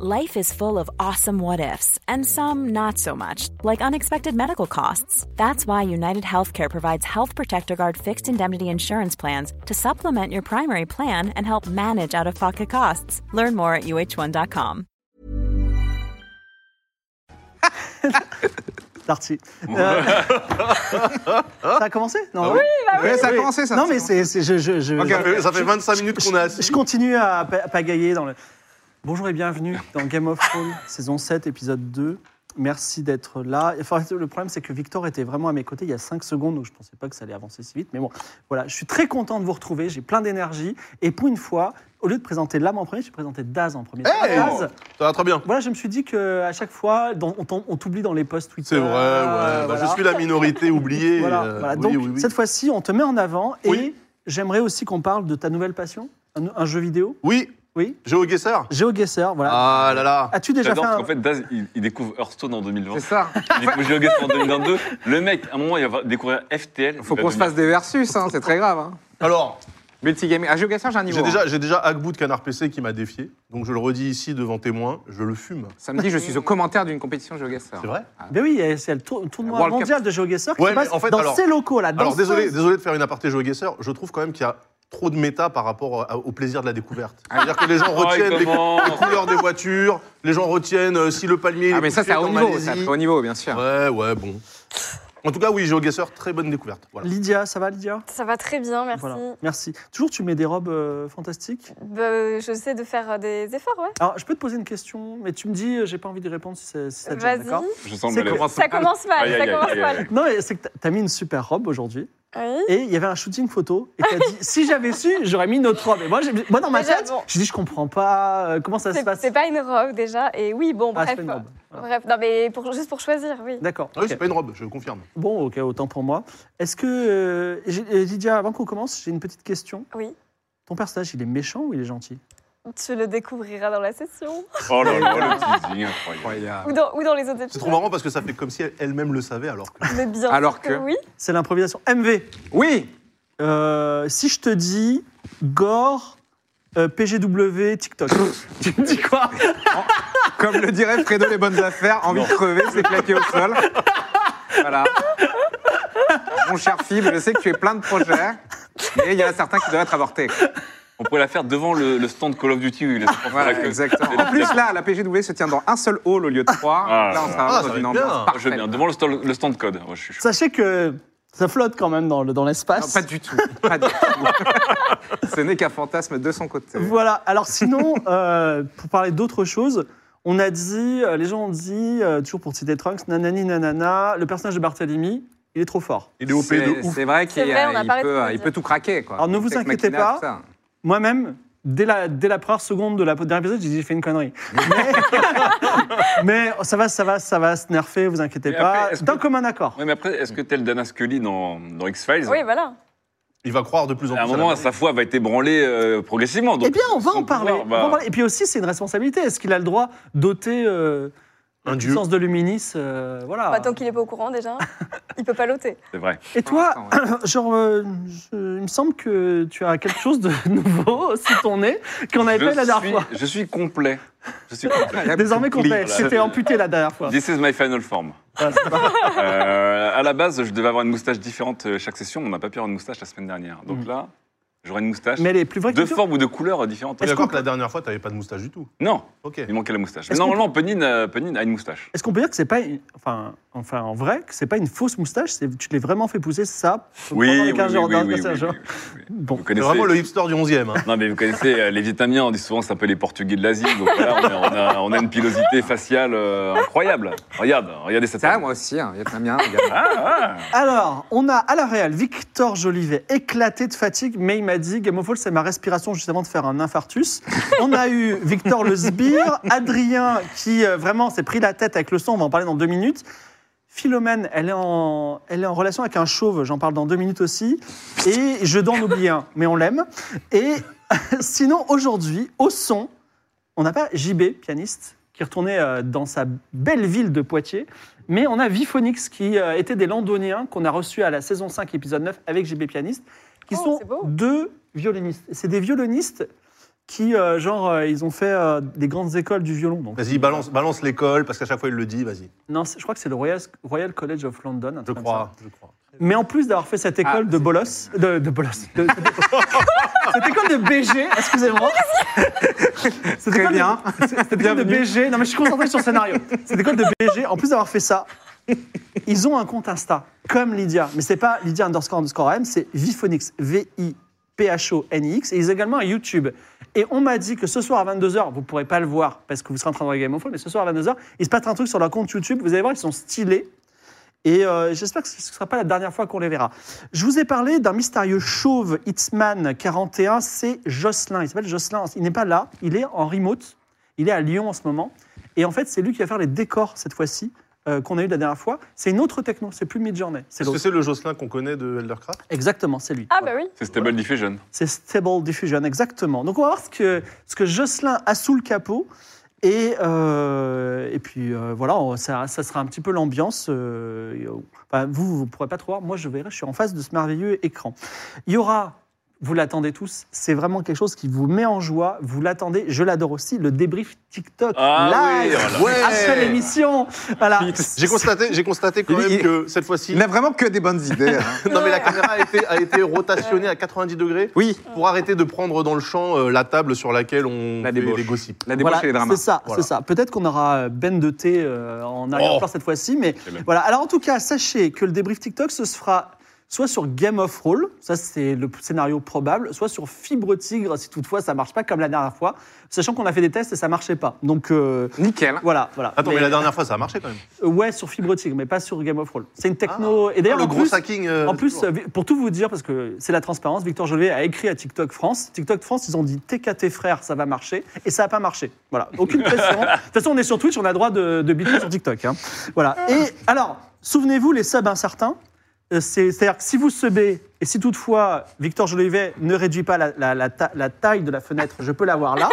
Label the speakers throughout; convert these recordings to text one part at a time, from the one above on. Speaker 1: Life is full of awesome what ifs, and some not so much, like unexpected medical costs. That's why United Healthcare provides Health Protector Guard fixed indemnity insurance plans to supplement your primary plan and help manage out of pocket costs. Learn more at uh1.com.
Speaker 2: Parti. Euh, ça a commencé
Speaker 3: Ah
Speaker 2: Non, oui,
Speaker 4: Ouais, Eh, ça a commencé, ça.
Speaker 2: Non, mais c'est, c'est- je, je, je-
Speaker 4: Ok,
Speaker 2: je-
Speaker 4: ça fait-
Speaker 3: ça fait 25 minutes qu'on est assis.
Speaker 2: Je continue à pa- pagayer dans le. Bonjour et bienvenue dans Game of Thrones, saison 7, épisode 2. Merci d'être là. Enfin, le problème, c'est que Victor était vraiment à mes côtés il y a 5 secondes, donc je ne pensais pas que ça allait avancer si vite. Mais bon, voilà, je suis très content de vous retrouver, j'ai plein d'énergie. Et pour une fois, au lieu de présenter l'âme en premier, j'ai présenté Daz en premier.
Speaker 3: Hey
Speaker 2: Daz,
Speaker 3: Ça va très bien.
Speaker 2: voilà, je me suis dit qu'à chaque fois, dans- on t'en- on t'oublie dans les posts Twitter. Euh,
Speaker 3: C'est vrai, ouais.
Speaker 4: Euh,
Speaker 3: Bah,
Speaker 2: voilà.
Speaker 3: Je suis la minorité oubliée.
Speaker 2: Voilà,
Speaker 3: euh,
Speaker 2: voilà.
Speaker 3: oui,
Speaker 2: Donc,
Speaker 3: oui, oui.
Speaker 2: cette fois-ci, on te met en avant et
Speaker 3: Oui.
Speaker 2: j'aimerais aussi qu'on parle de ta nouvelle passion, un, un jeu vidéo.
Speaker 3: Oui,
Speaker 2: Oui.
Speaker 3: GeoGuessr.
Speaker 2: GeoGuessr, voilà.
Speaker 3: Ah là là.
Speaker 2: As-tu déjà hein. fait
Speaker 5: J'adore parce
Speaker 2: un...
Speaker 5: qu'en fait, Daz, il, il découvre Hearthstone en 2020.
Speaker 4: C'est ça.
Speaker 5: Il découvre GeoGuessr en 2022. Le mec, à un moment, il va découvrir FTL.
Speaker 4: Faut qu'on se fasse des versus, hein, c'est très grave. Hein.
Speaker 3: Alors,
Speaker 4: Multigaming. Ah, GeoGuessr, j'ai un niveau.
Speaker 3: j'ai
Speaker 4: hein.
Speaker 3: déjà, j'ai déjà Agbout Canard PC qui m'a défié. Donc, je le redis ici devant témoin, je le fume.
Speaker 4: Samedi, je suis au commentaire d'une compétition GeoGuessr.
Speaker 3: C'est vrai
Speaker 4: Ah.
Speaker 2: Ben oui, c'est le tour- tournoi
Speaker 4: World Cup.
Speaker 2: mondial de GeoGuessr qui
Speaker 3: Ouais,
Speaker 2: se
Speaker 3: mais
Speaker 2: passe
Speaker 3: en fait,
Speaker 2: dans
Speaker 3: alors-
Speaker 2: ces locaux, là. dans
Speaker 3: Alors,
Speaker 2: ce-
Speaker 3: désolé, désolé de faire une aparté GeoGuessr. Je trouve quand même qu'il y a trop de méta par rapport à- au plaisir de la découverte.
Speaker 4: Ah.
Speaker 3: C'est-à-dire que les gens
Speaker 5: Oh, il
Speaker 3: retiennent les,
Speaker 5: commence.
Speaker 3: les couleurs des voitures, les gens retiennent euh, si le palmier. il
Speaker 4: Ah,
Speaker 3: est
Speaker 4: mais ça,
Speaker 3: poussé
Speaker 4: c'est à haut
Speaker 3: en
Speaker 4: niveau.
Speaker 3: Malaisie.
Speaker 4: C'est à haut niveau, bien sûr.
Speaker 3: Ouais, ouais, bon. En tout cas, oui, GeoGuessr, très bonne découverte. Voilà.
Speaker 2: Lydia, ça va, Lydia
Speaker 6: Ça va très bien, merci.
Speaker 2: Voilà. Merci. Toujours, tu mets des robes euh, fantastiques.
Speaker 6: Bah, je sais de faire euh, des efforts, ouais.
Speaker 2: Alors, je peux te poser une question, mais tu me dis, euh, j'ai pas envie de répondre si, c'est- si ça te gêne,
Speaker 6: Vas-y.
Speaker 2: Ah, d'accord
Speaker 5: Je sens
Speaker 2: C'est
Speaker 5: le malaise.
Speaker 6: Ça commence mal,
Speaker 5: Aïe,
Speaker 6: ça
Speaker 5: aïe,
Speaker 6: commence
Speaker 5: aïe,
Speaker 6: mal.
Speaker 5: aïe.
Speaker 2: Non, mais c'est que t'as- t'as mis une super robe aujourd'hui.
Speaker 6: Oui.
Speaker 2: Et il y avait un shooting photo. Et t'as dit, si j'avais su, j'aurais mis notre robe. Et moi, j'ai- moi dans ma
Speaker 6: Déjà,
Speaker 2: tête,
Speaker 6: bon.
Speaker 2: je dis, je comprends pas. euh, comment ça se
Speaker 6: C'est
Speaker 2: passe
Speaker 6: c'est pas une robe déjà. Et oui, bon,
Speaker 2: Ah, c'est
Speaker 6: bref.
Speaker 2: pas une robe. Voilà.
Speaker 6: Bref, non mais pour, juste pour choisir, oui.
Speaker 2: D'accord.
Speaker 3: Ah Oui,
Speaker 2: ok.
Speaker 3: c'est pas une robe, je confirme.
Speaker 2: Bon, ok, autant pour moi. Est-ce que. euh, j'ai- euh, Lydia, avant qu'on commence, j'ai une petite question.
Speaker 6: Oui.
Speaker 2: Ton personnage, il est méchant ou il est gentil
Speaker 6: Tu le découvriras dans la session.
Speaker 5: Oh là là, le teasing incroyable.
Speaker 6: Ou
Speaker 4: Incroyable.
Speaker 6: dans, ou dans les autres
Speaker 3: C'est
Speaker 6: épisodes.
Speaker 3: trop marrant parce que ça fait comme si elle- elle-même le savait alors que.
Speaker 6: Mais bien
Speaker 4: Alors
Speaker 6: sûr
Speaker 4: que-
Speaker 6: oui.
Speaker 2: C'est l'improvisation. MV,
Speaker 4: Oui,
Speaker 2: euh, si je te dis Gore, euh, PGW, TikTok, tu me dis quoi
Speaker 4: comme le dirait Fredo, les bonnes affaires, envie de crever, c'est claqué au sol. Voilà. Mon cher Phil, je sais que tu es plein de projets, mais il y en a certains qui devraient être avortés.
Speaker 5: On pourrait la faire devant le, le stand Call of Duty où il est
Speaker 3: Ah,
Speaker 4: Voilà, exactement. En plus, là, la PGW se tient dans un seul hall au lieu de trois.
Speaker 5: Ah,
Speaker 4: là, on sera
Speaker 3: ah, ça
Speaker 4: dans
Speaker 3: va
Speaker 4: une
Speaker 3: être bien.
Speaker 4: ambiance
Speaker 5: je veux
Speaker 4: parfaite.
Speaker 5: bien. Devant le stand, le stand code. Moi, je suis chaud.
Speaker 2: Sachez que ça flotte quand même dans le- dans
Speaker 4: Non,
Speaker 2: l'espace.
Speaker 4: pas du tout. Pas du tout. Ce n'est qu'un fantasme de son côté.
Speaker 2: Voilà, alors sinon, euh, pour parler d'autre chose, on a dit, euh, les gens ont dit, euh, toujours pour citer Trunks, nanani nanana, le personnage de Barthélemy, il est trop fort.
Speaker 3: Il est OP
Speaker 4: C'est-
Speaker 3: de ouf.
Speaker 4: C'est vrai qu'il
Speaker 6: C'est vrai, on a
Speaker 4: il
Speaker 6: parlé de
Speaker 4: peut,
Speaker 6: ça,
Speaker 4: il
Speaker 6: dire.
Speaker 4: peut tout craquer. Quoi.
Speaker 2: Alors, ne
Speaker 4: Il
Speaker 2: vous
Speaker 4: sait que
Speaker 2: inquiétez
Speaker 4: Makina,
Speaker 2: pas.
Speaker 4: tout ça.
Speaker 2: Moi-même, dès la, dès la première seconde de la dernière épisode, j'ai dit, j'ai fait une connerie. Mais, mais ça va, ça va, ça va se nerfer, vous inquiétez
Speaker 5: Mais
Speaker 2: pas,
Speaker 5: après, est-ce
Speaker 2: d'un
Speaker 5: que-
Speaker 2: commun accord.
Speaker 5: Ouais, mais après, est-ce que tel Dana Scully dans, dans X-Files,
Speaker 6: Oui, voilà.
Speaker 3: Il va croire de plus en plus.
Speaker 5: à un moment,
Speaker 3: la-
Speaker 5: sa foi va être ébranlée euh, progressivement donc
Speaker 2: Eh bien, on va
Speaker 5: son
Speaker 2: en parler.
Speaker 5: pouvoir
Speaker 2: on va en
Speaker 5: va-
Speaker 2: parler. Et puis aussi, c'est une responsabilité. Est-ce qu'il a le droit d'ôter euh,
Speaker 3: Un
Speaker 2: la
Speaker 3: dieu.
Speaker 2: puissance de Luminis euh, voilà.
Speaker 6: Bah, tant qu'il est pas au courant déjà, il peut pas l'ôter.
Speaker 5: C'est vrai.
Speaker 2: Et
Speaker 4: Pour
Speaker 2: toi,
Speaker 4: l'instant,
Speaker 2: Genre, euh, je- il me semble que tu as quelque chose de nouveau sous ton nez qu'on n'avait pas eu la dernière
Speaker 5: suis,
Speaker 2: fois.
Speaker 5: je suis complet. Je suis complet.
Speaker 4: ouais.
Speaker 2: Désormais complet,
Speaker 5: Voilà.
Speaker 2: c'était amputé la dernière fois.
Speaker 5: This is my final form.
Speaker 2: Voilà, Ah, c'est pas-
Speaker 5: Euh, à la base, je devais avoir une moustache différente euh, chaque session. On n'a pas pu avoir une moustache la semaine dernière. Donc
Speaker 2: Mm.
Speaker 5: là, j'aurai une moustache
Speaker 2: Mais elle est plus vraie que
Speaker 5: de
Speaker 2: tout.
Speaker 5: forme ou de couleur différente.
Speaker 3: On est
Speaker 2: Est-ce
Speaker 3: d'accord
Speaker 2: qu'on
Speaker 3: que la dernière fois, t'avais pas de moustache du tout.
Speaker 5: Non,
Speaker 3: Ok.
Speaker 5: il manquait la moustache.
Speaker 2: Est-ce
Speaker 5: Mais normalement, Penine, euh, Penine a une moustache.
Speaker 2: Est-ce qu'on peut dire que c'est pas, une- enfin, enfin, en vrai, que c'est pas une fausse moustache c'est- Tu l'as vraiment fait pousser ça pendant les 15 jours, dans hein. le passage, genre.
Speaker 5: oui, oui.
Speaker 2: Bon.
Speaker 5: Vous
Speaker 3: C'est
Speaker 5: connaissez,
Speaker 3: vraiment le hipster du 11e. hein.
Speaker 5: non, mais vous connaissez euh, les Vietnamiens, on dit souvent que c'est un peu les Portugais de l'Asie. Donc voilà, on a, on a- on a une pilosité faciale euh, incroyable. Regarde, regardez cette
Speaker 4: C'est vrai,
Speaker 5: table.
Speaker 4: moi aussi, hein, vietnamien. regarde.
Speaker 5: Ah, ah.
Speaker 2: Alors, on a à la réelle Victor Jolivet éclaté de fatigue, mais il m'a dit Game of Thrones, c'est ma respiration juste avant de faire un infarctus. On a eu Victor le sbire, Adrien qui euh, vraiment s'est pris la tête avec le son, on va en parler dans deux minutes. Philomène, elle est en, elle est en relation avec un chauve, j'en parle dans deux minutes aussi. Et je dois en oublier un, mais on l'aime. Et sinon, aujourd'hui, au son, on n'a pas JB, pianiste, qui retournait euh, dans sa belle ville de Poitiers, mais on a Viphonix, qui euh, était des Landoniens qu'on a reçus à la saison 5, épisode 9, avec JB, pianiste, qui
Speaker 6: Oh,
Speaker 2: sont
Speaker 6: c'est beau.
Speaker 2: deux violonistes. C'est des violonistes qui, euh, genre, euh, ils ont fait euh, des grandes écoles du violon. Donc.
Speaker 3: Vas-y, balance, balance l'école, parce qu'à chaque fois, il le dit, vas-y.
Speaker 2: Non, c'est- je crois que c'est le Royal, Royal College of London. un
Speaker 3: Je
Speaker 2: truc comme
Speaker 3: crois, je crois.
Speaker 2: ça. Mais en plus d'avoir fait cette école
Speaker 4: Ah,
Speaker 2: de
Speaker 4: c'est-
Speaker 2: bolos, de, de bolos, de- de- cette école de BG, excusez-moi. Cette
Speaker 4: Très
Speaker 2: école de-
Speaker 4: bien.
Speaker 2: Cette école de BG, non mais je suis concentré sur le scénario. Cette école de BG, en plus d'avoir fait ça, ils ont un compte Insta, comme Lydia. Mais c'est pas Lydia underscore underscore AM, c'est Viphonix, V-I-P-H-O-N-I-X. Et ils ont également un YouTube. Et on m'a dit que ce soir à 22h, vous pourrez pas le voir parce que vous serez en train de regarder Game of Thrones, mais ce soir à 22h, il se passe un truc sur leur compte YouTube. Vous allez voir, ils sont stylés. Et euh, j'espère que ce ne sera pas la dernière fois qu'on les verra. Je vous ai parlé d'un mystérieux chauve Hitman 41, c'est Jocelyn. Il s'appelle Jocelyn, il n'est pas là, il est en remote, il est à Lyon en ce moment. Et en fait, c'est lui qui va faire les décors cette fois-ci euh, qu'on a eu la dernière fois. C'est une autre techno, c'est plus Midjourney, c'est
Speaker 3: Est-ce que
Speaker 2: l'autre.
Speaker 3: c'est le Jocelyn qu'on connaît de Eldercraft
Speaker 2: Exactement, c'est lui.
Speaker 6: Ah bah oui.
Speaker 5: C'est Stable Diffusion.
Speaker 2: C'est Stable Diffusion, exactement. Donc on va voir ce que, ce que Jocelyn a sous le capot. Et, euh, et puis euh, voilà, on- ça, ça sera un petit peu l'ambiance. euh, et, euh, enfin, vous, vous ne pourrez pas trop voir. Moi, je verrai, je suis en face de ce merveilleux écran. Il y aura, vous l'attendez tous, c'est vraiment quelque chose qui vous met en joie. Vous l'attendez, je l'adore aussi, le débrief TikTok
Speaker 5: Ah oui,
Speaker 2: live
Speaker 5: oh là là.
Speaker 3: Ouais.
Speaker 2: après l'émission. Voilà.
Speaker 3: J'ai constaté, j'ai constaté quand
Speaker 4: Il-
Speaker 3: même
Speaker 4: il-
Speaker 3: que cette fois-ci.
Speaker 4: Il n'a vraiment que des bonnes idées. hein.
Speaker 3: Non, mais la caméra a été, a été rotationnée à 90 degrés
Speaker 4: Oui,
Speaker 3: pour arrêter de prendre dans le champ euh, la table sur laquelle on
Speaker 4: La
Speaker 3: fait
Speaker 4: débauche.
Speaker 3: les gossips.
Speaker 4: la débauche
Speaker 2: Voilà,
Speaker 4: et les dramas.
Speaker 2: C'est ça,
Speaker 3: Voilà.
Speaker 2: c'est ça. Peut-être qu'on aura euh, Ben de thé euh,
Speaker 3: Oh.
Speaker 2: en arrière-plan cette fois-ci, mais
Speaker 3: Eh
Speaker 5: C'est
Speaker 3: ben.
Speaker 5: bien.
Speaker 2: voilà. Alors en tout cas, sachez que le débrief TikTok se fera soit sur Game of Roll, ça c'est le scénario probable, soit sur Fibre Tigre si toutefois ça marche pas comme la dernière fois, sachant qu'on a fait des tests et ça marchait pas. Donc euh,
Speaker 4: Nickel.
Speaker 2: voilà, voilà.
Speaker 3: Attends, mais... la dernière fois, ça a marché quand même.
Speaker 2: euh, ouais sur Fibre Tigre, mais pas sur Game of Roll. C'est une techno et d'ailleurs
Speaker 3: Ah. le
Speaker 2: en
Speaker 3: gros
Speaker 2: plus-
Speaker 3: sacking. euh,
Speaker 2: en plus,
Speaker 3: toujours.
Speaker 2: euh, pour tout vous dire, parce que c'est la transparence, Victor Jolivet a écrit à TikTok France. TikTok France, ils ont dit TKT frère, ça va marcher, et ça n'a pas marché. Voilà, aucune pression. de toute façon, on est sur Twitch, on a droit de, de bidouiller sur TikTok. hein. Voilà. Et alors, souvenez-vous, les subs incertains, euh, c'est- c'est-à-dire que si vous subez, et si toutefois Victor Jolivet ne réduit pas la, la- la ta- la taille de la fenêtre, je peux l'avoir là,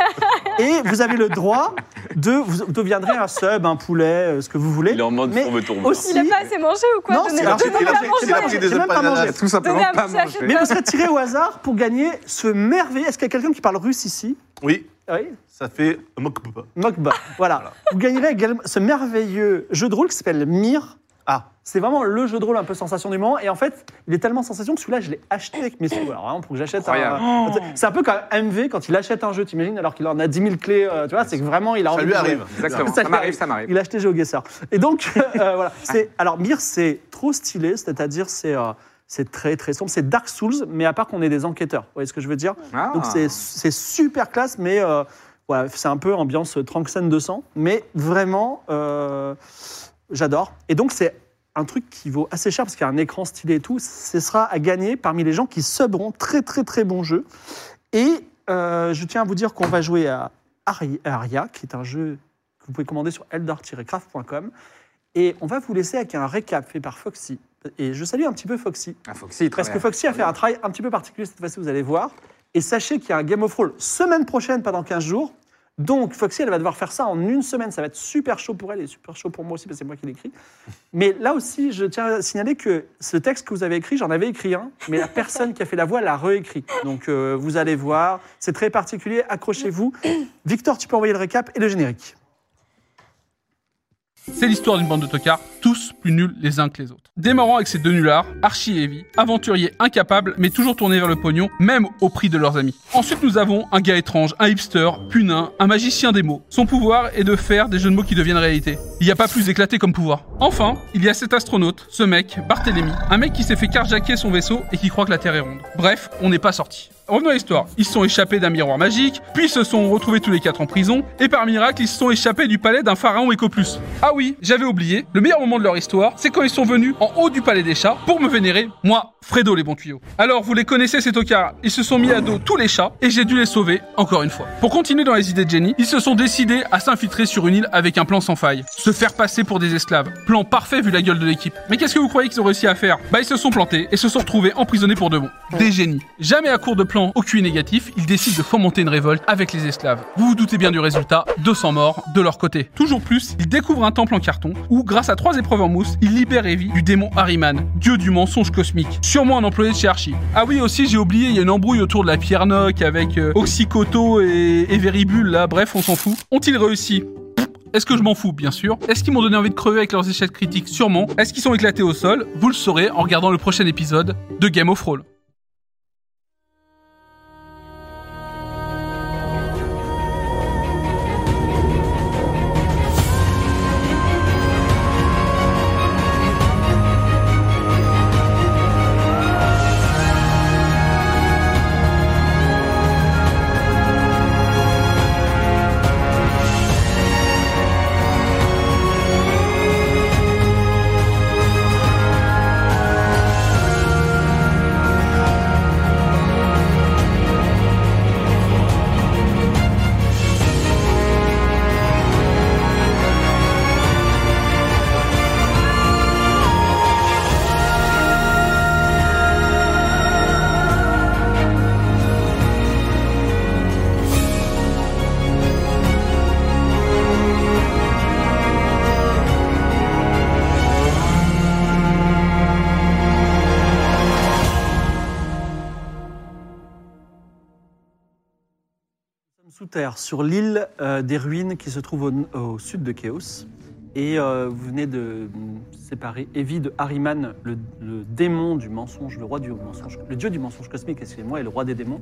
Speaker 2: et vous avez le droit de. Vous deviendrez un sub, un poulet, euh, ce que vous voulez.
Speaker 5: Il est en mode
Speaker 2: Mais
Speaker 5: fourbe tourbe.
Speaker 2: aussi-
Speaker 6: Il a pas assez mangé ou quoi
Speaker 2: Non,
Speaker 6: Donnez-
Speaker 2: Ah, c'est-
Speaker 3: Il a pris-
Speaker 6: donnez-le
Speaker 3: il a
Speaker 6: à
Speaker 3: pris-
Speaker 6: manger.
Speaker 3: il a pris des
Speaker 2: J'ai même
Speaker 3: œufs
Speaker 2: pas mangé.
Speaker 3: pananas.
Speaker 4: Tout simplement
Speaker 6: Donnez un
Speaker 4: pas
Speaker 6: petit sachet
Speaker 4: manger.
Speaker 6: de-
Speaker 2: Mais vous serez tiré au hasard pour gagner ce merveilleux. Est-ce qu'il y a quelqu'un qui parle russe ici
Speaker 3: Oui,
Speaker 2: Oui.
Speaker 3: ça fait. Mokpa.
Speaker 2: Mokba. Voilà. Vous gagnerez également ce merveilleux jeu de rôle qui s'appelle Mir.
Speaker 3: Ah,
Speaker 2: C'est vraiment le jeu de rôle un peu sensation du moment. Et en fait, il est tellement sensation que celui-là, je l'ai acheté avec mes sous. Alors vraiment, pour que j'achète
Speaker 4: Incroyable.
Speaker 2: un. C'est un peu comme MV quand il achète un jeu, t'imagines, alors qu'il en a 10 000 clés. euh, tu vois, c'est que vraiment, il a
Speaker 3: ça
Speaker 2: envie
Speaker 3: lui
Speaker 2: de jouer.
Speaker 3: arrive.
Speaker 4: Exactement.
Speaker 2: Ça
Speaker 4: Ça,
Speaker 2: fait-
Speaker 4: m'arrive, ça m'arrive.
Speaker 2: Il a acheté GeoGuessr. Et donc, euh, voilà. C'est, alors, Mir, c'est trop stylé, c'est-à-dire, c'est. euh, c'est très très sombre, c'est Dark Souls, mais à part qu'on est des enquêteurs. Vous voyez ce que je veux dire
Speaker 4: Ah.
Speaker 2: donc c'est- c'est super classe, mais euh, voilà, c'est un peu ambiance Tranxen 200. Mais vraiment, euh, j'adore. Et donc c'est un truc qui vaut assez cher parce qu'il y a un écran stylé et tout. Ce sera à gagner parmi les gens qui subront très très très bon jeu. Et euh, je tiens à vous dire qu'on va jouer à Ari- Aria, qui est un jeu que vous pouvez commander sur eldar-craft.com. Et on va vous laisser avec un récap fait par Foxy. Et je salue un petit peu Foxy.
Speaker 4: Ah, Foxy, il
Speaker 2: Parce que
Speaker 4: travaille.
Speaker 2: Foxy a fait un travail un petit peu particulier cette fois-ci, vous allez voir. Et sachez qu'il y a un Game of Thrones semaine prochaine pendant 15 jours. Donc Foxy, elle va devoir faire ça en une semaine. Ça va être super chaud pour elle et super chaud pour moi aussi, parce que c'est moi qui l'écris. Mais là aussi, je tiens à signaler que ce texte que vous avez écrit, j'en avais écrit un, mais la personne qui a fait la voix l'a réécrit. Donc euh, vous allez voir, c'est très particulier, accrochez-vous. Victor, tu peux envoyer le récap et le générique.
Speaker 7: C'est l'histoire d'une bande de tocards, tous plus nuls les uns que les autres. Démarrant avec ces deux nullards, Archie et Evie, aventuriers incapables, mais toujours tournés vers le pognon, même au prix de leurs amis. Ensuite, nous avons un gars étrange, un hipster, punin, un magicien des mots. Son pouvoir est de faire des jeux de mots qui deviennent réalité. Il n'y a pas plus éclaté comme pouvoir. Enfin, il y a cet astronaute, ce mec, Barthélemy, un mec qui s'est fait carjacker son vaisseau et qui croit que la Terre est ronde. Bref, on n'est pas sorti. Revenons à l'histoire. Ils se sont échappés d'un miroir magique, puis se sont retrouvés tous les quatre en prison, et par miracle, ils se sont échappés du palais d'un pharaon Ecoplus. Ah oui, j'avais oublié, le meilleur moment de leur histoire, c'est quand ils sont venus en haut du palais des chats pour me vénérer, moi, Fredo les bons tuyaux. Alors, vous les connaissez ces tocards, ils se sont mis à dos tous les chats, et j'ai dû les sauver, encore une fois. Pour continuer dans les idées de Jenny, ils se sont décidés à s'infiltrer sur une île avec un plan sans faille. Se faire passer pour des esclaves. Plan parfait vu la gueule de l'équipe. Mais qu'est-ce que vous croyez qu'ils ont réussi à faire Bah, ils se sont plantés et se sont retrouvés emprisonnés pour de bon. Des génies. Jamais à court de plan au QI négatif, ils décident de fomenter une révolte avec les esclaves. Vous vous doutez bien du résultat, 200 morts de leur côté. Toujours plus, ils découvrent un temple en carton où, grâce à trois épreuves en mousse, ils libèrent Evie du démon Harriman, dieu du mensonge cosmique. Sûrement un employé de chez Archie. Ah oui, aussi, j'ai oublié, il y a une embrouille autour de la pierre noc avec euh, Oxycoto et, et Véribule, là. Bref, on s'en fout. Ont-ils réussi Pff, est-ce que je m'en fous Bien sûr. Est-ce qu'ils m'ont donné envie de crever avec leurs échecs critiques Sûrement. Est-ce qu'ils sont éclatés au sol Vous le saurez en regardant le prochain épisode de Game of Roll.
Speaker 2: Sous terre, sur l'île euh, des ruines qui se trouve au, au sud de Chaos. Et euh, vous venez de mm, séparer Evie de Harriman, le, le démon du mensonge, le roi du mensonge, le dieu du mensonge cosmique, excusez-moi, et le roi des démons.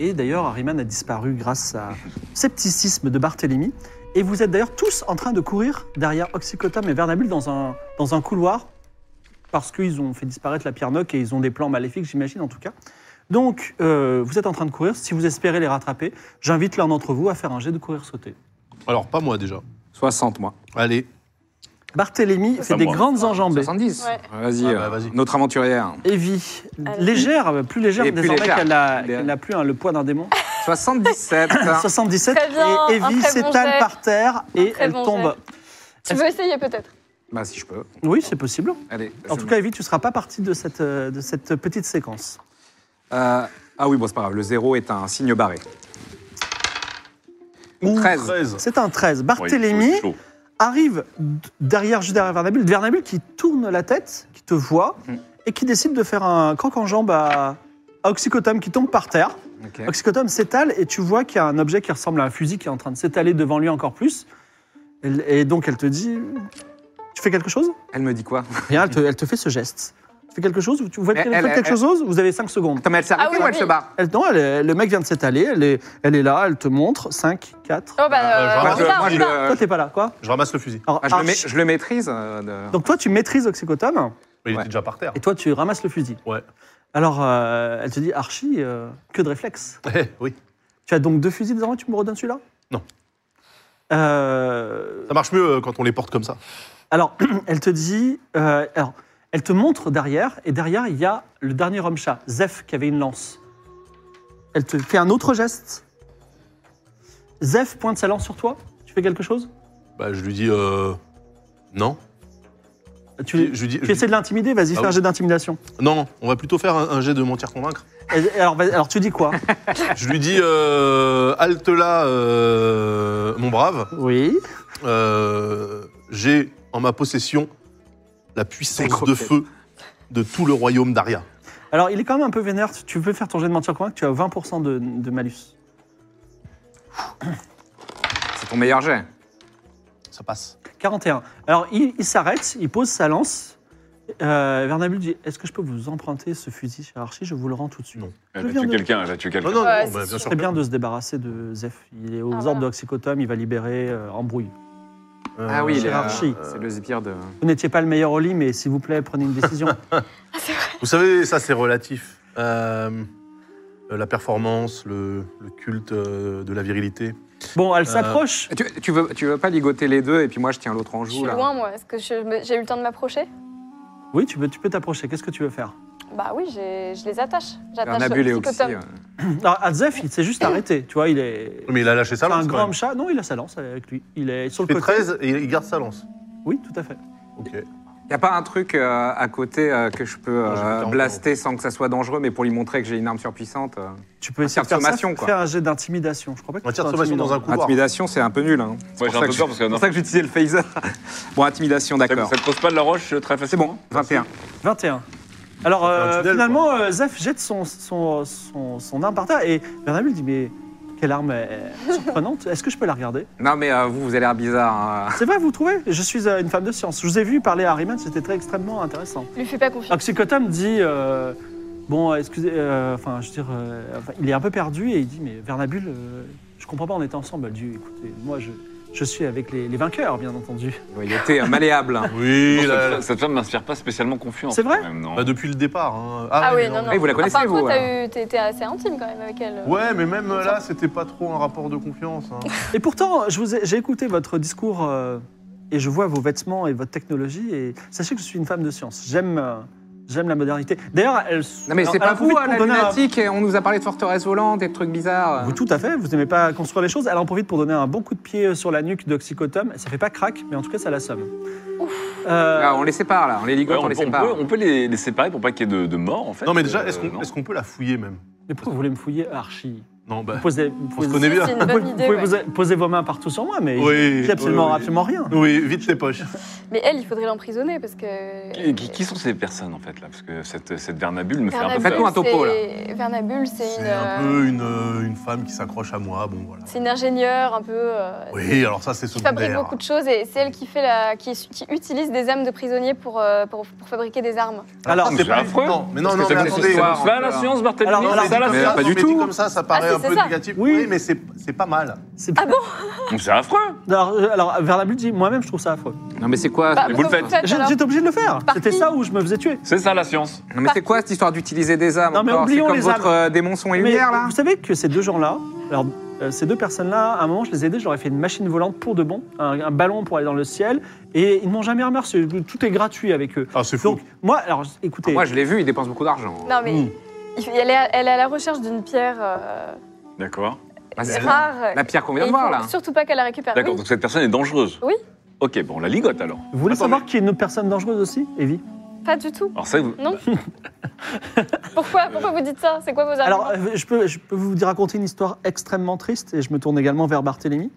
Speaker 2: Et d'ailleurs, Harriman a disparu grâce à scepticisme de Barthélemy. Et vous êtes d'ailleurs tous en train de courir derrière Oxycotum et Vernabule dans un, dans un couloir, parce qu'ils ont fait disparaître la pierre noc et ils ont des plans maléfiques, j'imagine en tout cas. Donc, euh, vous êtes en train de courir. Si vous espérez les rattraper, j'invite l'un d'entre vous à faire un jet de courir sauter.
Speaker 3: Alors, pas moi déjà.
Speaker 4: 60, moi.
Speaker 3: Allez.
Speaker 2: Barthélemy fait
Speaker 5: pas
Speaker 2: des
Speaker 5: moi.
Speaker 2: grandes enjambées.
Speaker 4: 70
Speaker 6: Ouais.
Speaker 4: Vas-y,
Speaker 3: Ah bah,
Speaker 4: euh,
Speaker 3: vas-y.
Speaker 4: notre aventurière.
Speaker 2: Evie,
Speaker 6: Allez.
Speaker 2: légère, plus légère
Speaker 4: Et plus
Speaker 2: désormais
Speaker 4: légère.
Speaker 2: qu'elle n'a
Speaker 4: Bien.
Speaker 2: qu'elle n'a plus hein, le poids d'un démon.
Speaker 4: 77
Speaker 2: 77,
Speaker 6: Ah. Très bien,
Speaker 2: et
Speaker 6: un
Speaker 2: Evie
Speaker 6: très bon
Speaker 2: s'étale
Speaker 6: jet.
Speaker 2: par terre et
Speaker 6: très
Speaker 2: elle
Speaker 6: bon
Speaker 2: tombe.
Speaker 6: Tu veux essayer peut-être
Speaker 4: Bah, si je peux.
Speaker 2: Oui, c'est possible.
Speaker 4: Allez.
Speaker 2: En
Speaker 4: je-
Speaker 2: tout cas, Evie, tu ne seras pas partie de cette, euh, de cette petite séquence.
Speaker 4: Euh, ah oui, bon, c'est pas grave. Le 0 est un signe barré. 13.
Speaker 3: 13.
Speaker 2: C'est un 13.
Speaker 5: Ouais,
Speaker 2: Barthélemy,
Speaker 5: c'est chaud.
Speaker 2: arrive d- derrière, juste derrière Vernabule, Vernabule qui tourne la tête, qui te voit,
Speaker 4: Mm.
Speaker 2: et qui décide de faire un croc en jambe à, à Oxycotum qui tombe par terre.
Speaker 4: Ok.
Speaker 2: Oxycotum s'étale et tu vois qu'il y a un objet qui ressemble à un fusil qui est en train de s'étaler devant lui encore plus. Elle- Et donc elle te dit Tu fais quelque chose
Speaker 4: Elle me dit quoi
Speaker 2: Rien, elle te, elle te fait ce geste. Tu fais quelque chose Vous- Vous faites
Speaker 4: Mais
Speaker 2: quelque,
Speaker 4: elle-
Speaker 2: faites quelque
Speaker 4: elle-
Speaker 2: chose Vous avez 5 secondes.
Speaker 4: Attends, mais elle s'est
Speaker 6: Ah
Speaker 4: arrêtée
Speaker 6: oui,
Speaker 4: ou elle
Speaker 6: oui.
Speaker 4: se barre
Speaker 2: Elle, non, elle est- le mec vient de s'étaler, elle est, elle est là, elle te montre 5, 4.
Speaker 6: Oh bah,
Speaker 3: Euh,
Speaker 6: euh,
Speaker 3: je
Speaker 4: Moi,
Speaker 6: on
Speaker 4: je,
Speaker 3: ramasse-
Speaker 6: y va,
Speaker 4: moi,
Speaker 6: on y
Speaker 4: je
Speaker 6: va.
Speaker 2: Toi,
Speaker 4: le,
Speaker 2: t'es pas là, quoi
Speaker 3: Je ramasse le fusil.
Speaker 2: Alors,
Speaker 4: ah, je le, mets-
Speaker 2: Arch-
Speaker 4: je le maîtrise. euh, de-
Speaker 2: Donc toi, tu maîtrises Oxycotum.
Speaker 3: Mais il
Speaker 4: Ouais.
Speaker 3: était déjà par terre.
Speaker 2: Et toi, tu ramasses le fusil.
Speaker 3: Ouais.
Speaker 2: Alors, euh, elle te dit, Archie, euh, que de réflexe.
Speaker 3: Eh, oui.
Speaker 2: Tu as donc deux fusils désormais, tu me redonnes celui-là
Speaker 3: Non.
Speaker 2: Euh,
Speaker 3: Ça marche mieux euh, quand on les porte comme ça.
Speaker 2: alors, elle te dit, euh, alors, elle te montre derrière, et derrière, il y a le dernier homme-chat, Zeph, qui avait une lance. Elle te fait un autre geste. Zeph pointe sa lance sur toi. Tu fais quelque chose
Speaker 3: Bah, je lui dis. Euh, non.
Speaker 2: Ah, tu,
Speaker 3: Je, lui dis.
Speaker 2: tu
Speaker 3: je lui
Speaker 2: essaies de l'intimider, vas-y,
Speaker 3: Ah
Speaker 2: fais un
Speaker 3: oui.
Speaker 2: jet d'intimidation.
Speaker 3: dis- Non, on va plutôt faire un, un jet de mentir-convaincre.
Speaker 2: Et- et Alors, vas- alors, tu dis quoi
Speaker 3: je lui dis. Euh, halte là, euh, mon brave.
Speaker 2: Oui.
Speaker 3: Euh, j'ai en ma possession la puissance de
Speaker 4: croquettes.
Speaker 3: feu de tout le royaume d'Aria.
Speaker 2: Alors, il est quand même un peu vénère. Tu- Tu peux faire ton jet de mentir convaincre, tu as 20% de, de malus.
Speaker 4: C'est ton meilleur jet.
Speaker 3: Ça passe.
Speaker 2: 41. Alors, il, il s'arrête, il pose sa lance. Euh, Vernabule dit Est-ce que je peux vous emprunter ce fusil, cher Archie Je vous le rends tout de suite.
Speaker 3: Non.
Speaker 5: Elle
Speaker 2: Je
Speaker 5: a
Speaker 2: viens
Speaker 5: tué
Speaker 2: de-
Speaker 5: quelqu'un, elle a tué
Speaker 3: Non,
Speaker 5: quelqu'un.
Speaker 3: non,
Speaker 6: Ouais,
Speaker 3: non,
Speaker 6: c'est
Speaker 3: bah, bien
Speaker 6: sûr.
Speaker 3: sûr.
Speaker 2: C'est bien de se débarrasser de Zeph. Il est aux
Speaker 6: Ah,
Speaker 2: ordres
Speaker 6: voilà.
Speaker 2: d'Oxycotum, il va libérer euh, Embrouille.
Speaker 3: Euh,
Speaker 4: ah oui, il est-
Speaker 2: hiérarchie.
Speaker 4: c'est le zipir de.
Speaker 2: Vous n'étiez pas le meilleur au lit, mais s'il vous plaît, prenez une décision.
Speaker 3: Vous savez, ça c'est relatif. Euh, euh, la performance, le, le culte euh, de la virilité.
Speaker 2: bon,
Speaker 3: Euh,
Speaker 2: elle s'approche.
Speaker 4: Tu, tu veux, tu veux pas ligoter les deux et puis moi je tiens l'autre en
Speaker 6: Je
Speaker 4: joue
Speaker 6: suis
Speaker 4: là
Speaker 6: loin, moi. Est-ce que je me- j'ai eu le temps de m'approcher
Speaker 2: Oui, tu peux tu peux t'approcher. Qu'est-ce que tu veux faire
Speaker 6: Bah oui, j'ai- je les attache. J'attache
Speaker 4: Vernabule et
Speaker 6: le
Speaker 4: Oxy.
Speaker 6: psychotope.
Speaker 4: euh,
Speaker 2: Alors, à Zeph, Ah, il s'est juste arrêté. Tu vois, il est.
Speaker 3: Mais il a lâché sa
Speaker 2: C'est
Speaker 3: lance.
Speaker 2: un
Speaker 3: quand
Speaker 2: grand
Speaker 3: même.
Speaker 2: chat. Non, il a sa lance avec lui. Il est sur
Speaker 3: Il
Speaker 2: le
Speaker 3: fait
Speaker 2: côté.
Speaker 3: 13 et il garde sa lance.
Speaker 2: Oui, tout à fait.
Speaker 3: Ok.
Speaker 4: Y a pas un truc euh, à côté euh, que je peux
Speaker 3: Non, j'ai
Speaker 4: euh,
Speaker 3: fait en
Speaker 4: blaster sans que ça soit dangereux, mais pour lui montrer que j'ai une arme surpuissante euh.
Speaker 2: Tu peux
Speaker 4: Un
Speaker 2: essayer de
Speaker 4: tir
Speaker 2: faire
Speaker 4: de
Speaker 2: ça.
Speaker 4: sommation, quoi.
Speaker 2: Faire un jet d'intimidation. Je crois pas que
Speaker 3: Un
Speaker 2: tu
Speaker 3: tir de
Speaker 2: sois
Speaker 3: sommation
Speaker 2: intimidant.
Speaker 3: dans un couloir.
Speaker 4: Intimidation, c'est un peu nul. Hein.
Speaker 5: Ouais,
Speaker 4: C'est
Speaker 5: j'ai un
Speaker 4: pour ça
Speaker 5: peu
Speaker 4: que
Speaker 5: peur
Speaker 4: je-
Speaker 5: parce que
Speaker 4: c'est
Speaker 5: non,
Speaker 4: pour ça que j'utilisais le phaser. bon, intimidation,
Speaker 5: ça
Speaker 4: d'accord.
Speaker 5: ne creuse pas de la roche euh, très facilement.
Speaker 4: C'est bon, 21.
Speaker 2: 21. Alors
Speaker 3: va faire un
Speaker 2: euh,
Speaker 3: tunnel,
Speaker 2: finalement, euh, Zeph jette son, son, son, son arme par terre et Bernabé dit Mais quelle arme euh, surprenante, est-ce que je peux la regarder
Speaker 4: Non, mais euh, vous, vous avez l'air bizarre. hein.
Speaker 2: C'est vrai, vous trouvez Je suis euh, une femme de science. Je vous ai vu parler à Harriman, c'était très extrêmement intéressant.
Speaker 6: Lui fais pas
Speaker 4: Ah,
Speaker 6: confiance.
Speaker 2: Oxycotam dit euh, Bon, euh, excusez, euh, enfin, je veux dire, euh, enfin, il est un peu perdu et il dit Mais Vernabule, euh, je comprends pas, on était ensemble. Elle dit Écoutez, moi je, je suis avec les, les vainqueurs, bien entendu.
Speaker 4: Il était euh, malléable. hein.
Speaker 3: Oui,
Speaker 5: Cette
Speaker 3: la-
Speaker 5: femme- cette femme m'inspire pas spécialement confiance.
Speaker 2: C'est vrai
Speaker 5: quand même, non.
Speaker 3: bah, depuis le départ. hein.
Speaker 6: Ah oui,
Speaker 3: mais
Speaker 6: non, non.
Speaker 4: Eh, vous euh la connaissez,
Speaker 6: Enfin,
Speaker 4: vous,
Speaker 6: toi,
Speaker 4: alors
Speaker 6: t'as eu- t'es t'es assez intime quand même avec elle. euh.
Speaker 3: Ouais, mais même euh, là, c'était pas trop un rapport de confiance. hein.
Speaker 2: Et pourtant, je vous ai- j'ai écouté votre discours euh, et je vois vos vêtements et votre technologie. Et sachez que je suis une femme de science. J'aime. euh, J'aime la modernité. D'ailleurs, elle.
Speaker 4: Non, mais c'est
Speaker 2: elle
Speaker 4: pas vous,
Speaker 2: profite
Speaker 4: hein,
Speaker 2: pour
Speaker 4: la
Speaker 2: donner un-
Speaker 4: lunatique. et On nous a parlé de forteresse volante et de trucs bizarres.
Speaker 2: Vous, tout à fait, vous n'aimez pas construire les choses. Elle en profite pour donner un bon coup de pied euh, sur la nuque d'Oxycotum. Ça fait pas crack, mais en tout cas, ça l'assomme. Euh,
Speaker 4: Ah, on les sépare, là. On les ligote,
Speaker 5: Ouais,
Speaker 4: on,
Speaker 5: on,
Speaker 4: les
Speaker 5: peut, on
Speaker 4: sépare.
Speaker 5: peut- on peut les, les séparer pour pas qu'il y ait de, de morts, en fait.
Speaker 3: Non, mais déjà,
Speaker 5: Euh,
Speaker 3: est-ce qu'on
Speaker 5: non.
Speaker 3: est-ce qu'on peut la fouiller même
Speaker 2: Mais pourquoi vous voulez me fouiller, Archie
Speaker 3: Non, bah.
Speaker 2: Vous posez-
Speaker 3: On se
Speaker 2: posez-
Speaker 3: connaît bien.
Speaker 6: C'est une
Speaker 2: vous
Speaker 6: bonne
Speaker 2: pouvez-
Speaker 6: idée.
Speaker 2: vous pouvez
Speaker 6: ouais.
Speaker 2: poser- poser vos mains partout sur moi, mais
Speaker 3: Oui.
Speaker 2: j'ai absolument,
Speaker 3: oui, oui.
Speaker 2: absolument rien.
Speaker 3: Oui, vite les poches.
Speaker 6: Mais elle, il faudrait l'emprisonner parce que.
Speaker 5: Qui, qui- qui sont ces personnes, en fait, là Parce que cette, cette Vernabule me fait un peu
Speaker 6: Vernabule,
Speaker 5: peur.
Speaker 4: Faites-nous un topo,
Speaker 6: c'est- Vernabule, c'est une.
Speaker 3: C'est un
Speaker 6: euh,
Speaker 3: peu une, euh, une femme qui s'accroche à moi, bon voilà.
Speaker 6: C'est une ingénieure un peu. euh,
Speaker 3: Oui, alors ça c'est
Speaker 6: Qui fabrique
Speaker 3: secondaire.
Speaker 6: beaucoup de choses et c'est elle qui, fait la, qui, qui utilise des âmes de prisonniers pour, euh, pour, pour fabriquer des armes.
Speaker 4: Ah,
Speaker 2: Alors,
Speaker 3: Alors Ah, c'est
Speaker 5: c'est
Speaker 3: pas
Speaker 5: affreux.
Speaker 3: Non, mais non,
Speaker 4: Parce
Speaker 3: non,
Speaker 4: que
Speaker 3: mais
Speaker 5: Ça
Speaker 4: c'est
Speaker 5: nous-
Speaker 3: attendez.
Speaker 5: ça
Speaker 4: soir,
Speaker 5: nous fait à la
Speaker 4: voilà.
Speaker 5: science, Barthélemy
Speaker 2: Alors, alors,
Speaker 5: C'est ça la
Speaker 2: mais
Speaker 5: science
Speaker 3: pas du tout. comme ça, ça paraît
Speaker 6: c'est-
Speaker 3: un peu
Speaker 6: Ah, c'est ça.
Speaker 3: négatif.
Speaker 2: Oui.
Speaker 3: Oui, mais c'est c'est pas mal.
Speaker 2: c'est-
Speaker 6: Ah bon
Speaker 5: C'est
Speaker 6: Ah.
Speaker 5: affreux
Speaker 2: alors, euh, alors, Vernabule dit moi-même, je trouve ça affreux.
Speaker 4: Non, mais c'est quoi
Speaker 6: Bah,
Speaker 5: vous
Speaker 6: pourquoi
Speaker 5: le faites.
Speaker 2: J'ai-
Speaker 6: alors
Speaker 2: J'étais obligé de le faire.
Speaker 6: Par
Speaker 2: C'était
Speaker 6: qui
Speaker 2: ça où je me faisais tuer.
Speaker 5: C'est ça la science.
Speaker 4: Non, mais c'est quoi cette histoire d'utiliser des âmes
Speaker 2: Non, mais
Speaker 4: encore C'est
Speaker 2: oublions
Speaker 4: comme
Speaker 2: les
Speaker 4: votre euh, démon son et
Speaker 2: Mais
Speaker 4: lumière, là
Speaker 2: vous savez que ces deux gens-là, alors euh, ces deux personnes-là, à un moment, je les ai aidés, je leur ai fait une machine volante pour de bon, un, un ballon pour aller dans le ciel, et ils ne m'ont jamais remercié. Tout est gratuit avec eux.
Speaker 3: Ah, c'est fou.
Speaker 2: Donc, moi, alors écoutez,
Speaker 4: Moi, je l'ai vu, il dépense beaucoup d'argent.
Speaker 6: Non, mais
Speaker 2: Mm.
Speaker 6: il fait- elle, est à, elle est à la recherche d'une pierre euh,
Speaker 5: D'accord.
Speaker 4: Bah, c'est
Speaker 5: Ah,
Speaker 4: la,
Speaker 6: rare.
Speaker 4: la pierre qu'on
Speaker 6: Et
Speaker 4: vient
Speaker 6: il
Speaker 4: de voir,
Speaker 6: faut
Speaker 4: là.
Speaker 6: Surtout pas qu'elle la récupère.
Speaker 5: D'accord,
Speaker 6: Oui.
Speaker 5: donc cette personne est dangereuse.
Speaker 6: Oui.
Speaker 5: Ok, bon, on la ligote alors.
Speaker 2: vous voulez
Speaker 3: Attends,
Speaker 2: savoir qui est une autre personne dangereuse aussi, Evie
Speaker 6: Pas du tout.
Speaker 5: Alors ça, vous-
Speaker 6: Non. Pourquoi, pourquoi vous dites ça C'est quoi vos arguments
Speaker 2: Alors, euh, je peux, je peux vous dire- raconter une histoire extrêmement triste, et je me tourne également vers Barthélemy.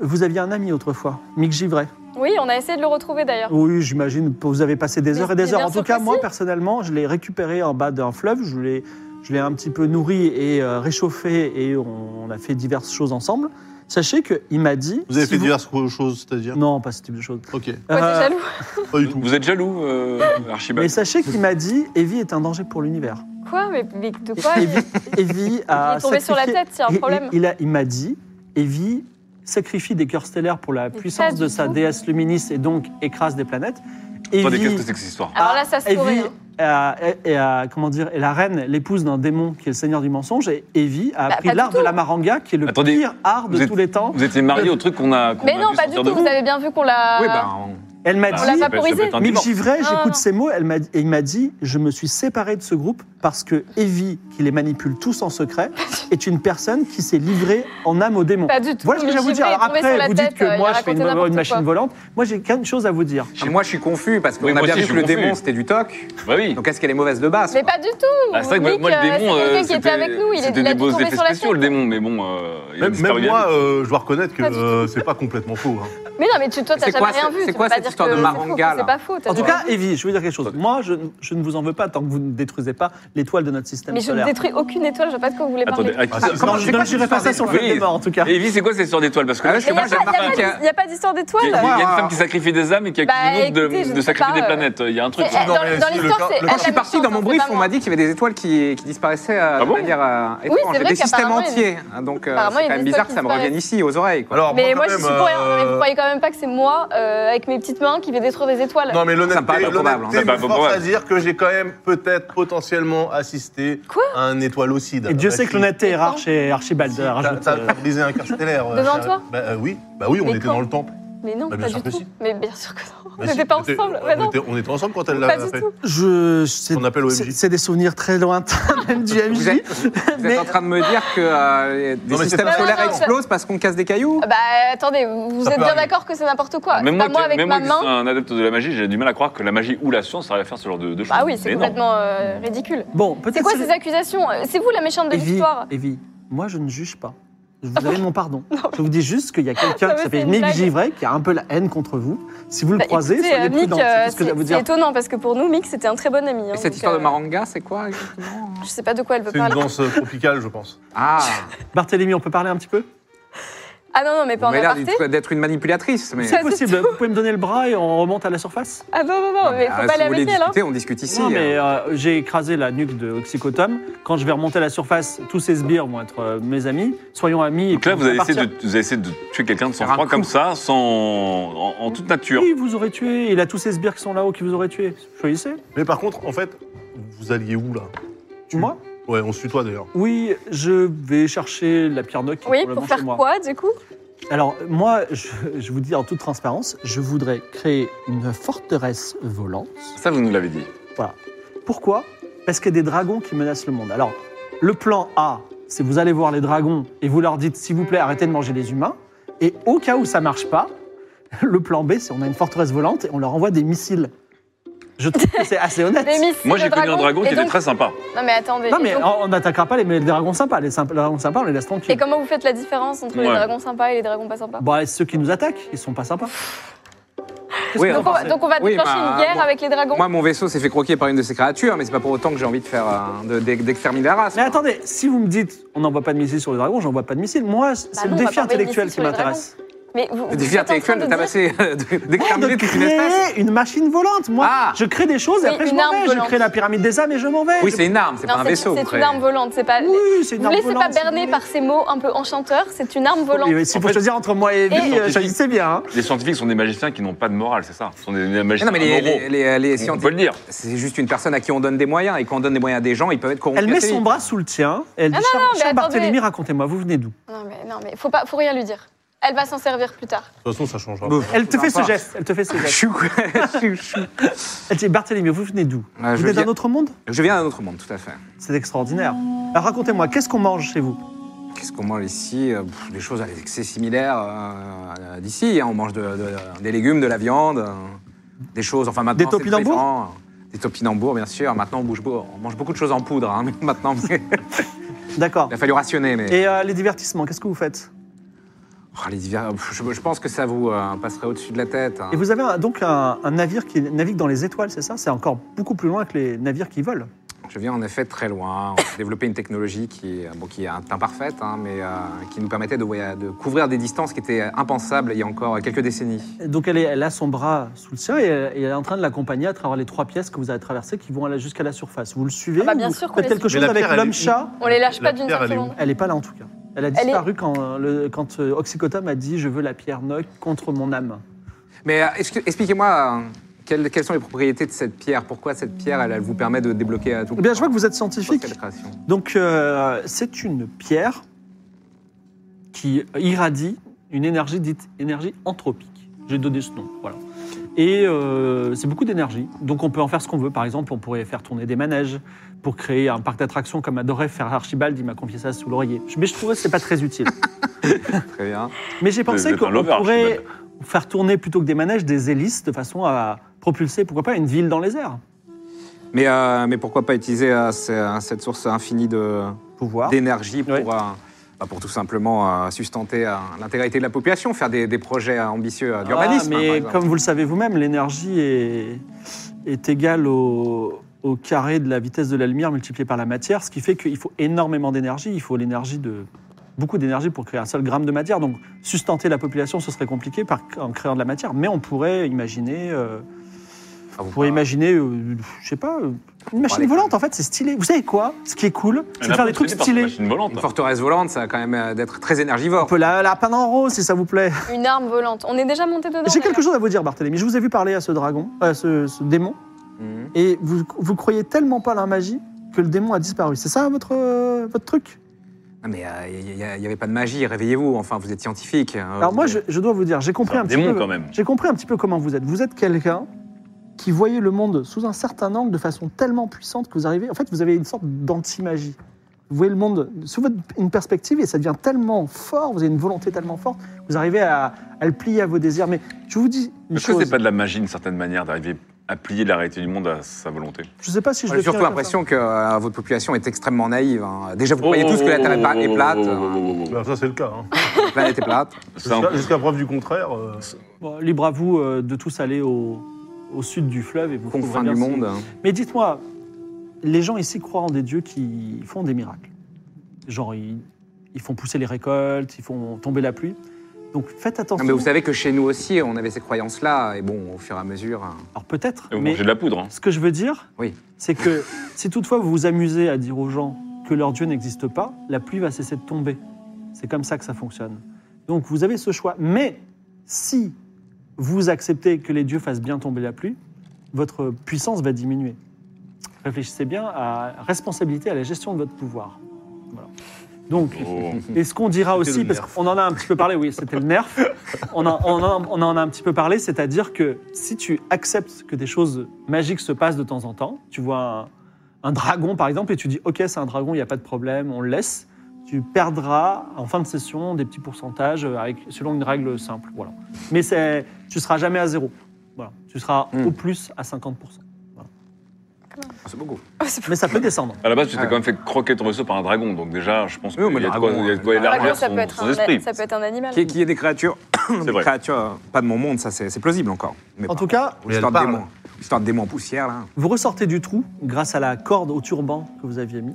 Speaker 2: Vous aviez un ami autrefois, Mick Givray.
Speaker 6: Oui, on a essayé de le retrouver d'ailleurs.
Speaker 2: Oui, j'imagine, vous avez passé des
Speaker 6: Mais-
Speaker 2: heures et des
Speaker 6: mais
Speaker 2: heures.
Speaker 6: bien
Speaker 2: En tout
Speaker 6: sûr
Speaker 2: cas,
Speaker 6: que
Speaker 2: moi,
Speaker 6: si.
Speaker 2: personnellement, je l'ai récupéré en bas d'un fleuve. Je l'ai, je l'ai un petit peu nourri et euh, réchauffé et on, on a fait diverses choses ensemble. Sachez qu'il m'a dit.
Speaker 3: Vous avez
Speaker 2: si
Speaker 3: fait diverses choses, c'est-à-dire
Speaker 2: Non, pas ce type de choses.
Speaker 3: Ok,
Speaker 6: Moi,
Speaker 2: Euh,
Speaker 6: t'es jaloux.
Speaker 3: pas du tout.
Speaker 5: vous êtes jaloux, euh, Archibald.
Speaker 2: mais sachez qu'il m'a dit Evie est un danger pour l'univers.
Speaker 6: Quoi mais, mais de quoi
Speaker 2: Evie, Evie a.
Speaker 6: Il est tombé sur la
Speaker 2: sacrifié-
Speaker 6: tête, c'est un
Speaker 2: et- et-
Speaker 6: problème.
Speaker 2: Il, a- il m'a dit Evie sacrifie des cœurs stellaires pour la
Speaker 6: pas
Speaker 2: puissance de
Speaker 6: du
Speaker 2: sa
Speaker 6: tout.
Speaker 2: déesse luminis et donc écrase des planètes.
Speaker 5: Attendez, qu'est-ce
Speaker 2: Evie-
Speaker 5: que c'est que cette histoire
Speaker 6: Ah, Alors là, ça se
Speaker 2: Evie
Speaker 6: saurait, hein.
Speaker 2: est à- est- est à- comment dire, est la reine, l'épouse d'un démon qui est le seigneur du mensonge, et Evie a
Speaker 6: Bah,
Speaker 2: appris
Speaker 6: pas du
Speaker 2: l'art de
Speaker 6: tout.
Speaker 2: la maranga, qui est le
Speaker 5: Attendez,
Speaker 2: pire art de
Speaker 5: vous êtes-
Speaker 2: tous les temps.
Speaker 5: Vous étiez marié au truc qu'on a. qu'on
Speaker 6: Mais
Speaker 5: a
Speaker 6: non,
Speaker 5: vu
Speaker 6: pas du
Speaker 5: sortir
Speaker 6: tout.
Speaker 5: de
Speaker 6: Vous avez bien vu qu'on l'a.
Speaker 4: Oui, bah, on-
Speaker 2: Elle m'a
Speaker 5: Ah,
Speaker 6: l'a
Speaker 5: ça
Speaker 2: dit,
Speaker 5: peut être- ça peut
Speaker 6: vaporisé.
Speaker 5: être un
Speaker 2: Mick
Speaker 5: divorce.
Speaker 2: Givray,
Speaker 6: Non,
Speaker 2: j'écoute
Speaker 6: non.
Speaker 2: ces mots, elle m'a, et il m'a dit, je me suis séparé de ce groupe parce que Evie, qui les manipule tous en secret, est une personne qui s'est livrée en âme au démon.
Speaker 6: Pas du tout.
Speaker 2: Voilà ce que j'ai à vous
Speaker 6: Mick
Speaker 2: dire.
Speaker 6: Givray
Speaker 2: Alors
Speaker 6: est tombé sur
Speaker 2: après,
Speaker 6: la
Speaker 2: vous dites
Speaker 6: tête, euh,
Speaker 2: que
Speaker 6: il
Speaker 2: moi,
Speaker 6: a
Speaker 2: je fais une,
Speaker 6: raconté
Speaker 2: une
Speaker 6: n'importe
Speaker 2: machine
Speaker 6: quoi.
Speaker 2: volante. Moi, j'ai qu'une chose à vous dire.
Speaker 4: Ah, Moi, je suis confus parce qu'on
Speaker 5: Oui,
Speaker 4: a
Speaker 5: moi
Speaker 4: bien
Speaker 5: aussi,
Speaker 4: vu
Speaker 5: je
Speaker 4: que le
Speaker 5: suis
Speaker 4: démon,
Speaker 5: confus.
Speaker 4: c'était du toc.
Speaker 5: Bah oui.
Speaker 4: Donc, est-ce qu'elle est mauvaise de base
Speaker 6: Mais pas du tout.
Speaker 5: Ah, c'est vrai que
Speaker 6: Mick,
Speaker 5: moi, le
Speaker 6: euh,
Speaker 5: démon,
Speaker 6: c'est
Speaker 5: euh,
Speaker 6: quelqu'un qui était avec nous. Il est-
Speaker 5: c'était
Speaker 6: il a
Speaker 5: des
Speaker 6: dû
Speaker 5: beaux
Speaker 6: tomber
Speaker 5: effets
Speaker 6: sur la
Speaker 5: spéciaux, le
Speaker 6: tête.
Speaker 5: démon, mais bon. euh, il a
Speaker 3: Même,
Speaker 5: disparu
Speaker 3: même
Speaker 5: bien
Speaker 3: moi,
Speaker 5: vite.
Speaker 3: euh, je dois reconnaître que
Speaker 6: Pas du tout.
Speaker 3: euh, c'est pas complètement faux. hein.
Speaker 6: Mais non, mais tu, toi, t'as
Speaker 4: C'est
Speaker 6: jamais
Speaker 4: quoi,
Speaker 6: rien
Speaker 4: c'est-
Speaker 6: vu.
Speaker 4: c'est
Speaker 6: tu
Speaker 4: quoi
Speaker 6: peux pas
Speaker 4: cette
Speaker 6: dire
Speaker 4: histoire
Speaker 6: que
Speaker 4: de
Speaker 6: c'est
Speaker 4: Maranga,
Speaker 6: faux,
Speaker 4: là
Speaker 6: C'est pas faux. t'as
Speaker 2: En tout
Speaker 6: jamais
Speaker 2: cas,
Speaker 6: rien vu.
Speaker 2: Evie, je veux dire quelque chose. Moi, je, je ne vous en veux pas tant que vous ne détruisez pas l'étoile de notre système
Speaker 6: mais je ne
Speaker 2: solaire.
Speaker 6: détruis aucune étoile. Je vois pas de quoi vous voulez parler.
Speaker 5: Attendez, à qui
Speaker 3: Ah,
Speaker 5: ça-
Speaker 3: c'est-
Speaker 5: comment-
Speaker 2: Non,
Speaker 4: Comment-
Speaker 2: je
Speaker 4: c'est
Speaker 2: ne
Speaker 4: quoi
Speaker 2: dirai
Speaker 4: cette
Speaker 2: pas ça sur
Speaker 4: histoire
Speaker 2: le film des
Speaker 5: d'étoile
Speaker 2: morts, en tout cas.
Speaker 5: Et Evie, c'est quoi cette histoire d'étoile Parce que
Speaker 4: Ah,
Speaker 5: là,
Speaker 4: je
Speaker 5: je
Speaker 6: Mais
Speaker 5: sais
Speaker 6: il n'y
Speaker 5: pas, j'ai
Speaker 6: a, pas- y a
Speaker 5: remarqué
Speaker 6: pas
Speaker 5: qu'il
Speaker 6: d'hi- y a pas d'histoire
Speaker 5: y
Speaker 6: d'étoile.
Speaker 5: a- il y a une
Speaker 4: Ah.
Speaker 5: femme qui sacrifie des âmes et qui
Speaker 6: Bah,
Speaker 5: accuse l'autre
Speaker 6: écoutez, je
Speaker 5: de- de
Speaker 6: ne sais
Speaker 5: sacrifier
Speaker 6: pas,
Speaker 5: des
Speaker 6: euh,
Speaker 5: planètes. Il y a un truc.
Speaker 6: Mais, euh,
Speaker 3: Non,
Speaker 6: dans
Speaker 3: mais
Speaker 6: dans
Speaker 3: si, le
Speaker 6: l'histoire,
Speaker 3: corps- le
Speaker 6: c'est. elle
Speaker 3: corps-
Speaker 4: Ah, Je suis
Speaker 6: a mis
Speaker 4: parti
Speaker 6: chance,
Speaker 4: dans mon
Speaker 6: c'est
Speaker 4: brief,
Speaker 6: pas
Speaker 4: on
Speaker 6: moi.
Speaker 4: m'a dit qu'il y avait des étoiles qui, qui disparaissaient euh,
Speaker 5: Ah bon
Speaker 4: de manière euh, étrange.
Speaker 6: c'est vrai
Speaker 4: des systèmes
Speaker 6: qu'apparemment, il y a des-
Speaker 4: entiers. hein, Donc euh, c'est
Speaker 6: Apparemment, il y
Speaker 4: quand
Speaker 6: a
Speaker 4: même
Speaker 6: des
Speaker 4: bizarre
Speaker 6: étoiles
Speaker 4: que
Speaker 6: qui
Speaker 4: ça me revienne ici, aux oreilles. quoi.
Speaker 3: Alors,
Speaker 6: Mais
Speaker 3: quand
Speaker 6: moi, je
Speaker 3: même,
Speaker 6: suis pour rien. Non, mais
Speaker 3: euh,
Speaker 6: Vous croyez quand même pas que c'est moi, euh, avec mes petites mains, qui vais détruire des étoiles
Speaker 3: Non mais
Speaker 4: Ça me paraît
Speaker 3: l'honnêteté,
Speaker 4: pas probable, hein.
Speaker 3: l'honnêteté
Speaker 5: Ça me paraît
Speaker 3: me
Speaker 5: pas
Speaker 3: force à
Speaker 5: probable.
Speaker 3: dire que j'ai quand même peut-être potentiellement assisté
Speaker 6: Quoi
Speaker 3: à un étoilocide.
Speaker 2: Et Dieu
Speaker 3: Bah,
Speaker 2: sait
Speaker 3: si.
Speaker 2: que l'honnêteté est
Speaker 6: Et
Speaker 2: rare
Speaker 6: quand
Speaker 2: chez Archibald.
Speaker 3: Si,
Speaker 2: rajoute,
Speaker 3: t'as- T'as
Speaker 2: euh,
Speaker 3: brisé un cœur stellaire. euh,
Speaker 6: Devant
Speaker 3: cher-
Speaker 6: toi
Speaker 3: Bah euh, oui, bah oui, on
Speaker 6: Mais
Speaker 3: était
Speaker 6: quand
Speaker 3: dans le temple.
Speaker 6: Mais non,
Speaker 3: Bah, bien
Speaker 6: pas
Speaker 3: sûr que
Speaker 6: du tout.
Speaker 3: si.
Speaker 6: Mais bien sûr que non. On
Speaker 3: Bah si,
Speaker 6: n'était pas
Speaker 3: on était-
Speaker 6: ensemble.
Speaker 3: on
Speaker 6: Mais non,
Speaker 3: était- On était ensemble quand elle l'a
Speaker 6: pas
Speaker 3: fait.
Speaker 6: du tout.
Speaker 2: Je, c'est,
Speaker 3: On appelle au
Speaker 2: c'est-
Speaker 3: MJ.
Speaker 2: c'est des souvenirs très lointains, même du MJ.
Speaker 4: Vous êtes, vous êtes
Speaker 2: Mais-
Speaker 4: en train de me dire que euh, des
Speaker 3: Non, mais c'est
Speaker 4: systèmes
Speaker 3: pas-
Speaker 4: solaires
Speaker 6: Non, non, non,
Speaker 4: explosent parce qu'on casse des cailloux
Speaker 6: Ah Bah attendez, vous vous
Speaker 3: Ça
Speaker 6: êtes
Speaker 3: peut
Speaker 6: bien
Speaker 3: arriver.
Speaker 6: d'accord que c'est n'importe quoi.
Speaker 5: Même
Speaker 6: C'est
Speaker 5: moi,
Speaker 6: pas moi
Speaker 5: qui-
Speaker 6: avec
Speaker 5: même
Speaker 6: ma
Speaker 5: moi qui suis
Speaker 6: main.
Speaker 5: un adepte de la magie, j'ai du mal à croire que la magie ou la science arrive à faire ce genre de, de choses.
Speaker 6: Bah oui, c'est
Speaker 5: Mais non.
Speaker 6: complètement euh, ridicule.
Speaker 2: Bon, peut-être.
Speaker 6: C'est quoi
Speaker 2: que-
Speaker 6: ces accusations Euh, C'est vous la méchante de
Speaker 2: Evie,
Speaker 6: l'histoire Ah
Speaker 2: Evie, moi je ne juge pas. Vous avez mon pardon. Je vous dis juste qu'il y a quelqu'un
Speaker 6: Non,
Speaker 2: qui
Speaker 6: mais c'est
Speaker 2: s'appelle
Speaker 6: une
Speaker 2: Mick
Speaker 6: blague.
Speaker 2: Givray qui a un peu la haine contre vous. Si vous le
Speaker 6: Bah,
Speaker 2: croisez,
Speaker 6: écoutez,
Speaker 2: soyez
Speaker 6: euh, Mick,
Speaker 2: prudent. C'est tout ce que je
Speaker 6: euh,
Speaker 2: vais vous
Speaker 6: c'est
Speaker 2: dire.
Speaker 6: c'est étonnant parce que pour nous, Mick, c'était un très bon ami. hein,
Speaker 4: Et cette
Speaker 6: donc,
Speaker 4: histoire de
Speaker 6: euh,
Speaker 4: maranga, c'est quoi exactement
Speaker 6: Je sais pas de quoi elle veut
Speaker 3: C'est une
Speaker 6: parler.
Speaker 3: danse euh, tropicale, je pense.
Speaker 4: Ah,
Speaker 2: Barthélemy, on peut parler un petit
Speaker 6: Bah,
Speaker 2: peu
Speaker 6: Ah non, non, mais
Speaker 4: vous
Speaker 6: pas en
Speaker 4: avez l'air
Speaker 6: aparté.
Speaker 4: d'être d'être une manipulatrice, mais.
Speaker 6: Ça,
Speaker 2: C'est possible. Vous pouvez me donner le bras et on remonte à la surface
Speaker 6: Ah non, non, non, mais
Speaker 4: Ah,
Speaker 6: faut pas
Speaker 4: si
Speaker 6: aller
Speaker 4: vous voulez
Speaker 6: avec elle. hein.
Speaker 4: discuter, on discute ici.
Speaker 2: Non,
Speaker 4: hein.
Speaker 2: mais euh, j'ai écrasé la nuque de Oxycotom. Quand je vais remonter à la surface, tous ces sbires vont être euh, mes amis. Soyons amis. et
Speaker 5: Donc là,
Speaker 2: puis
Speaker 5: vous
Speaker 2: on
Speaker 5: avez,
Speaker 2: va
Speaker 5: essayé de,
Speaker 2: partir.
Speaker 5: vous avez essayé de tuer quelqu'un de
Speaker 4: Faire
Speaker 5: sang
Speaker 4: un
Speaker 5: froid
Speaker 4: coup.
Speaker 5: comme ça, sans, en, en toute nature.
Speaker 2: Oui, vous aurez tué. Il a tous ces sbires qui sont là-haut qui vous auraient tué. Choisissez.
Speaker 3: Mais par contre, en fait, vous alliez où là
Speaker 2: Moi
Speaker 3: Ouais, on se tutoie d'ailleurs.
Speaker 2: Oui, je vais chercher la pierre noc. qui est
Speaker 6: Oui,
Speaker 2: probablement
Speaker 6: pour faire
Speaker 2: chez moi.
Speaker 6: quoi, du coup
Speaker 2: Alors, moi, je, je vous dis en toute transparence, je voudrais créer une forteresse volante.
Speaker 5: Ça, vous nous l'avez dit.
Speaker 2: Pourquoi Parce qu'il y a des dragons qui menacent le monde. Alors, le plan A, c'est vous allez voir les dragons et vous leur dites, s'il vous plaît, arrêtez de manger les humains. Et au cas où ça marche pas, le plan B, c'est on a une forteresse volante et on leur envoie des missiles. Je trouve que c'est assez honnête.
Speaker 6: Des missiles
Speaker 5: Moi,
Speaker 6: de
Speaker 5: j'ai connu un dragon qui
Speaker 6: et
Speaker 5: était
Speaker 6: donc-
Speaker 5: très sympa.
Speaker 6: Non, mais attendez.
Speaker 2: Non,
Speaker 6: et
Speaker 2: mais
Speaker 6: donc-
Speaker 2: on on n'attaquera pas les, les dragons sympas. Les, symp- les dragons sympas, on les laisse
Speaker 6: Et
Speaker 2: tranquilles.
Speaker 6: comment vous faites la différence entre les
Speaker 5: Ouais.
Speaker 6: dragons sympas et les dragons pas sympas
Speaker 2: Bah, ceux qui nous attaquent, ils sont pas sympas. Qu'est-ce
Speaker 4: Oui,
Speaker 2: que vous en
Speaker 6: donc, on va,
Speaker 2: pensez
Speaker 6: donc on va
Speaker 4: Oui,
Speaker 6: déclencher
Speaker 4: bah,
Speaker 6: une guerre
Speaker 4: moi-
Speaker 6: avec les dragons.
Speaker 4: Moi, mon vaisseau s'est fait croquer par une de ces créatures, mais c'est pas pour autant que j'ai envie de faire euh, de- d'ex- d'exterminer la race.
Speaker 2: Mais attendez, si vous me dites on n'envoie pas de missiles sur les dragons, j'envoie pas de missiles. Moi, c'est
Speaker 6: Bah non,
Speaker 2: le
Speaker 6: on va
Speaker 2: défi
Speaker 6: pas envoyer de
Speaker 2: intellectuel
Speaker 6: missiles
Speaker 2: qui
Speaker 6: sur les
Speaker 2: m'intéresse.
Speaker 6: Mais vous,
Speaker 4: Le
Speaker 6: vous
Speaker 4: défi
Speaker 6: êtes en train
Speaker 4: intellectuel de
Speaker 6: dire-
Speaker 4: tabasser, euh, de- d'exterminer
Speaker 2: de
Speaker 4: toute une espèce.
Speaker 2: créer une machine volante. Moi,
Speaker 4: Ah.
Speaker 2: je crée des choses et
Speaker 6: Oui,
Speaker 2: après je
Speaker 6: une
Speaker 2: m'en
Speaker 6: arme
Speaker 2: vais. Je
Speaker 6: volante.
Speaker 2: crée la pyramide des âmes et je m'en vais.
Speaker 4: Oui, c'est une arme, c'est
Speaker 6: Non,
Speaker 4: pas un
Speaker 6: c'est-
Speaker 4: vaisseau.
Speaker 6: C'est
Speaker 4: après.
Speaker 6: une arme volante, c'est pas.
Speaker 2: Oui, c'est une
Speaker 6: Vous
Speaker 2: arme
Speaker 6: laissez
Speaker 2: volante.
Speaker 6: pas berner par ces mots un peu enchanteurs, c'est une arme volante.
Speaker 2: Et si vous choisir entre moi et
Speaker 6: Et-
Speaker 2: lui, choisissez bien. hein.
Speaker 5: Les scientifiques sont des magiciens qui n'ont pas de morale, c'est ça Ce sont des
Speaker 4: Mais
Speaker 5: magiciens
Speaker 4: non, mais les,
Speaker 5: moraux.
Speaker 4: les, les- les
Speaker 5: On peut
Speaker 4: scientifiques,
Speaker 5: le dire.
Speaker 4: c'est juste une personne à qui on donne des moyens, et quand on donne des moyens à des gens, ils peuvent être corrompus.
Speaker 2: Elle met
Speaker 4: assez
Speaker 2: son
Speaker 4: vite.
Speaker 2: bras sous le tien. et Elle dit Cher,
Speaker 6: Ah mais
Speaker 2: cher
Speaker 6: attendez.
Speaker 2: Barthélemy, racontez-moi, vous venez d'où
Speaker 6: Non, mais, non, mais faut, pas, faut rien lui dire. Elle va s'en servir plus tard.
Speaker 3: De toute façon, ça changera.
Speaker 4: Bouf.
Speaker 2: Elle te fait ce
Speaker 4: Sympa.
Speaker 2: geste. Elle te fait ce geste.
Speaker 4: Chou, chou, chou.
Speaker 2: Elle dit Barthélemy, vous venez d'où
Speaker 4: Ah,
Speaker 2: Vous
Speaker 4: je
Speaker 2: venez d'un
Speaker 4: viens-
Speaker 2: autre monde
Speaker 4: Je viens d'un autre monde, tout à fait.
Speaker 2: C'est extraordinaire. Alors racontez-moi, qu'est-ce qu'on mange chez vous
Speaker 4: Qu'est-ce qu'on mange ici Euh, pff, Des choses avec excès similaires euh, euh, d'ici. hein. On mange de- de- des légumes, de la viande, euh, des choses. Enfin, maintenant,
Speaker 2: Des
Speaker 4: c'est
Speaker 2: topinambours
Speaker 4: différent. Des topinambours, bien sûr. Maintenant, on, bouge beau- on mange beaucoup de choses en poudre. hein, Maintenant, mais-
Speaker 2: D'accord.
Speaker 4: il a fallu rationner. Mais
Speaker 2: Et euh, les divertissements, qu'est-ce que vous faites
Speaker 4: Oh, les divers- pff, je, je pense que ça vous euh, passerait au-dessus de la tête. hein.
Speaker 2: Et vous avez un- donc un, un navire qui navigue dans les étoiles, c'est ça C'est encore beaucoup plus loin que les navires qui volent.
Speaker 4: Je viens en effet de très loin. On a développé une technologie qui, est- bon, qui est imparfaite, hein, mais euh, qui nous permettait de, voya- de couvrir des distances qui étaient impensables il y a encore quelques décennies.
Speaker 2: Et Donc elle, est- elle a son bras sous le sien et elle, et elle est en train de l'accompagner à travers les trois pièces que vous avez traversées qui vont aller jusqu'à la surface. Vous le suivez
Speaker 6: Ah bah, bien
Speaker 2: ou
Speaker 6: sûr qu'on
Speaker 2: Faites
Speaker 6: les
Speaker 2: quelque
Speaker 3: suit.
Speaker 2: chose
Speaker 3: Mais la
Speaker 2: avec
Speaker 3: pierre, elle est où
Speaker 2: l'homme-chat
Speaker 6: On les lâche
Speaker 3: La
Speaker 6: pas d'une
Speaker 3: pierre, elle
Speaker 6: seule
Speaker 3: est où
Speaker 6: seconde.
Speaker 2: Elle n'est pas là en tout cas. Elle a
Speaker 6: est-
Speaker 2: disparu quand, euh, le, quand euh, Oxycotin m'a dit je veux la pierre noc contre mon âme.
Speaker 4: Mais euh, est-ce que- expliquez-moi euh, quelles, quelles sont les propriétés de cette pierre Pourquoi cette pierre, elle, elle vous permet de débloquer à tout
Speaker 2: Eh bien je vois que vous êtes scientifique.
Speaker 4: Quelle création
Speaker 2: Donc euh, c'est une pierre qui irradie une énergie dite énergie anthropique. J'ai donné ce nom, voilà. Et euh, c'est beaucoup d'énergie, donc on peut en faire ce qu'on veut. Par exemple, on pourrait faire tourner des manèges pour créer un parc d'attractions comme adorait faire Archibald, il m'a confié ça sous l'oreiller. Mais je trouvais que c'est pas très utile.
Speaker 4: Très bien.
Speaker 2: Mais j'ai
Speaker 5: Vous
Speaker 2: pensé
Speaker 5: êtes un
Speaker 2: qu'on
Speaker 5: lover,
Speaker 2: pourrait
Speaker 5: Archibald.
Speaker 2: faire tourner plutôt que des manèges des hélices de façon à propulser, pourquoi pas, une ville dans les airs.
Speaker 4: Mais, euh, mais pourquoi pas utiliser euh, ce- euh, cette source infinie de-
Speaker 2: Pouvoir.
Speaker 4: d'énergie pour,
Speaker 2: Ouais.
Speaker 4: euh, bah, pour tout simplement euh, sustenter euh, l'intégralité de la population, faire des, des projets euh, ambitieux euh, d'urbanisme
Speaker 2: Ah,
Speaker 4: hein, par
Speaker 2: mais
Speaker 4: exemple.
Speaker 2: comme vous le savez vous-même, l'énergie est, est égale au, au carré de la vitesse de la lumière multipliée par la matière, ce qui fait qu'il faut énormément d'énergie. Il faut l'énergie de beaucoup d'énergie pour créer un seul gramme de matière. Donc sustenter la population, ce serait compliqué par, en créant de la matière. Mais on pourrait imaginer, euh,
Speaker 4: Ah, vous
Speaker 2: on pourrait
Speaker 4: parlez.
Speaker 2: imaginer, euh, je sais pas, euh, une machine
Speaker 4: parlez-
Speaker 2: volante. En fait, c'est stylé. Vous savez quoi Ce qui est cool, c'est
Speaker 5: Elle
Speaker 2: de
Speaker 5: a
Speaker 2: faire des
Speaker 5: pas
Speaker 2: trucs
Speaker 5: traîné par cette
Speaker 2: stylés.
Speaker 5: machine volante.
Speaker 4: Une forteresse volante, ça a quand même euh, d'être très énergivore.
Speaker 2: On peut la, la peindre en rose, si ça vous plaît.
Speaker 6: Une arme volante. On est déjà monté dedans.
Speaker 2: J'ai quelque
Speaker 6: d'ailleurs.
Speaker 2: chose à vous dire, Barthélémy. Je vous ai vu parler à ce dragon, à ce- ce démon.
Speaker 4: Mhm.
Speaker 2: Et vous, vous croyez tellement pas à la magie que le démon a disparu. C'est ça votre, euh, votre truc
Speaker 4: Ah, Mais il n'y avait pas de magie, réveillez-vous, enfin vous êtes scientifique. hein,
Speaker 2: Alors
Speaker 4: vous-
Speaker 2: moi, je, je dois vous dire, j'ai
Speaker 5: C'est
Speaker 2: compris
Speaker 5: un
Speaker 2: un, petit
Speaker 5: démon
Speaker 2: peu.
Speaker 5: quand même.
Speaker 2: J'ai compris un petit peu comment vous êtes. Vous êtes quelqu'un qui voyait le monde sous un certain angle de façon tellement puissante que vous arrivez. En fait, vous avez une sorte d'anti-magie. Vous voyez le monde sous votre, une perspective et ça devient tellement fort. Vous avez une volonté tellement forte. Vous arrivez à, à le plier à vos désirs. Mais je vous dis une
Speaker 5: Est-ce que
Speaker 2: chose.
Speaker 5: c'est pas de la magie d'une certaine manière d'arriver à plier la réalité du monde à sa volonté.
Speaker 2: Je sais pas si je
Speaker 4: J'ai
Speaker 2: vais
Speaker 4: surtout
Speaker 2: faire
Speaker 4: l'impression que euh, votre population est extrêmement naïve. hein. Déjà, vous
Speaker 5: Oh,
Speaker 4: croyez tous que la Terre est,
Speaker 5: oh,
Speaker 4: pa-
Speaker 5: oh,
Speaker 4: est
Speaker 5: oh,
Speaker 4: plate,
Speaker 5: oh, oh,
Speaker 4: euh,
Speaker 5: oh, oh, oh.
Speaker 3: Bah, ça, c'est le cas. hein.
Speaker 4: la planète est plate.
Speaker 5: C'est un
Speaker 3: Jusqu'à
Speaker 5: peu-
Speaker 3: jusqu'à preuve du contraire. euh,
Speaker 2: Bon, libre à vous euh, de tous aller au, au sud du fleuve et vous
Speaker 4: confins
Speaker 2: trouverez
Speaker 4: du
Speaker 2: bien si-
Speaker 4: monde.
Speaker 2: Mais dites-moi, les gens ici croient en des dieux qui font des miracles. Genre, ils, ils font pousser les récoltes, ils font tomber la pluie. Donc faites
Speaker 4: Non,
Speaker 2: attention.
Speaker 4: Ah, mais vous savez que chez nous aussi, on avait ces croyances-là, et bon, au fur et à mesure. hein.
Speaker 2: Alors peut-être,
Speaker 5: Et vous
Speaker 2: mais
Speaker 5: mangez de la poudre. hein.
Speaker 2: ce que je veux dire,
Speaker 4: Oui.
Speaker 2: c'est que si toutefois vous vous amusez à dire aux gens que leur dieu n'existe pas, la pluie va cesser de tomber. C'est comme ça que ça fonctionne. Donc vous avez ce choix. Mais si vous acceptez que les dieux fassent bien tomber la pluie, votre puissance va diminuer. Réfléchissez bien à la responsabilité, à la gestion de votre pouvoir. Voilà. Donc,
Speaker 5: Oh.
Speaker 2: et ce qu'on dira
Speaker 3: C'était
Speaker 2: aussi,
Speaker 3: le
Speaker 2: parce
Speaker 3: nerf.
Speaker 2: qu'on en a un petit peu parlé, oui, c'était le nerf. On, en- on en- on en a un petit peu parlé, c'est-à-dire que si tu acceptes que des choses magiques se passent de temps en temps, tu vois un, un dragon par exemple, et tu dis, ok, c'est un dragon, il n'y a pas de problème, on le laisse, tu perdras en fin de session des petits pourcentages euh, avec, selon une règle simple. Voilà. Mais c'est- tu seras jamais à zéro. Voilà. Tu seras
Speaker 4: Hmm.
Speaker 2: au plus à 50%.
Speaker 5: Ah,
Speaker 4: C'est beaucoup.
Speaker 2: Mais ça peut descendre.
Speaker 5: À la base, tu t'es
Speaker 4: Ouais.
Speaker 5: quand même fait croquer ton vaisseau par un dragon, donc déjà, je pense qu'il
Speaker 4: Oui, mais
Speaker 5: y a de
Speaker 4: le
Speaker 5: quoi-
Speaker 4: dragon,
Speaker 5: il y a de quoi
Speaker 4: le
Speaker 6: Ah,
Speaker 5: élargir
Speaker 6: ça, peut
Speaker 5: son
Speaker 6: être
Speaker 5: son
Speaker 6: un,
Speaker 5: esprit.
Speaker 6: ça peut être un animal.
Speaker 4: Qui, qui est des créatures, des
Speaker 5: vrai.
Speaker 4: créatures, euh, pas de mon monde, ça c'est c'est plausible encore. Mais
Speaker 2: En
Speaker 4: pas-
Speaker 2: tout cas,
Speaker 3: Mais
Speaker 4: histoire
Speaker 3: elle
Speaker 4: de
Speaker 3: parle.
Speaker 4: démons, histoire de démons en poussière là.
Speaker 2: Vous ressortez du trou grâce à la corde au turban que vous aviez mis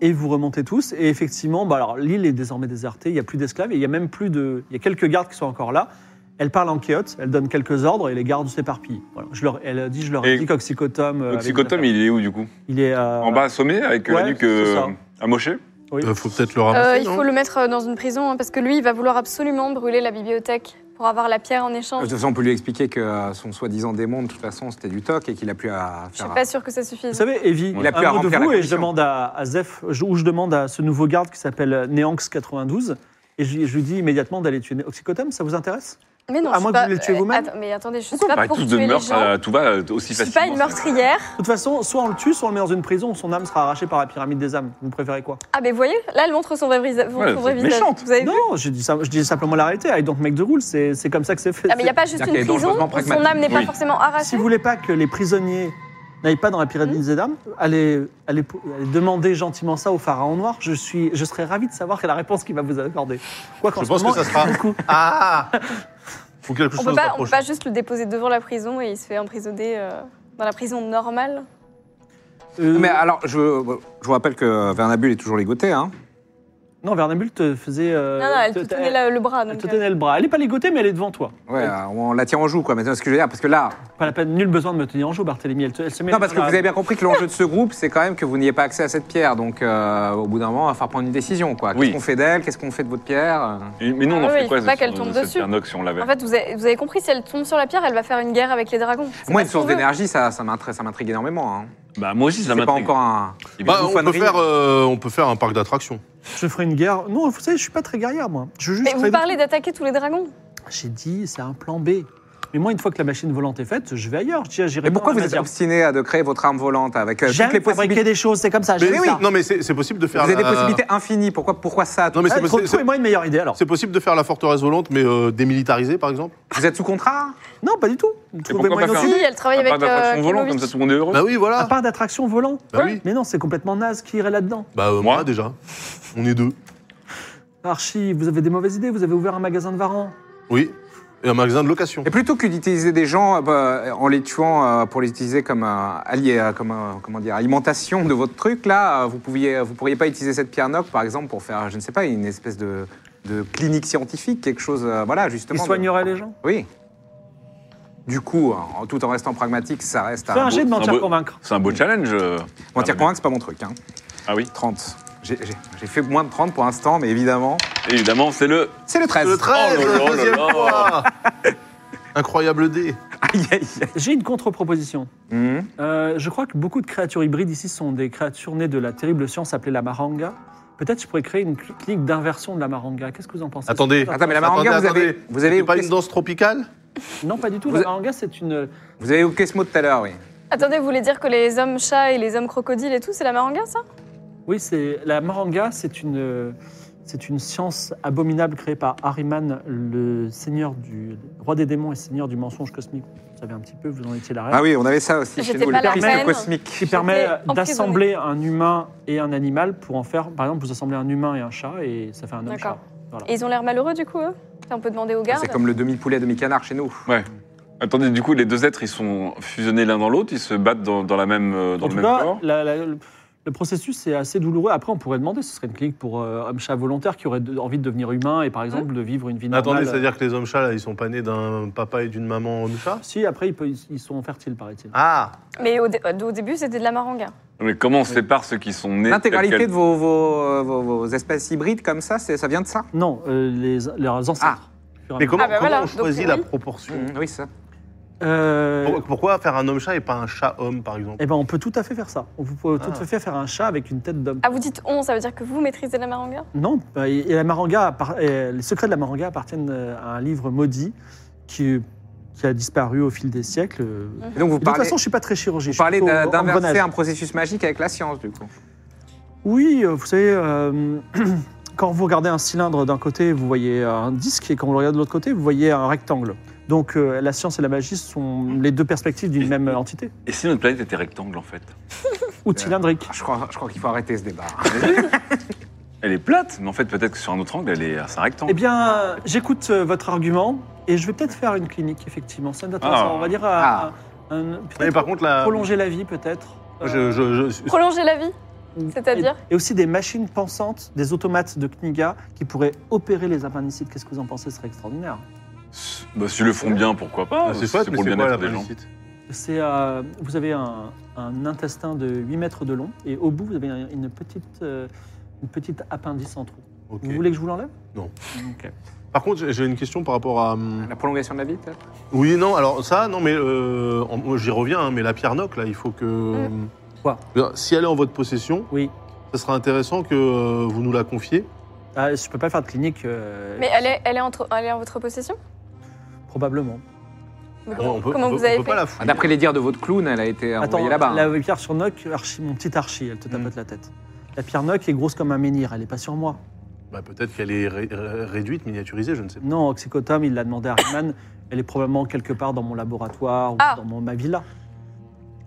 Speaker 2: et vous remontez tous. Et effectivement, bah alors, l'île est désormais désertée, il n'y a plus d'esclaves et il y a même plus de. Il y a quelques gardes qui sont encore là. Elle parle en kéote, elle donne quelques ordres et les gardes s'éparpillent. Voilà. Je leur, elle a dit, je leur ai
Speaker 5: Et
Speaker 2: dit qu'Oxycotome. euh, avait
Speaker 5: L'oxycotome,
Speaker 2: des affaires.
Speaker 5: il est où du coup
Speaker 2: il est. euh,
Speaker 5: En bas assommé avec euh, la
Speaker 2: ouais,
Speaker 5: nuque
Speaker 2: c'est
Speaker 5: euh,
Speaker 2: ça.
Speaker 5: amochée
Speaker 2: oui.
Speaker 3: euh, faut peut-être le
Speaker 6: Euh,
Speaker 3: ramasser.
Speaker 6: il
Speaker 3: non
Speaker 6: faut le mettre dans une prison hein, parce que lui, il va vouloir absolument brûler la bibliothèque pour avoir la pierre en
Speaker 4: De
Speaker 6: échange.
Speaker 2: Ah,
Speaker 4: toute façon, on peut lui expliquer que euh, son soi-disant démon, de toute façon, c'était du toc et qu'il a plus à
Speaker 6: Je suis
Speaker 4: faire.
Speaker 6: pas sûre que ça
Speaker 2: Vous
Speaker 6: suffise.
Speaker 2: savez, Evie,
Speaker 4: Il a pu
Speaker 2: un mot de
Speaker 4: remplir la
Speaker 2: vous et je
Speaker 4: commission.
Speaker 2: demande à, à Zeph, je- ou je demande à ce nouveau garde qui s'appelle Neanx92, et je, je lui dis immédiatement d'aller tuer Oxycotome, ça vous intéresse
Speaker 6: Mais non,
Speaker 2: à
Speaker 6: je suis
Speaker 2: moins que
Speaker 6: pas-
Speaker 2: vous les tuez
Speaker 6: euh,
Speaker 2: vous-même.
Speaker 6: attends, Mais attendez, je suis
Speaker 5: Bah,
Speaker 6: pas pour
Speaker 5: tous de
Speaker 6: tuer les
Speaker 5: meurtre,
Speaker 6: gens.
Speaker 5: ça, tout va euh, aussi
Speaker 6: Je suis
Speaker 5: facilement.
Speaker 6: pas une
Speaker 5: ça.
Speaker 6: meurtrière.
Speaker 2: De toute façon, soit on le tue, soit on le met dans une prison, son âme sera arrachée par la pyramide des âmes. Vous préférez quoi
Speaker 6: Ah, mais voyez, là, elle montre son vrai, visa- son
Speaker 5: Ouais,
Speaker 6: vrai
Speaker 5: vous êtes
Speaker 6: visage.
Speaker 5: méchante.
Speaker 6: Vous avez vu
Speaker 2: Non, je dis, ça- je dis simplement la réalité. I don't make the rules, c'est c'est comme ça que c'est fait.
Speaker 6: Ah, mais il n'y a pas juste
Speaker 4: C'est-à-dire
Speaker 6: une
Speaker 4: qu'elle est dangereusement
Speaker 6: prison où son
Speaker 4: pragmatique.
Speaker 6: âme n'est pas Hmm
Speaker 5: Oui.
Speaker 6: forcément
Speaker 2: C'est-
Speaker 6: arrachée.
Speaker 2: Si vous voulez pas que les prisonniers n'aillent pas dans la pyramide des âmes, allez, allez, allez demander gentiment ça au pharaon noir. Je, suis, je serais ravi de savoir quelle est la réponse qu'il va vous accorder. Quoi qu'en
Speaker 3: Je
Speaker 2: ce
Speaker 3: pense
Speaker 2: moment,
Speaker 3: que ça sera-
Speaker 2: beaucoup.
Speaker 3: Ah Faut quelque
Speaker 6: On
Speaker 3: chose
Speaker 6: peut pas, on peut
Speaker 3: d'approche.
Speaker 6: pas juste le déposer devant la prison et il se fait emprisonner euh, dans la prison normale.
Speaker 2: Euh,
Speaker 4: Mais alors, je, je vous rappelle que Vernabule est toujours ligoté. Hein.
Speaker 2: Non, Vernabule te faisait. euh,
Speaker 6: non, non, elle
Speaker 2: te-
Speaker 6: te
Speaker 2: elle-
Speaker 6: tenait la- le bras.
Speaker 2: elle
Speaker 6: Donc,
Speaker 2: te
Speaker 6: euh,
Speaker 2: tenait le bras. Elle est pas ligotée, mais elle est devant toi.
Speaker 4: Ouais, euh, on la tient en joue quoi. Maintenant, ce que je veux dire, parce que là,
Speaker 2: Pas la peine, nul besoin de me tenir en joue, Barthélemy. Elle, te- elle se met.
Speaker 4: non, parce que
Speaker 2: la-
Speaker 4: vous avez bien compris que l'enjeu de ce groupe, c'est quand même que vous n'ayez pas accès à cette pierre. Donc, euh, au bout d'un moment, il va falloir prendre une décision quoi. Qu'est-ce
Speaker 5: Oui.
Speaker 4: qu'on fait d'elle Qu'est-ce qu'on fait de votre pierre
Speaker 5: Et- Mais nous, on
Speaker 6: Ah
Speaker 5: en
Speaker 6: oui,
Speaker 5: fait
Speaker 6: il
Speaker 5: quoi
Speaker 6: faut
Speaker 5: de
Speaker 6: pas
Speaker 5: ce-
Speaker 6: qu'elle tombe
Speaker 5: de cette
Speaker 6: dessus.
Speaker 5: Fernox, si on l'avait
Speaker 6: En fait, vous avez, vous avez compris, si elle tombe sur la pierre, elle va faire une guerre avec les dragons. C'est
Speaker 4: Moi,
Speaker 6: pas
Speaker 4: une
Speaker 6: ce qu'on
Speaker 4: source
Speaker 6: veut.
Speaker 4: d'énergie, ça, ça m'intéresse- ça m'intrigue énormément. Hein.
Speaker 5: Bah, moi aussi, ça
Speaker 4: C'est pas
Speaker 5: m'intrigue.
Speaker 4: encore un.
Speaker 5: Et puis,
Speaker 3: Bah, on, peut
Speaker 4: bouffonnerie.
Speaker 3: faire, euh, on peut faire un parc d'attractions.
Speaker 2: Je ferai une guerre. Non, vous savez, je suis pas très guerrière, moi. Je juste.
Speaker 6: Mais
Speaker 2: ferai
Speaker 6: vous
Speaker 2: des-
Speaker 6: parlez d'attaquer tous les dragons.
Speaker 2: J'ai dit, c'est un plan B. Mais moi, une fois que la machine volante est faite, je vais ailleurs. Je dis, ah, j'irai
Speaker 4: Mais pourquoi
Speaker 2: dans
Speaker 4: vous
Speaker 2: la
Speaker 4: êtes
Speaker 2: matière.
Speaker 4: obstiné à de créer votre arme volante avec euh,
Speaker 2: J'aime
Speaker 4: toutes les
Speaker 2: fabriquer
Speaker 4: possibilités
Speaker 2: des choses, c'est comme
Speaker 6: Ah,
Speaker 2: ça.
Speaker 3: Mais
Speaker 2: j'aime
Speaker 3: oui,
Speaker 2: ça.
Speaker 3: non, mais c'est c'est possible de
Speaker 4: Vous
Speaker 3: faire.
Speaker 4: avez des
Speaker 3: la-
Speaker 4: possibilités infinies. Pourquoi, pourquoi ça
Speaker 3: Non, mais c'est
Speaker 2: Ah, trou-
Speaker 3: possible. c'est-
Speaker 2: Trouvez-moi une meilleure idée alors.
Speaker 3: C'est possible de faire la forteresse volante, mais euh, démilitarisée, par exemple
Speaker 4: Vous êtes sous contrat
Speaker 2: Non, pas du tout. Trouvez-moi
Speaker 5: pourquoi
Speaker 2: une
Speaker 5: pas
Speaker 2: autre
Speaker 5: faire
Speaker 6: Si,
Speaker 2: idée.
Speaker 6: elle travaille
Speaker 5: un parc
Speaker 6: avec. euh,
Speaker 5: d'attractions volant,
Speaker 6: Kimovic.
Speaker 5: comme ça, tout le monde est heureux.
Speaker 3: Bah oui,
Speaker 2: À
Speaker 4: Ah,
Speaker 3: voilà.
Speaker 2: part d'attraction volant.
Speaker 3: Bah oui.
Speaker 2: Mais non, c'est complètement naze. Qui irait là-dedans
Speaker 3: Bah euh,
Speaker 5: Moi
Speaker 3: moi, déjà. On est deux.
Speaker 2: Archie, vous avez des mauvaises idées. Vous avez ouvert un magasin de varan.
Speaker 3: Oui. Et un magasin de location.
Speaker 4: Et plutôt que d'utiliser des gens euh, bah, en les tuant euh, pour les utiliser comme euh, alliés, euh, comme euh, comment dire, alimentation de votre truc là, euh, vous pouviez, vous pourriez pas utiliser cette pierre noc par exemple pour faire, je ne sais pas, une espèce de, de clinique scientifique, quelque chose, euh, voilà
Speaker 2: Qui
Speaker 4: justement. de-
Speaker 2: soignerait les gens
Speaker 4: Oui. Du coup, en- tout en restant pragmatique, ça reste
Speaker 2: Fais
Speaker 4: un.
Speaker 2: un jet de
Speaker 5: beau-
Speaker 2: mentir
Speaker 5: un beau-
Speaker 2: convaincre.
Speaker 5: C'est un beau challenge. euh.
Speaker 4: Mentir
Speaker 5: Ah,
Speaker 4: convaincre, c'est pas mon truc. Hein.
Speaker 5: Ah oui,
Speaker 4: 30. J'ai j'ai- j'ai fait moins de 30 pour l'instant, mais évidemment.
Speaker 5: évidemment, c'est le.
Speaker 4: C'est le 13.
Speaker 3: Le 13,
Speaker 5: Oh là là
Speaker 3: la deuxième
Speaker 5: là là.
Speaker 3: fois Incroyable dé.
Speaker 4: Aïe, aïe, aïe.
Speaker 2: J'ai une contre-proposition.
Speaker 4: Mhm.
Speaker 2: Euh, je crois que beaucoup de créatures hybrides ici sont des créatures nées de la terrible science appelée la maranga. Peut-être je pourrais créer une cl- clinique d'inversion de la maranga. Qu'est-ce que vous en pensez
Speaker 3: Attendez.
Speaker 4: Attends, mais la maranga, vous
Speaker 3: Attendez,
Speaker 4: avez-
Speaker 3: attendez.
Speaker 4: vous avez-
Speaker 3: C'était pas une danse tropicale
Speaker 2: Non, pas du tout.
Speaker 4: Vous
Speaker 2: La
Speaker 4: a-
Speaker 2: maranga, c'est une.
Speaker 4: Vous avez oublié ce mot tout à l'heure, oui.
Speaker 6: Attendez, vous voulez dire que les hommes chats et les hommes crocodiles et tout, c'est la maranga, ça
Speaker 2: Oui, c'est la maranga, c'est une C'est une science abominable créée par Ahriman, le seigneur du le roi des démons et seigneur du mensonge cosmique. Vous savez un petit peu, vous en étiez la reine.
Speaker 4: Ah oui, on avait ça aussi chez
Speaker 6: J'étais
Speaker 4: nous,
Speaker 6: pas
Speaker 4: le
Speaker 6: la
Speaker 4: cristaux
Speaker 6: reine.
Speaker 4: cosmique.
Speaker 2: qui permet
Speaker 6: emprisonnée.
Speaker 2: d'assembler un humain et un animal pour en faire, par exemple, vous assemblez un humain et un chat et ça fait un homme
Speaker 6: D'accord.
Speaker 2: chat. Voilà.
Speaker 6: Et ils ont l'air malheureux du coup, eux Enfin, On peut demander aux gardes.
Speaker 4: C'est comme le demi-poulet, demi-canard chez nous.
Speaker 5: Attendez, du coup, les deux êtres, ils sont fusionnés l'un dans l'autre, ils se battent dans, dans la même, euh, dans
Speaker 2: En
Speaker 5: le
Speaker 2: tout
Speaker 5: même
Speaker 2: cas,
Speaker 5: corps.
Speaker 2: la- la- le le processus est assez douloureux. Après, on pourrait demander, ce serait une clinique pour euh, hommes chats volontaires qui auraient de- envie de devenir humains et par exemple de vivre une vie
Speaker 3: Mais
Speaker 2: normale.
Speaker 3: attendez, c'est-à-dire que les hommes chats, là, ils sont pas nés d'un papa et d'une maman homme chat
Speaker 2: Si, après, ils, peuvent- ils- ils sont fertiles, paraît-il.
Speaker 3: Ah
Speaker 6: Mais au, dé- euh, au début, c'était de la marangue.
Speaker 5: Mais comment on se fait part ceux qui sont nés
Speaker 4: L'intégralité
Speaker 5: tels
Speaker 4: de vos, vos, vos- vos espèces hybrides comme ça, c'est- ça vient de ça
Speaker 2: Non, euh, les, leurs ancêtres.
Speaker 3: Mais comment,
Speaker 6: Ah bah
Speaker 3: comment
Speaker 6: voilà,
Speaker 3: on
Speaker 6: donc
Speaker 3: choisit
Speaker 6: oui.
Speaker 3: la proportion
Speaker 4: Mmh, Oui, ça.
Speaker 2: Euh,
Speaker 4: Oh,
Speaker 3: Pour- Pourquoi faire un homme chat et pas un chat homme, par exemple
Speaker 2: Eh ben, on peut tout à fait faire ça. On peut tout
Speaker 3: Ah.
Speaker 2: à fait faire un chat avec une tête d'homme.
Speaker 6: Ah, vous dites on, ça veut dire que vous maîtrisez la marangue
Speaker 2: Non, bah, et et la maranga, appar- et euh, les secrets de la maranga appartiennent euh, à un livre maudit qui, qui a disparu au fil des siècles.
Speaker 4: Et donc vous
Speaker 2: Et de toute
Speaker 4: parlez,
Speaker 2: façon, je suis pas très chirurgien.
Speaker 4: vous
Speaker 2: je suis
Speaker 4: parlez
Speaker 2: plutôt
Speaker 4: d'un-
Speaker 2: engrenage.
Speaker 4: d'inverser un processus magique avec la science, du coup.
Speaker 2: Oui, euh, vous savez, euh, quand vous regardez un cylindre d'un côté, vous voyez euh, un disque, et quand vous le regardez de l'autre côté, vous voyez un rectangle. Donc euh, la science et la magie sont les deux perspectives d'une
Speaker 5: Et-
Speaker 2: même entité,
Speaker 5: Et si notre planète était rectangle, en fait
Speaker 2: ou cylindrique.
Speaker 4: Ah, Je crois, je crois qu'il faut arrêter ce débat.
Speaker 5: Elle est plate, mais en fait, peut-être que sur un autre angle, elle est, c'est un rectangle.
Speaker 2: Eh bien, j'écoute euh, votre argument, et je vais peut-être faire une clinique, effectivement. Ça m'intéresse,
Speaker 5: Ah.
Speaker 2: on va dire, à-
Speaker 4: Ah.
Speaker 2: à- un-
Speaker 3: Mais
Speaker 2: peut-être
Speaker 3: par contre, la...
Speaker 2: prolonger la vie, peut-être. Euh,
Speaker 3: Moi, je- je- je-
Speaker 6: Prolonger la vie c'est-à-dire
Speaker 2: et, et aussi des machines pensantes, des automates de Kniga qui pourraient opérer les appendicites. Qu'est-ce que vous en pensez Ce serait extraordinaire.
Speaker 5: Bah, s'ils le font bien, pourquoi pas
Speaker 3: Ah, c'est chouette, mais
Speaker 5: pour
Speaker 3: c'est
Speaker 5: le
Speaker 3: quoi la
Speaker 5: bien-être des gens.
Speaker 3: plébiscite
Speaker 2: C'est, euh, vous avez un, un intestin de 8 mètres de long et au bout, vous avez un- une petite, euh, une petite appendice en trou.
Speaker 3: Ok.
Speaker 2: Vous voulez que je vous l'enlève
Speaker 3: Non.
Speaker 2: Ok.
Speaker 3: Par contre, j'ai- j'ai une question par rapport à... hum,
Speaker 4: La prolongation de la vie, peut-être
Speaker 3: Oui, non, alors ça, non, mais euh, en- moi, j'y reviens, hein, mais la pierre noc, là, il faut que.
Speaker 6: Mm.
Speaker 3: hum,
Speaker 2: Quoi
Speaker 3: Si elle est en votre possession,
Speaker 2: Oui.
Speaker 3: ça sera intéressant que euh, vous nous la confiez.
Speaker 2: Ah, je peux pas faire de clinique, euh,
Speaker 6: Mais elle est, elle, est entre, elle est en votre possession
Speaker 2: probablement.
Speaker 6: Mais
Speaker 3: Ah On- on peut,
Speaker 6: Comment
Speaker 3: on peut-
Speaker 6: vous avez
Speaker 3: on peut
Speaker 6: fait
Speaker 3: pas la fouiller.
Speaker 4: Ah, D'après les dires de votre clown, elle a été envoyée là-bas. hein. Hmm.
Speaker 2: la pierre sur Noc, Archie- mon petit Archie, elle te tapote la tête. La pierre Noc est grosse comme un menhir, elle est pas sur moi.
Speaker 3: Bah, Peut-être qu'elle est ré- ré- réduite, miniaturisée, je ne sais pas.
Speaker 2: Non, Oxycotum, il l'a demandé à Rayman. Elle est probablement quelque part dans mon laboratoire ou
Speaker 6: Ah.
Speaker 2: dans mon, ma villa.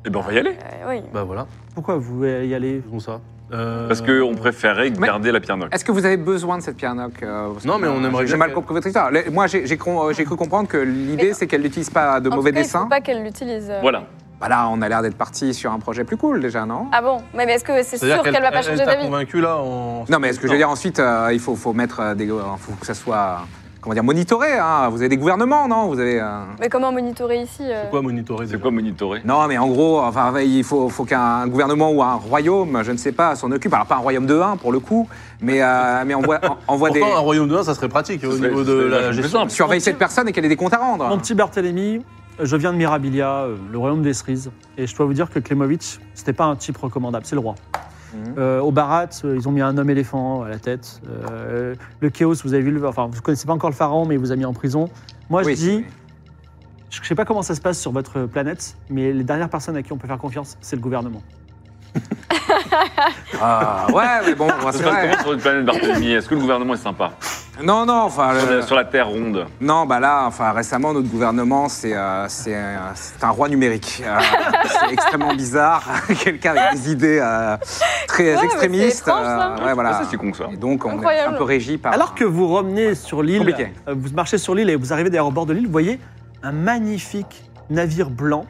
Speaker 5: Eh ben, on va y aller.
Speaker 6: Euh, Oui.
Speaker 3: Bah voilà,
Speaker 2: Pourquoi vous voulez y aller
Speaker 3: faisons ça. Euh,
Speaker 5: Parce qu'on préférait garder la pierre noire.
Speaker 4: Est-ce que vous avez besoin de cette pierre noc euh, parce
Speaker 3: Non,
Speaker 4: que,
Speaker 3: mais on
Speaker 4: euh,
Speaker 3: aimerait
Speaker 4: J'ai
Speaker 3: bien
Speaker 4: mal
Speaker 3: que-
Speaker 4: compris votre histoire. Les- Moi, j'ai j'ai cru, euh, j'ai cru comprendre que l'idée,
Speaker 6: Mais-
Speaker 4: c'est qu'elle n'utilise pas de
Speaker 6: En
Speaker 4: mauvais
Speaker 6: tout cas, Il
Speaker 4: dessins.
Speaker 6: faut pas qu'elle l'utilise. euh.
Speaker 5: Voilà.
Speaker 4: Bah là, on a l'air d'être parti sur un projet plus cool, déjà, non
Speaker 6: Ah bon Mais mais est-ce que c'est
Speaker 3: c'est-à-dire
Speaker 6: sûr qu'elle va
Speaker 3: elle-
Speaker 6: pas
Speaker 3: elle
Speaker 6: changer
Speaker 3: t'a
Speaker 6: d'avis
Speaker 3: convaincu là en.
Speaker 4: Non, mais ce que je veux dire ensuite, euh, il faut, faut mettre euh, des. euh, faut que ça soit. euh, Comment dire Monitoré, hein. Vous avez des gouvernements, non Vous avez. euh,
Speaker 6: Mais comment monitorer ici euh
Speaker 3: C'est quoi monitorer
Speaker 5: C'est
Speaker 3: déjà
Speaker 5: quoi monitorer
Speaker 4: Non, mais en gros, enfin, il faut, faut qu'un gouvernement ou un royaume, je ne sais pas, s'en occupe. Alors, pas un royaume de 1 pour le coup, mais, euh, mais on voit, on- on voit des.
Speaker 3: Pourtant, un royaume de 1, ça serait pratique
Speaker 5: Ce
Speaker 3: au
Speaker 5: serait-
Speaker 3: niveau
Speaker 5: ce
Speaker 3: de la
Speaker 5: serait vachement plus
Speaker 3: gestion.
Speaker 5: simple.
Speaker 4: Surveille cette personne et qu'elle ait des comptes à rendre.
Speaker 2: Mon petit Barthélemy, je viens de Mirabilia, euh, le royaume des cerises, et je dois vous dire que Klemovic, c'était pas un type recommandable, c'est le roi.
Speaker 4: Mhm.
Speaker 2: Euh, au Barat, euh, ils ont mis un homme éléphant à la tête. Euh, le Chaos, vous avez vu, le, enfin, vous connaissez pas encore le pharaon, mais il vous a mis en prison. Moi,
Speaker 4: Oui,
Speaker 2: je dis, je sais pas comment ça se passe sur votre planète, mais les dernières personnes à qui on peut faire confiance, c'est le gouvernement.
Speaker 4: Ah, ouais, mais bon,
Speaker 5: Ça
Speaker 4: c'est
Speaker 5: se passe
Speaker 4: vrai. hein.
Speaker 5: comment sur une planète Barthélemy Est-ce que le gouvernement est sympa
Speaker 4: Non, non, enfin.
Speaker 5: sur,
Speaker 4: le-
Speaker 5: la, sur la Terre ronde.
Speaker 4: Non, bah là, enfin, récemment, notre gouvernement, c'est euh, c'est, euh, c'est un roi numérique. Euh, c'est extrêmement bizarre. Quelqu'un avec des idées euh, très
Speaker 6: Ouais, mais c'est
Speaker 4: extrémistes. euh,
Speaker 6: étrange, ça.
Speaker 4: ouais,
Speaker 5: Ah,
Speaker 4: voilà.
Speaker 5: ça, c'est con que ça.
Speaker 4: Et donc, on est un
Speaker 6: Incroyable.
Speaker 4: peu régi par.
Speaker 2: Alors que vous revenez sur l'île,
Speaker 4: Compliqué.
Speaker 2: euh, vous marchez sur l'île et vous arrivez derrière au bord de l'île, vous voyez un magnifique navire blanc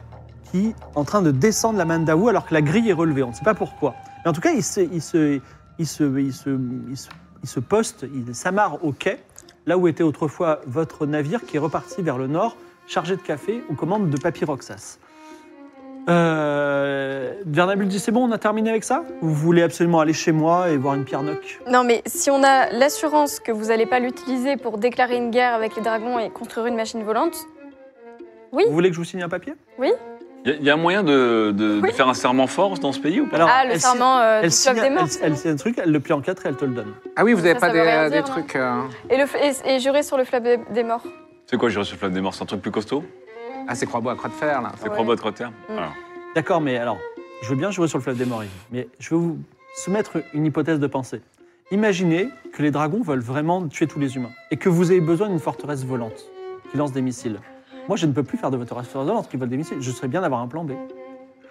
Speaker 2: qui est en train de descendre la Mandaou alors que la grille est relevée. On ne sait pas pourquoi. Mais en tout cas, il se, il se, il se, il se, il se- il se poste, il s'amarre au quai, là où était autrefois votre navire qui est reparti vers le nord, chargé de café aux commandes de Papy Roxas. Euh, Vernabule dit c'est bon, on a terminé avec ça Vous voulez absolument aller chez moi et voir une pierre noc
Speaker 6: Non, mais si on a l'assurance que vous n'allez pas l'utiliser pour déclarer une guerre avec les dragons et construire une machine volante,
Speaker 2: Vous voulez que je vous signe un papier
Speaker 5: Il y, a un moyen de, de- de
Speaker 6: Oui.
Speaker 5: faire un serment force dans ce pays ou pas
Speaker 2: Alors,
Speaker 6: ah, le
Speaker 2: elle
Speaker 6: serment euh,
Speaker 2: Elle
Speaker 6: du
Speaker 2: signe,
Speaker 6: peuple des
Speaker 2: elle,
Speaker 6: morts.
Speaker 2: elle signe un truc, elle le plie en quatre et elle te le donne.
Speaker 4: Ah oui, vous n'avez
Speaker 6: Ça,
Speaker 4: pas
Speaker 6: ça
Speaker 4: des,
Speaker 6: veut rien
Speaker 4: euh, des
Speaker 6: dire, hein. non.
Speaker 4: trucs. euh,
Speaker 6: Et, le, et, et jurer sur le fleuve des, des morts.
Speaker 5: C'est quoi, j'ai reçu Flamme des Morts C'est un truc plus costaud
Speaker 4: Ah, c'est croix-bois à croix de fer, là.
Speaker 5: C'est
Speaker 6: Ouais. Mm.
Speaker 5: quoi votre terme Voilà.
Speaker 2: D'accord, mais alors, je veux bien jouer sur le fleuve des Maurives, mais je veux vous soumettre une hypothèse de pensée. Imaginez que les dragons veulent vraiment tuer tous les humains et que vous avez besoin d'une forteresse volante qui lance des missiles. Moi, je ne peux plus faire de forteresse volante qui vole des missiles. Je serais bien d'avoir un plan B. Vous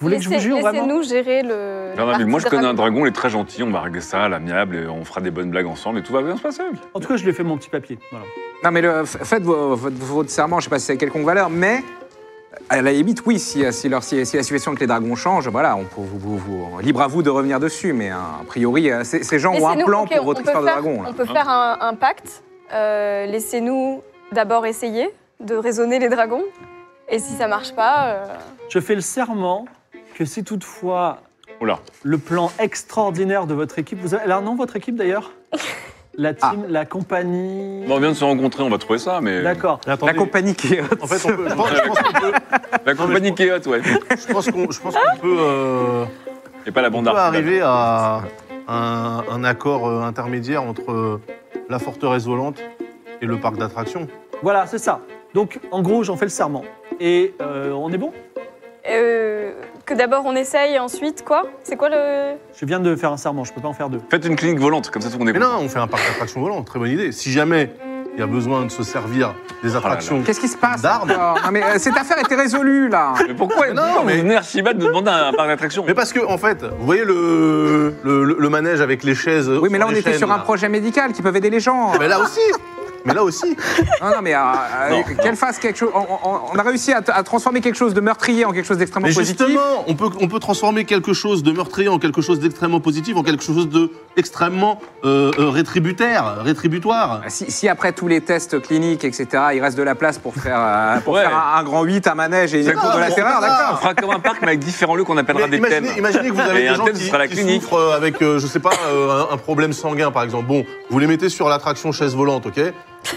Speaker 2: voulez que je vous
Speaker 6: Laissez-
Speaker 2: jure vraiment
Speaker 6: Laissez-nous gérer le.
Speaker 5: Non, non,
Speaker 6: la
Speaker 5: mais moi je
Speaker 6: partie
Speaker 5: connais un dragon, il est très gentil, on va régler ça à l'amiable et on fera des bonnes blagues ensemble et tout va bien se passer.
Speaker 2: En tout cas, je lui ai fait mon petit papier. Voilà.
Speaker 4: Non, mais le, f- faites vos- votre, votre serment, je sais pas si c'est à quelconque valeur, mais à la limite, oui, si, si, leur- si- si la situation avec les dragons change, voilà, on peut, vous, vous- vous- libre à vous de revenir dessus, mais hein, a priori, euh, ces ces gens ont un
Speaker 6: Laissez-nous-
Speaker 4: plan
Speaker 6: ok,
Speaker 4: pour
Speaker 6: on
Speaker 4: votre
Speaker 6: peut
Speaker 4: histoire de
Speaker 6: faire-
Speaker 4: dragon. là.
Speaker 6: On peut faire un, un pacte. Euh, Laissez-nous d'abord essayer de raisonner les dragons. Et si ça marche pas, euh,
Speaker 2: Je fais le serment que si toutefois
Speaker 5: Oula.
Speaker 2: le plan extraordinaire de votre équipe, vous avez alors non votre équipe d'ailleurs La team,
Speaker 5: Ah.
Speaker 2: la compagnie.
Speaker 5: Bon, on vient de se rencontrer, on va trouver ça, mais.
Speaker 2: D'accord.
Speaker 3: Attendez,
Speaker 4: La compagnie qui est
Speaker 3: En fait, on peut, je pense- je pense qu'on peut,
Speaker 5: La compagnie qui est haute, ouais.
Speaker 3: je pense qu'on- je pense qu'on peut, euh,
Speaker 5: Et pas la
Speaker 3: on
Speaker 5: bande
Speaker 3: peut
Speaker 5: d'art.
Speaker 3: arriver à un, un accord euh, intermédiaire entre euh, la forteresse volante et le parc d'attractions.
Speaker 2: Voilà, c'est ça. Donc en gros, j'en fais le serment. Et euh, on est bon
Speaker 6: euh, que d'abord on essaye et ensuite quoi C'est quoi le.
Speaker 2: Je viens de faire un serment, je peux pas en faire deux.
Speaker 5: Faites une clinique volante, comme ça tout le monde
Speaker 3: Mais
Speaker 5: est
Speaker 3: non,
Speaker 5: content.
Speaker 3: on fait un parc d'attractions volant, très bonne idée. Si jamais il y a besoin de se servir
Speaker 5: Ah
Speaker 3: des attractions.
Speaker 4: Qu'est-ce qui se passe
Speaker 3: D'armes.
Speaker 4: encore Non, mais euh, cette affaire était résolue, là
Speaker 5: Mais pourquoi
Speaker 3: Mais non,
Speaker 5: pourquoi
Speaker 3: mais-
Speaker 5: vous venez Archibald nous demander un parc d'attraction
Speaker 3: Mais parce que, en fait, vous voyez le, le, le- le manège avec les chaises.
Speaker 4: Oui, mais là, on
Speaker 3: les
Speaker 4: était
Speaker 3: chaînes,
Speaker 4: sur un
Speaker 3: là.
Speaker 4: projet médical qui peuvent aider les gens.
Speaker 3: Mais là aussi Mais là aussi
Speaker 4: Non, non, mais euh, euh,
Speaker 5: Non,
Speaker 4: qu'elle fasse quelque chose. On, on- on a réussi à, t- à transformer quelque chose de meurtrier en quelque chose d'extrêmement
Speaker 3: Mais
Speaker 4: positif.
Speaker 3: justement, on peut, on peut transformer quelque chose de meurtrier en quelque chose d'extrêmement positif, en quelque chose d'extrêmement euh, euh, rétributaire, rétributoire.
Speaker 4: Bah, Si, si après tous les tests cliniques, etc., il reste de la place pour faire, euh, pour
Speaker 5: Ouais.
Speaker 4: faire un, un grand 8, un manège et une
Speaker 5: C'est
Speaker 4: course
Speaker 5: cool,
Speaker 4: de la
Speaker 5: on-
Speaker 4: terreur,
Speaker 3: on-
Speaker 5: On
Speaker 4: d'accord
Speaker 5: fera comme un parc, mais avec différents lieux qu'on appellera
Speaker 3: Mais
Speaker 5: des
Speaker 3: imaginez,
Speaker 5: thèmes.
Speaker 3: imaginez que vous avez
Speaker 5: Et
Speaker 3: des
Speaker 5: un
Speaker 3: gens
Speaker 5: thème,
Speaker 3: qui,
Speaker 5: ce sera la
Speaker 3: qui
Speaker 5: clinique.
Speaker 3: souffrent euh, avec, euh, je sais pas, euh, un, un problème sanguin par exemple. Bon, vous les mettez sur l'attraction chaise volante, ok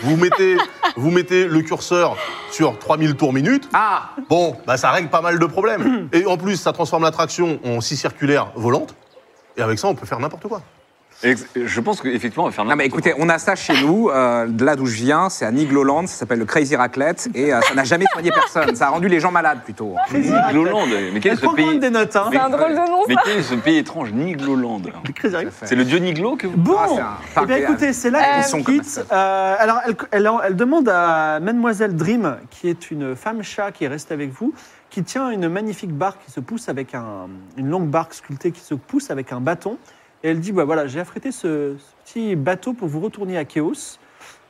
Speaker 3: vous mettez, vous mettez le curseur sur 3000 tours minute.
Speaker 4: Ah
Speaker 3: Bon, bah ça règle pas mal de problèmes. Et en plus, ça transforme l'attraction en scie circulaire volante. Et avec ça, on peut faire n'importe quoi.
Speaker 5: Et Je pense qu'effectivement, on va faire
Speaker 4: Non mais écoutez, on a ça chez nous, euh, de là d'où je viens, c'est à Nigloland, ça s'appelle le Crazy Raclette, et euh, ça n'a jamais soigné personne, ça a rendu les gens malades plutôt.
Speaker 5: Nigloland. Mais quel est
Speaker 2: Prends quand
Speaker 5: ce
Speaker 2: même
Speaker 5: pays
Speaker 2: des notes, hein.
Speaker 6: C'est un drôle de nom,
Speaker 5: Mais quel est ce pays étrange, Nigloland
Speaker 2: Crazy Eyes.
Speaker 5: C'est le dieu Niglo que vous.
Speaker 2: Bon,
Speaker 4: Ah, c'est un
Speaker 2: eh bien,
Speaker 4: parc-
Speaker 2: écoutez, c'est là
Speaker 6: Euh,
Speaker 2: qu'on
Speaker 4: Ils sont
Speaker 2: se
Speaker 4: comme
Speaker 2: quitte. Euh, alors, elle, elle- elle demande à Mademoiselle Dream, qui est une femme chat qui est restée avec vous, qui tient une magnifique barque qui se pousse avec un, une longue barque sculptée qui se pousse avec un bâton. Et elle dit bah, voilà, j'ai affrété ce, ce petit bateau pour vous retourner à Chaos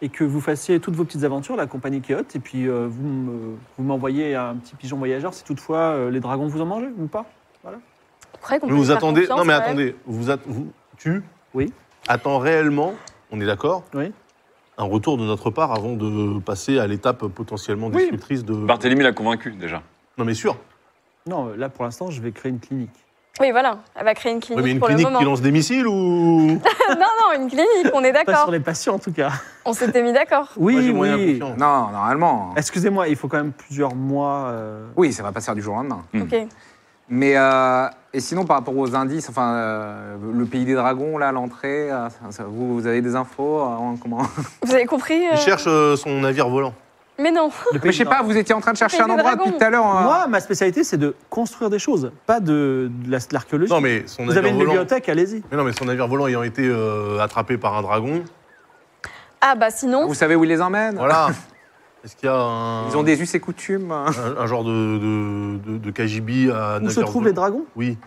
Speaker 2: et que vous fassiez toutes vos petites aventures, la compagnie Chaos. Et puis, euh, vous me- vous m'envoyez un petit pigeon voyageur si toutefois euh, les dragons vous en mangez ou pas.
Speaker 6: Après, qu'on
Speaker 3: Mais
Speaker 6: peut
Speaker 3: vous
Speaker 6: faire
Speaker 3: attendez,
Speaker 6: confiance,
Speaker 3: non mais
Speaker 6: ouais.
Speaker 3: attendez, vous, att- vous tu
Speaker 2: Oui.
Speaker 3: attends réellement, on est d'accord
Speaker 2: Oui.
Speaker 3: Un retour de notre part avant de passer à l'étape potentiellement
Speaker 5: Oui.
Speaker 3: destructrice de.
Speaker 5: Barthélemy l'a convaincu déjà.
Speaker 3: Non mais sûr.
Speaker 2: Non, euh, là pour l'instant, je vais créer une clinique.
Speaker 6: Oui, voilà, elle va créer une
Speaker 3: Ouais,
Speaker 6: clinique
Speaker 3: mais une
Speaker 6: pour
Speaker 3: clinique
Speaker 6: le moment.
Speaker 3: qui lance des missiles ou
Speaker 6: non, non, une clinique, on est
Speaker 2: Pas sur
Speaker 6: d'accord.
Speaker 2: les patients en tout cas.
Speaker 6: On s'était mis d'accord.
Speaker 3: Moi, j'ai
Speaker 2: Oui,
Speaker 3: moyen
Speaker 2: oui.
Speaker 3: confiance.
Speaker 4: Non, normalement.
Speaker 2: Excusez-moi, il faut quand même plusieurs mois. euh,
Speaker 4: Oui, ça va pas se faire du jour au lendemain.
Speaker 6: Ok.
Speaker 4: Mais euh, et sinon par rapport aux indices, enfin euh, le pays des dragons là, l'entrée, euh, ça- ça- vous, vous avez des infos euh, comment
Speaker 6: Vous avez compris euh,
Speaker 3: Il cherche euh, son navire volant.
Speaker 6: Mais non.
Speaker 2: le
Speaker 4: Mais
Speaker 2: pays
Speaker 4: je sais
Speaker 2: de
Speaker 4: pas, vous étiez en train de chercher
Speaker 6: pays
Speaker 4: un
Speaker 6: des
Speaker 4: endroit
Speaker 6: dragons.
Speaker 4: depuis tout à l'heure. hein.
Speaker 2: Moi, ma spécialité, c'est de construire des choses, pas de, de la- de l'archéologie.
Speaker 3: Non mais son
Speaker 2: Vous
Speaker 3: navire
Speaker 2: avez une
Speaker 3: volant.
Speaker 2: bibliothèque, allez-y.
Speaker 3: Mais non mais son navire volant ayant été euh, attrapé par un dragon,
Speaker 6: Ah bah sinon,
Speaker 4: Vous savez où ils les emmènent
Speaker 3: voilà. Est-ce qu'il y a un,
Speaker 4: Ils ont des us et coutumes. hein.
Speaker 3: un, un genre de de, de, de KGB à
Speaker 2: Où se
Speaker 3: navire
Speaker 2: trouvent
Speaker 3: volant
Speaker 2: les dragons
Speaker 3: Oui.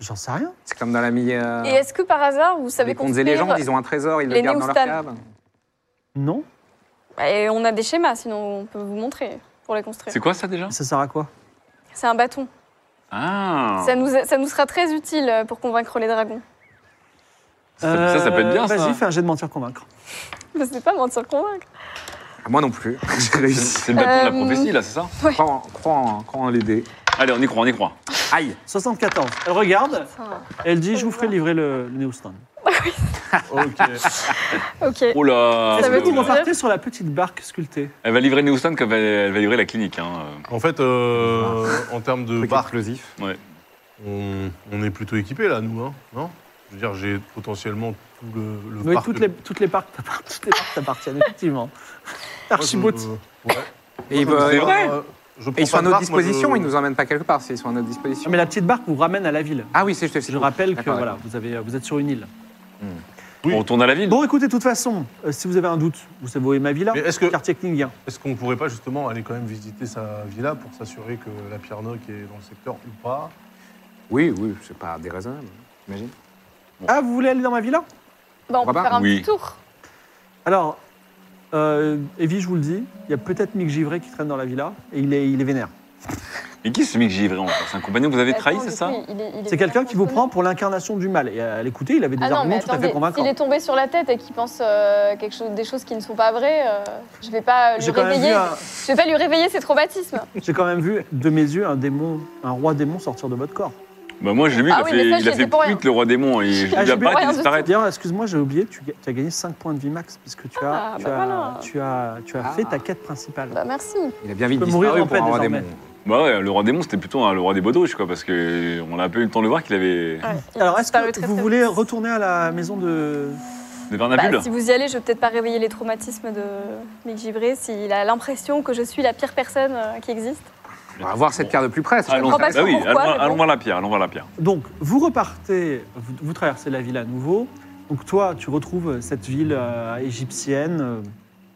Speaker 2: J'en sais rien.
Speaker 4: C'est comme dans la mi. euh,
Speaker 6: et est-ce que par hasard, vous savez
Speaker 4: les contes et légendes,
Speaker 6: construire
Speaker 4: ils ont un trésor, ils le
Speaker 6: les
Speaker 4: gardent dans leur
Speaker 6: néo-stan.
Speaker 4: cave.
Speaker 2: Non
Speaker 6: Et on a des schémas, sinon on peut vous montrer pour les construire.
Speaker 5: C'est quoi ça déjà
Speaker 2: Ça sert à quoi
Speaker 6: C'est un bâton.
Speaker 5: Ah
Speaker 6: Ça, nous, ça nous sera très utile euh, pour convaincre les dragons.
Speaker 5: Ça, ça, ça peut être bien
Speaker 2: Euh,
Speaker 5: ça.
Speaker 2: Vas-y, fais un jet de mentir convaincre.
Speaker 6: Je sais pas mentir convaincre.
Speaker 4: Ah, Moi non plus. J'ai
Speaker 5: C'est
Speaker 4: réussi.
Speaker 5: c'est le bâton de la
Speaker 6: Euh,
Speaker 5: prophétie là, c'est ça
Speaker 4: Crois en, crois en- crois en les dés.
Speaker 5: Allez, on y croit, on y croit.
Speaker 4: Aïe
Speaker 2: 74. Elle regarde,
Speaker 6: Enfin,
Speaker 2: elle dit Je vous ferai livrer le, le néostan.
Speaker 3: Ok.
Speaker 6: ok.
Speaker 5: Oh
Speaker 4: Ah,
Speaker 5: là
Speaker 6: Ça
Speaker 2: Est-ce
Speaker 6: veut
Speaker 2: que vous
Speaker 6: dire-
Speaker 2: repartez sur la petite barque sculptée
Speaker 5: Elle va livrer Neustan comme elle, elle va livrer la clinique. Hein.
Speaker 3: En fait, euh,
Speaker 4: Ah.
Speaker 3: en termes de
Speaker 4: Truc
Speaker 3: barque,
Speaker 4: explosif.
Speaker 3: on, on est plutôt équipé là, nous, hein, non Je veux dire, j'ai potentiellement tout le, le
Speaker 2: Oui,
Speaker 3: parc.
Speaker 2: toutes les, toutes les barques t'appart- toutes les barques t'appartiennent, effectivement. Archibald.
Speaker 3: euh, Ouais.
Speaker 4: Et ils,
Speaker 3: Moi, je
Speaker 4: veulent-
Speaker 5: c'est vrai
Speaker 3: prends, euh, je prends
Speaker 4: et ils sont
Speaker 3: pas
Speaker 4: à
Speaker 3: de
Speaker 4: notre
Speaker 3: barque, euh, moi, je-
Speaker 4: disposition, ils nous emmènent pas quelque part, s'ils sont à notre disposition.
Speaker 2: Mais la petite barque vous ramène à la ville.
Speaker 4: Ah oui, c'est juste.
Speaker 2: Ah, Je rappelle que
Speaker 4: D'accord,
Speaker 2: voilà,
Speaker 4: d'accord.
Speaker 2: vous, avez, vous êtes sur une île.
Speaker 3: Oui.
Speaker 5: On retourne à la ville.
Speaker 2: Bon, écoutez, de toute façon, euh, si vous avez un doute, vous savez ma villa,
Speaker 3: Mais euh, est-ce que-
Speaker 2: quartier Klingham.
Speaker 3: Est-ce qu'on pourrait pas justement aller quand même visiter sa villa pour s'assurer que la pierre noire qui est dans le secteur ou pas
Speaker 4: Oui, oui, c'est pas déraisonnable, j'imagine.
Speaker 2: Ah, vous voulez aller dans ma villa
Speaker 6: Bah, on
Speaker 4: va
Speaker 6: peut
Speaker 4: pas
Speaker 6: faire un
Speaker 5: Oui.
Speaker 6: petit tour.
Speaker 2: Alors, euh, Evie, je vous le dis, il y a peut-être Mick Givray qui traîne dans la villa et il est, il est vénère.
Speaker 5: Mais qui est ce mec Givré encore C'est un compagnon que vous avez
Speaker 6: Attends,
Speaker 5: trahi,
Speaker 6: du
Speaker 5: c'est
Speaker 6: coup,
Speaker 5: ça
Speaker 6: il est- il est
Speaker 2: C'est quelqu'un qui vous
Speaker 6: vraiment
Speaker 2: prend pour l'incarnation du mal. Et à l'écouter, il avait des
Speaker 6: Ah non,
Speaker 2: arguments
Speaker 6: mais
Speaker 2: tout à fait
Speaker 6: attendez,
Speaker 2: convaincants.
Speaker 6: s'il est tombé sur la tête et qu'il pense euh, quelque chose, des choses qui ne sont pas vraies, euh, je vais pas lui
Speaker 2: J'ai quand, même vu
Speaker 6: réveiller.
Speaker 2: un-
Speaker 6: Je vais pas lui réveiller ses traumatismes.
Speaker 2: j'ai quand même vu, de mes yeux, un démon, un roi démon sortir de votre corps.
Speaker 5: Bah moi, je l'ai vu, il
Speaker 6: Ah
Speaker 5: a
Speaker 6: oui,
Speaker 5: fait,
Speaker 6: mais ça,
Speaker 5: il
Speaker 6: je
Speaker 5: a
Speaker 6: sais
Speaker 5: fait
Speaker 6: pour rien.
Speaker 5: tweet, le roi démon
Speaker 2: Ah,
Speaker 5: et il
Speaker 2: j'ai
Speaker 5: a
Speaker 2: vu
Speaker 5: pas
Speaker 6: rien
Speaker 5: été
Speaker 6: du tout.
Speaker 5: disparaître.
Speaker 2: D'ailleurs, excuse-moi, j'ai oublié, tu, ga- tu as gagné 5 points de vie max parce que tu as,
Speaker 6: Ah,
Speaker 2: tu,
Speaker 6: bah
Speaker 2: as,
Speaker 6: voilà.
Speaker 2: tu as, tu as
Speaker 4: Ah.
Speaker 2: fait ta quête principale.
Speaker 6: Bah, merci.
Speaker 4: Il a bien vite
Speaker 2: peut mourir
Speaker 4: disparu
Speaker 2: en
Speaker 4: pour
Speaker 2: paix,
Speaker 4: avoir des
Speaker 2: désormais.
Speaker 4: mots.
Speaker 5: Bah ouais, le roi démon, c'était plutôt un- le roi des baudruches, quoi, parce que on a un peu eu le temps de le voir qu'il avait
Speaker 6: Ah.
Speaker 2: Alors, est-ce
Speaker 6: Ça paraît
Speaker 2: que
Speaker 6: très,
Speaker 2: vous
Speaker 6: très
Speaker 2: voulez
Speaker 6: bien.
Speaker 2: retourner à la maison de...
Speaker 5: des vernabules.
Speaker 6: Bah, si vous y allez, je vais peut-être pas réveiller les traumatismes de Mick Givré s'il a l'impression que je suis la pire personne euh, qui existe.
Speaker 4: On va voir cette pierre de plus près. c'est
Speaker 5: Allons,
Speaker 6: comprends pas
Speaker 5: bah oui,
Speaker 6: pourquoi,
Speaker 5: allons,
Speaker 6: mais bon.
Speaker 5: allons voir la pierre, allons voir la pierre.
Speaker 2: Donc, vous repartez, vous, vous traversez la ville à nouveau. Donc, toi, tu retrouves cette ville euh, égyptienne, euh,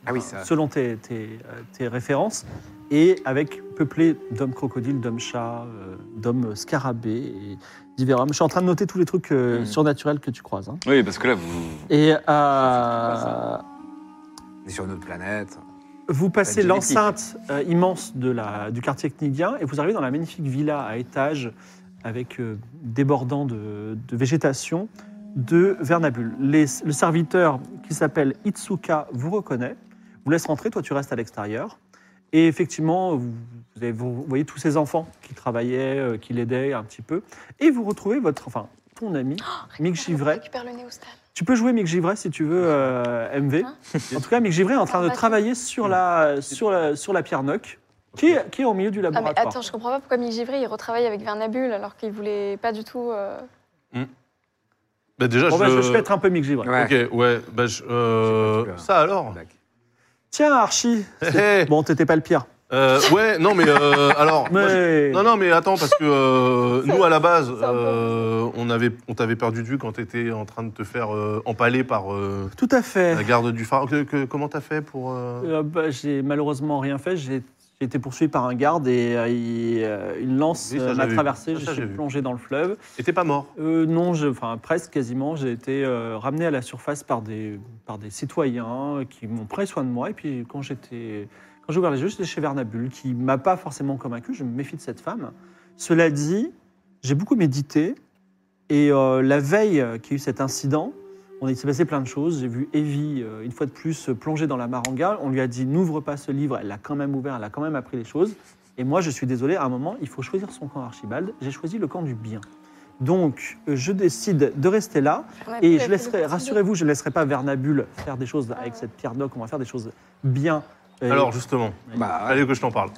Speaker 4: Ah oui, ça.
Speaker 2: selon tes, tes, euh, tes références, et avec peuplée d'hommes crocodiles, d'hommes chats, euh, d'hommes scarabées et divers hommes. Je suis en train de noter tous les trucs euh,
Speaker 4: Mhm.
Speaker 2: surnaturels que tu croises. hein.
Speaker 5: Oui, parce que là, vous.
Speaker 2: Et
Speaker 4: pas
Speaker 2: euh,
Speaker 4: On est sur une autre planète.
Speaker 2: vous passez
Speaker 4: Avec génétique.
Speaker 2: l'enceinte euh, immense de la, du quartier Knigien et vous arrivez dans la magnifique villa à étage avec euh, débordant de, de végétation de Vernabule. Les- le serviteur qui s'appelle Itsuka vous reconnaît, vous laisse rentrer, toi tu restes à l'extérieur. Et effectivement, vous, vous avez- vous voyez tous ces enfants qui travaillaient, euh, qui l'aidaient un petit peu. Et vous retrouvez votre, enfin, ton ami, Mick Givray,
Speaker 6: Récupère le nez au stade.
Speaker 2: tu peux jouer Mick Givray si tu veux, euh, MV.
Speaker 6: Hein
Speaker 2: en tout cas, Mick Givray est en train de travailler sur la, sur la, sur la pierre Noc, qui est, qui est au milieu du
Speaker 6: Ah, mais
Speaker 2: laboratoire.
Speaker 6: attends, je comprends pas pourquoi Mick Givré il retravaille avec Vernabule alors qu'il voulait pas du tout. euh,
Speaker 3: Bah déjà,
Speaker 2: Bon,
Speaker 3: je...
Speaker 2: bah, je, je vais être un peu Mick Givray.
Speaker 4: Ouais.
Speaker 3: Ok, ouais, bah je...
Speaker 4: J'ai
Speaker 3: euh,
Speaker 4: pas cru, hein.
Speaker 3: Ça alors
Speaker 2: Tiens, Archie.
Speaker 3: Hey,
Speaker 2: Bon, t'étais pas le pire.
Speaker 3: euh, Ouais, non mais euh, alors... moi,
Speaker 2: Mais.
Speaker 3: je- Non, non, mais attends, parce que euh, nous, à la base,
Speaker 6: c'est un peu-
Speaker 3: euh, on avait- on t'avait perdu de vue quand t'étais en train de te faire euh, empaler par euh,
Speaker 2: Tout à fait.
Speaker 3: la garde du phare. Que- que- comment t'as fait pour... euh,
Speaker 2: Euh, bah, j'ai malheureusement rien fait. J'ai j'ai été poursuivi par un garde et euh, il, euh, une lance
Speaker 3: Oui, ça,
Speaker 2: euh,
Speaker 3: j'avais
Speaker 2: m'a
Speaker 3: vu.
Speaker 2: traversé.
Speaker 3: Ça,
Speaker 2: Je
Speaker 3: ça,
Speaker 2: suis
Speaker 3: j'ai vu.
Speaker 2: plongé dans le fleuve.
Speaker 3: Et t'es pas mort
Speaker 2: Euh, non, je- enfin presque quasiment. J'ai été euh, ramené à la surface par des, par des citoyens qui m'ont pris soin de moi. Et puis quand j'étais, quand j'ai ouvert les yeux, j'étais chez Vernabule, qui m'a pas forcément convaincu. Je me méfie de cette femme. Cela dit, j'ai beaucoup médité. Et euh, la veille euh, qu'il y a eu cet incident, on il s'est passé plein de choses. J'ai vu Evie, euh, une fois de plus, euh, plonger dans la maranga. On lui a dit n'ouvre pas ce livre. Elle l'a quand même ouvert, elle a quand même appris les choses. Et moi, je suis désolé, à un moment, il faut choisir son camp, Archibald. J'ai choisi le camp du bien. Donc, euh, je décide de rester là.
Speaker 6: on a pu
Speaker 2: Et
Speaker 6: appeler
Speaker 2: je
Speaker 6: le
Speaker 2: laisserai,
Speaker 6: petit
Speaker 2: rassurez-vous, je ne laisserai pas Vernabule faire des choses avec
Speaker 6: Ah.
Speaker 2: cette pierre d'oc. On va faire des choses bien. euh, Et-
Speaker 3: Alors justement,
Speaker 4: Bah,
Speaker 3: allez que je t'en parle.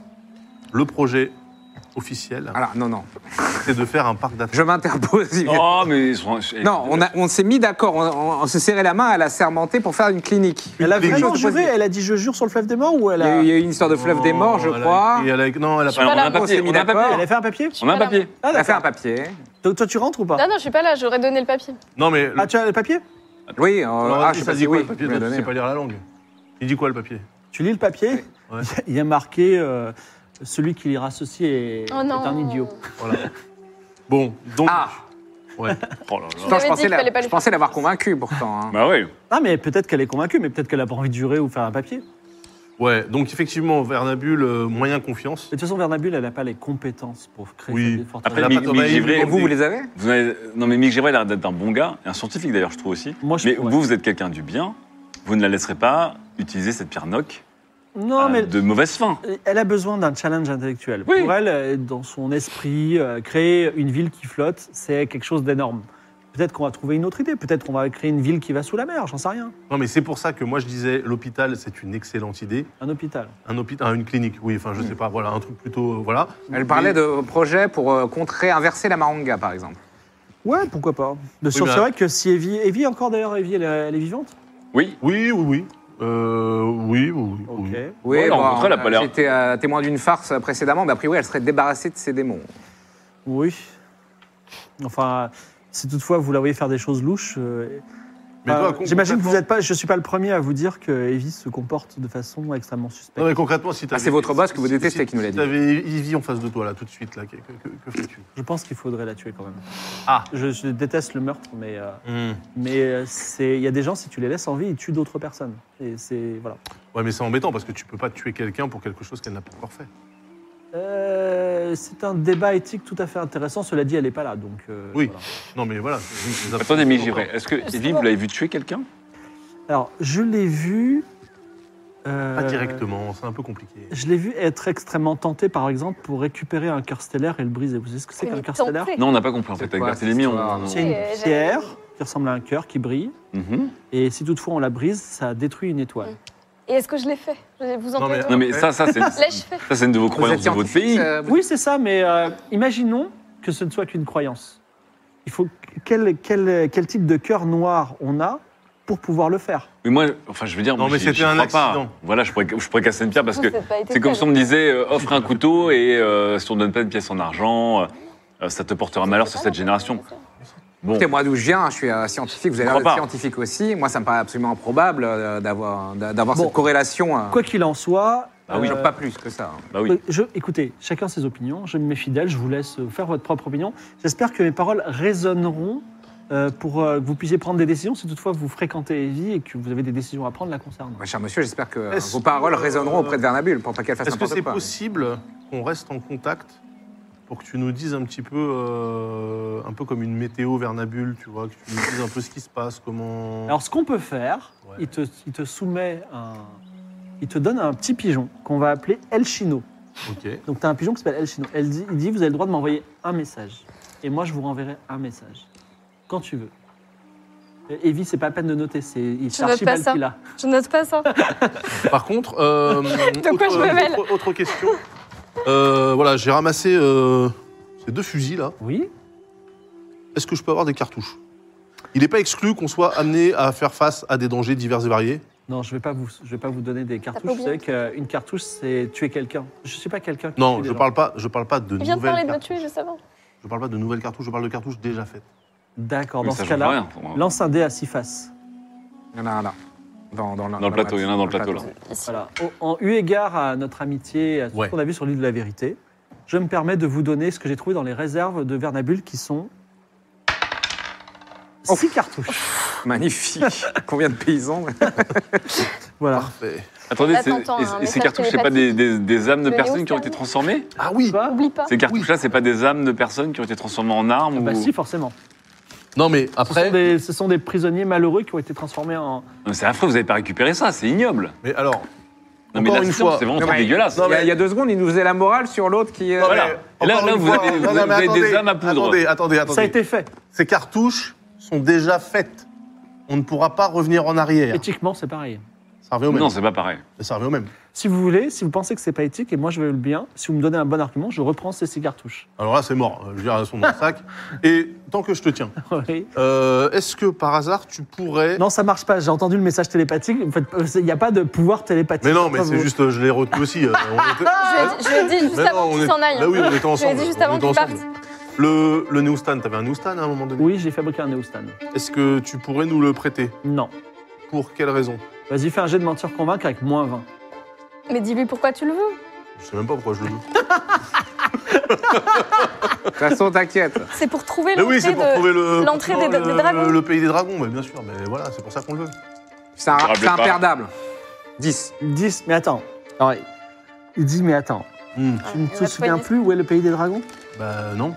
Speaker 3: Le projet officiel,
Speaker 4: Alors, non, non.
Speaker 3: c'est de faire un parc d'attractions.
Speaker 4: Je m'interpose. il-
Speaker 5: Oh, mais ils sont-
Speaker 4: Non, on, a- on s'est mis d'accord, on, on- on se serrait la main, elle a sermenté pour faire une clinique.
Speaker 2: elle a
Speaker 3: Une
Speaker 2: vraiment
Speaker 4: chose
Speaker 2: juré,
Speaker 4: positive.
Speaker 2: elle a dit je jure sur le fleuve des morts ou elle
Speaker 4: Il y
Speaker 2: a.
Speaker 4: a eu, il y a eu une histoire de fleuve des morts, je
Speaker 3: Elle a
Speaker 4: crois.
Speaker 3: écrit- elle a- non, euh, elle a
Speaker 5: Alors,
Speaker 3: pas.
Speaker 5: on a un
Speaker 6: Voilà,
Speaker 4: on s'est
Speaker 5: papier,
Speaker 4: mis
Speaker 5: on a un
Speaker 4: d'accord.
Speaker 2: Elle
Speaker 5: papier.
Speaker 2: a fait un papier
Speaker 5: On a un
Speaker 6: Voilà.
Speaker 5: papier.
Speaker 2: Ah,
Speaker 4: Elle a fait un
Speaker 2: d'accord.
Speaker 4: papier.
Speaker 2: Donc, toi, tu rentres ou pas
Speaker 6: Non, non, je suis pas là, j'aurais donné le papier.
Speaker 3: Non mais
Speaker 2: Ah, tu as le papier
Speaker 4: Oui, euh,
Speaker 3: alors,
Speaker 4: ah,
Speaker 3: vas-y,
Speaker 4: je sais
Speaker 3: ça
Speaker 4: pas
Speaker 3: dit
Speaker 4: si
Speaker 3: quoi
Speaker 4: oui.
Speaker 3: le papier
Speaker 4: je vais
Speaker 3: Toi, Tu
Speaker 4: donner.
Speaker 3: sais pas lire la langue. Il dit quoi le papier
Speaker 2: Tu lis le papier
Speaker 3: Ouais.
Speaker 2: Il y a marqué euh, celui qui l'ira associé est,
Speaker 6: Oh non.
Speaker 2: est un idiot.
Speaker 3: Voilà. Bon, donc.
Speaker 4: Ah,
Speaker 3: Ouais.
Speaker 5: Oh là là.
Speaker 6: m'avez
Speaker 4: Putain, je
Speaker 6: dit
Speaker 4: pensais
Speaker 6: qu'il
Speaker 4: la-
Speaker 6: fallait pas
Speaker 4: je
Speaker 6: le
Speaker 4: pensais l'avoir convaincu pourtant. hein.
Speaker 5: Bah ouais.
Speaker 2: Ah, mais peut-être qu'elle est convaincue, mais peut-être qu'elle a pas envie de jurer ou faire un papier. Mais
Speaker 3: Ouais, donc effectivement, Vernabule, euh, moyen confiance.
Speaker 2: de toute façon, Vernabule, elle n'a pas les compétences pour créer
Speaker 3: Oui.
Speaker 2: cette fortune.
Speaker 5: Après,
Speaker 3: Elle a
Speaker 5: Mick-
Speaker 3: pas de-
Speaker 5: Mick
Speaker 3: bah, il-
Speaker 5: Givray,
Speaker 4: Et vous, vous les avez
Speaker 5: Vous avez- Non, mais Mick Givray, il a l'air d'être un bon gars, un scientifique d'ailleurs, je trouve aussi.
Speaker 2: Moi, je
Speaker 5: mais
Speaker 2: ouais.
Speaker 5: vous, vous êtes quelqu'un du bien. Vous ne la laisserez pas utiliser cette pierre noc
Speaker 2: Non,
Speaker 5: euh,
Speaker 4: Ah,
Speaker 2: mais
Speaker 5: de mauvaise fin.
Speaker 2: elle a besoin d'un challenge intellectuel.
Speaker 5: Oui.
Speaker 2: Pour elle, euh, dans son esprit, euh, créer une ville qui flotte, c'est quelque chose d'énorme. Peut-être qu'on va trouver une autre idée. Peut-être qu'on va créer une ville qui va sous la mer, j'en sais rien.
Speaker 3: Non, mais c'est pour ça que moi je disais l'hôpital, c'est une excellente idée.
Speaker 2: Un hôpital.
Speaker 3: Un hôpital, ah, une clinique, oui, enfin je sais pas, voilà, un truc plutôt. euh, voilà.
Speaker 4: Mm. Elle parlait de projets pour euh, contrer, inverser la maranga par exemple.
Speaker 2: Ouais, pourquoi pas. De sûr,
Speaker 3: mais-
Speaker 2: c'est vrai que si Evie, Evie encore d'ailleurs, Evie, elle, elle est vivante.
Speaker 5: Oui.
Speaker 3: Oui, oui, oui. Euh, oui, oui, oui.
Speaker 2: Ok.
Speaker 4: Oui,
Speaker 5: Ouais, non, au contraire, elle a pas l'air-
Speaker 4: j'étais euh, témoin d'une farce euh, précédemment, mais a priori, elle serait débarrassée de ses démons.
Speaker 2: Oui. Enfin, si toutefois vous la voyez faire des choses louches, euh,
Speaker 3: Mais
Speaker 2: Euh,
Speaker 3: toi, con-
Speaker 2: J'imagine que vous
Speaker 3: concrètement-
Speaker 2: êtes pas, je suis pas le premier à vous dire que Evie se comporte de façon extrêmement
Speaker 3: Non
Speaker 2: suspecte.
Speaker 3: mais concrètement, si t'avais-
Speaker 4: Ah, c'est votre boss que vous
Speaker 3: si-
Speaker 4: détestez
Speaker 3: si-
Speaker 4: qui nous l'a
Speaker 3: si
Speaker 4: dit.
Speaker 3: T'avais Ivy en face de toi là, tout de suite là, que, que- que- que fais-tu
Speaker 2: Je pense qu'il faudrait la tuer quand même. Ah, je, je déteste le meurtre, mais euh,
Speaker 4: Mm.
Speaker 2: mais euh, c'est, il y a des gens si tu les laisses en vie, ils tuent d'autres personnes. Et c'est voilà.
Speaker 3: Ouais, mais c'est embêtant parce que tu peux pas tuer quelqu'un pour quelque chose qu'elle n'a pas encore fait.
Speaker 2: Euh, c'est un débat éthique tout à fait intéressant. Cela dit, elle n'est pas là, donc. euh,
Speaker 3: Oui.
Speaker 2: voilà.
Speaker 3: Non mais voilà. c'est- c'est-
Speaker 5: Attendez, mais j'y
Speaker 3: encore.
Speaker 5: vais. Est-ce que Evie, vous l'avez vu tuer quelqu'un
Speaker 2: Alors, je l'ai vue. euh,
Speaker 3: Pas directement, c'est un peu compliqué.
Speaker 2: Je l'ai vue être extrêmement tentée, par exemple, pour récupérer un cœur stellaire et le briser. Vous savez ce que c'est
Speaker 6: Il
Speaker 2: qu'un
Speaker 6: est
Speaker 2: cœur stellaire
Speaker 6: tenté.
Speaker 5: Non, on n'a pas compris en
Speaker 4: C'est
Speaker 5: fait. Avec
Speaker 4: quoi,
Speaker 5: Barthélemy,
Speaker 4: cette
Speaker 5: on.
Speaker 4: histoire
Speaker 5: on-
Speaker 2: C'est une
Speaker 6: Oui, j'avais
Speaker 2: pierre
Speaker 6: vu.
Speaker 2: qui ressemble à un cœur qui brille.
Speaker 5: Mhm.
Speaker 2: Et si toutefois on la brise, ça détruit une étoile.
Speaker 6: Et est-ce que je l'ai fait Je vous en
Speaker 3: Non, mais-
Speaker 6: prie.
Speaker 5: Non, mais ça, ça, c'est une,
Speaker 6: Là, je fais.
Speaker 5: ça, c'est une de vos croyances de votre pays.
Speaker 2: Oui, c'est ça, mais euh, imaginons que ce ne soit qu'une croyance. Il faut quel, quel, quel type de cœur noir on a pour pouvoir le faire.
Speaker 5: Mais moi, enfin, je veux dire,
Speaker 3: Non,
Speaker 5: moi,
Speaker 3: mais
Speaker 5: j'y-
Speaker 3: c'était
Speaker 5: j'y
Speaker 3: un
Speaker 5: crois pas.
Speaker 3: accident.
Speaker 5: Voilà, je pourrais, je pourrais casser une pierre parce
Speaker 6: Vous,
Speaker 5: que
Speaker 6: vous n'êtes pas été
Speaker 5: c'est comme
Speaker 6: tel.
Speaker 5: si on me disait euh, offre un couteau et euh, si on ne donne pas une pièce en argent, euh, ça te portera malheur sur cette génération. Bon,
Speaker 4: Écoutez, moi d'où je viens, je suis euh, scientifique, vous avez l'air
Speaker 5: Crois
Speaker 4: d'être
Speaker 5: pas.
Speaker 4: scientifique aussi. Moi, ça me paraît absolument improbable euh, d'avoir d'a- d'avoir
Speaker 2: Bon.
Speaker 4: cette corrélation. euh,
Speaker 2: Quoi qu'il en soit,
Speaker 5: Ah oui.
Speaker 2: euh,
Speaker 4: euh, pas plus que ça.
Speaker 5: bah oui.
Speaker 2: Je- écoutez, chacun ses opinions. Je me mets fidèle. Je vous laisse euh, faire votre propre opinion. J'espère que mes paroles résonneront euh, pour euh, que vous puissiez prendre des décisions si toutefois vous fréquentez Evie et que vous avez des décisions à prendre la concernant.
Speaker 4: Ouais, cher monsieur, j'espère que euh,
Speaker 3: Est-ce
Speaker 4: vos paroles
Speaker 3: que, euh,
Speaker 4: résonneront auprès de Vernabule pour pas qu'elle fasse
Speaker 3: Est-ce que
Speaker 4: n'importe
Speaker 3: c'est
Speaker 4: quoi.
Speaker 3: possible qu'on reste en contact pour que tu nous dises un petit peu, euh, un peu comme une météo vernabule, tu vois, que tu nous dises un peu ce qui se passe, comment.
Speaker 2: Alors, ce qu'on peut faire,
Speaker 3: Ouais.
Speaker 2: il, te, il te soumet un. Il te donne un petit pigeon qu'on va appeler El Chino.
Speaker 3: Ok.
Speaker 2: Donc, tu as un pigeon qui s'appelle El Chino. Elle dit, il dit Vous avez le droit de m'envoyer un message. Et moi, je vous renverrai un message. Quand tu veux. Euh, Evie, c'est pas la peine de noter. C'est
Speaker 6: Je note pas
Speaker 2: Archibald
Speaker 6: ça.
Speaker 2: qui l'a.
Speaker 6: Je note pas ça.
Speaker 3: Par contre, euh,
Speaker 6: quoi
Speaker 3: autre,
Speaker 6: je me mêle
Speaker 3: autre- autre question. Euh, voilà, j'ai ramassé euh, ces deux fusils là.
Speaker 2: Oui
Speaker 3: Est-ce que je peux avoir des cartouches Il n'est pas exclu qu'on soit amené à faire face à des dangers divers et variés.
Speaker 2: Non, je vais pas vous, je vais pas vous donner des
Speaker 6: pas
Speaker 2: cartouches. Vous
Speaker 6: oublié
Speaker 2: savez qu'une cartouche, c'est tuer quelqu'un. Je suis pas quelqu'un. qui
Speaker 3: Non,
Speaker 2: tue
Speaker 3: je
Speaker 2: les gens.
Speaker 3: parle pas, je parle pas de
Speaker 6: Il vient de parler
Speaker 3: nouvelles.
Speaker 6: de me
Speaker 3: cartouches.
Speaker 6: tuer juste avant.
Speaker 3: Je parle pas de nouvelles cartouches. Je parle de cartouches déjà faites.
Speaker 2: D'accord.
Speaker 5: Mais
Speaker 2: Dans
Speaker 5: ça
Speaker 2: ce
Speaker 5: change
Speaker 2: cas-là,
Speaker 5: rien. Dans
Speaker 2: lance un dé à six faces.
Speaker 4: Il y en a un là. Dans, dans,
Speaker 5: le plateau, il y en a un dans le plateau là.
Speaker 6: Ici.
Speaker 2: Voilà. En, en eu égard à notre amitié, à tout
Speaker 3: Ouais.
Speaker 2: ce qu'on a vu sur l'île de la vérité, je me permets de vous donner ce que j'ai trouvé dans les réserves de Vernabule, qui sont
Speaker 4: Oh.
Speaker 2: six cartouches.
Speaker 4: Magnifique. Combien de paysans Ah.
Speaker 2: Voilà.
Speaker 3: Parfait.
Speaker 5: Attendez,
Speaker 6: Là,
Speaker 5: c'est-
Speaker 6: t'entends
Speaker 5: et-
Speaker 6: un
Speaker 5: et ces
Speaker 6: message
Speaker 5: cartouches, c'est pas des,
Speaker 6: télépathique.
Speaker 5: des- des âmes de
Speaker 6: Le
Speaker 5: personnes qui ont
Speaker 6: néo-spermie.
Speaker 5: été transformées
Speaker 3: Ah oui.
Speaker 2: Pas
Speaker 6: Oublie pas.
Speaker 5: Ces cartouches là, c'est pas des âmes de personnes qui ont été transformées en armes
Speaker 2: Bah
Speaker 5: ou...
Speaker 2: si, forcément.
Speaker 3: Non mais
Speaker 2: Ce sont,
Speaker 3: après.
Speaker 2: des, ce sont des prisonniers malheureux qui ont été transformés en.
Speaker 5: Non, C'est affreux, vous avez pas récupéré ça, c'est ignoble.
Speaker 3: Mais alors.
Speaker 5: Non, mais
Speaker 3: Encore
Speaker 5: là,
Speaker 3: une
Speaker 5: c'est sûr,
Speaker 3: fois.
Speaker 5: c'est vraiment
Speaker 4: Non,
Speaker 5: trop
Speaker 4: mais-
Speaker 5: dégueulasse.
Speaker 4: il, y a, il y a deux secondes, il nous faisait la morale sur l'autre qui. euh,
Speaker 3: Non, mais
Speaker 5: Voilà. Et là-
Speaker 3: encore
Speaker 5: là,
Speaker 3: une
Speaker 5: vous
Speaker 3: fois,
Speaker 5: avez-
Speaker 3: non,
Speaker 5: vous
Speaker 3: non, mais
Speaker 5: avez des
Speaker 3: attendez,
Speaker 5: âmes à poudre.
Speaker 3: Attendez, attendez, attendez.
Speaker 2: Ça a été fait.
Speaker 3: Ces cartouches sont déjà faites. On ne pourra pas revenir en arrière.
Speaker 2: Éthiquement, c'est pareil.
Speaker 3: Ça revient au même.
Speaker 5: Non, c'est pas pareil.
Speaker 3: Ça revient au même.
Speaker 2: Si vous voulez, si vous pensez que c'est pas éthique, et moi je veux le bien, si vous me donnez un bon argument, je reprends ces six cartouches.
Speaker 3: Alors là, c'est mort. Je veux dire, elles sont dans le sac. Et tant que je te tiens,
Speaker 2: Oui.
Speaker 3: euh, est-ce que par hasard tu pourrais.
Speaker 2: Non, ça marche pas. J'ai entendu le message télépathique. En fait, euh, c'est- il n'y a pas de pouvoir télépathique.
Speaker 3: Mais non, mais
Speaker 2: Enfin,
Speaker 3: c'est
Speaker 2: vous-
Speaker 3: juste, euh, je l'ai retenu aussi. euh, on était-
Speaker 6: Je lui ai dit- je lui ai dit juste
Speaker 3: Mais
Speaker 6: avant
Speaker 3: non, on
Speaker 6: qu'il
Speaker 3: est-
Speaker 6: s'en aille. hein.
Speaker 3: Bah oui, on était
Speaker 6: Je lui ai
Speaker 3: ensemble.
Speaker 6: dit juste
Speaker 3: on
Speaker 6: avant
Speaker 3: était
Speaker 6: qu'il parte.
Speaker 3: ensemble. Le, le Neustan, t'avais un Neustan à un moment donné
Speaker 2: Oui, j'ai fabriqué un néostan.
Speaker 3: Est-ce que tu pourrais nous le prêter
Speaker 2: Non.
Speaker 3: Pour quelle raison
Speaker 2: Vas-y, fais un jet de mentir convaincre avec moins 20.
Speaker 6: Mais dis-lui pourquoi tu le veux.
Speaker 3: Je sais même pas pourquoi je le veux.
Speaker 4: De toute façon, t'inquiète.
Speaker 6: C'est pour trouver
Speaker 3: Mais oui, c'est
Speaker 6: l'entrée
Speaker 3: pour
Speaker 6: de-
Speaker 3: trouver le.
Speaker 6: l'entrée
Speaker 3: pour trouver
Speaker 6: des- des
Speaker 3: le-
Speaker 6: dragons.
Speaker 3: Le pays des dragons, mais bien sûr, mais voilà, c'est pour ça qu'on le veut.
Speaker 4: C'est un-
Speaker 5: Je
Speaker 4: c'est
Speaker 5: me rappelais pas.
Speaker 4: imperdable. 10.
Speaker 2: 10, mais attends. Alors, il dit, mais attends,
Speaker 3: Hmm.
Speaker 2: tu ne
Speaker 6: on
Speaker 2: te
Speaker 6: Ah, va
Speaker 2: souviens
Speaker 6: soigner.
Speaker 2: plus où est le pays des dragons
Speaker 3: Bah non,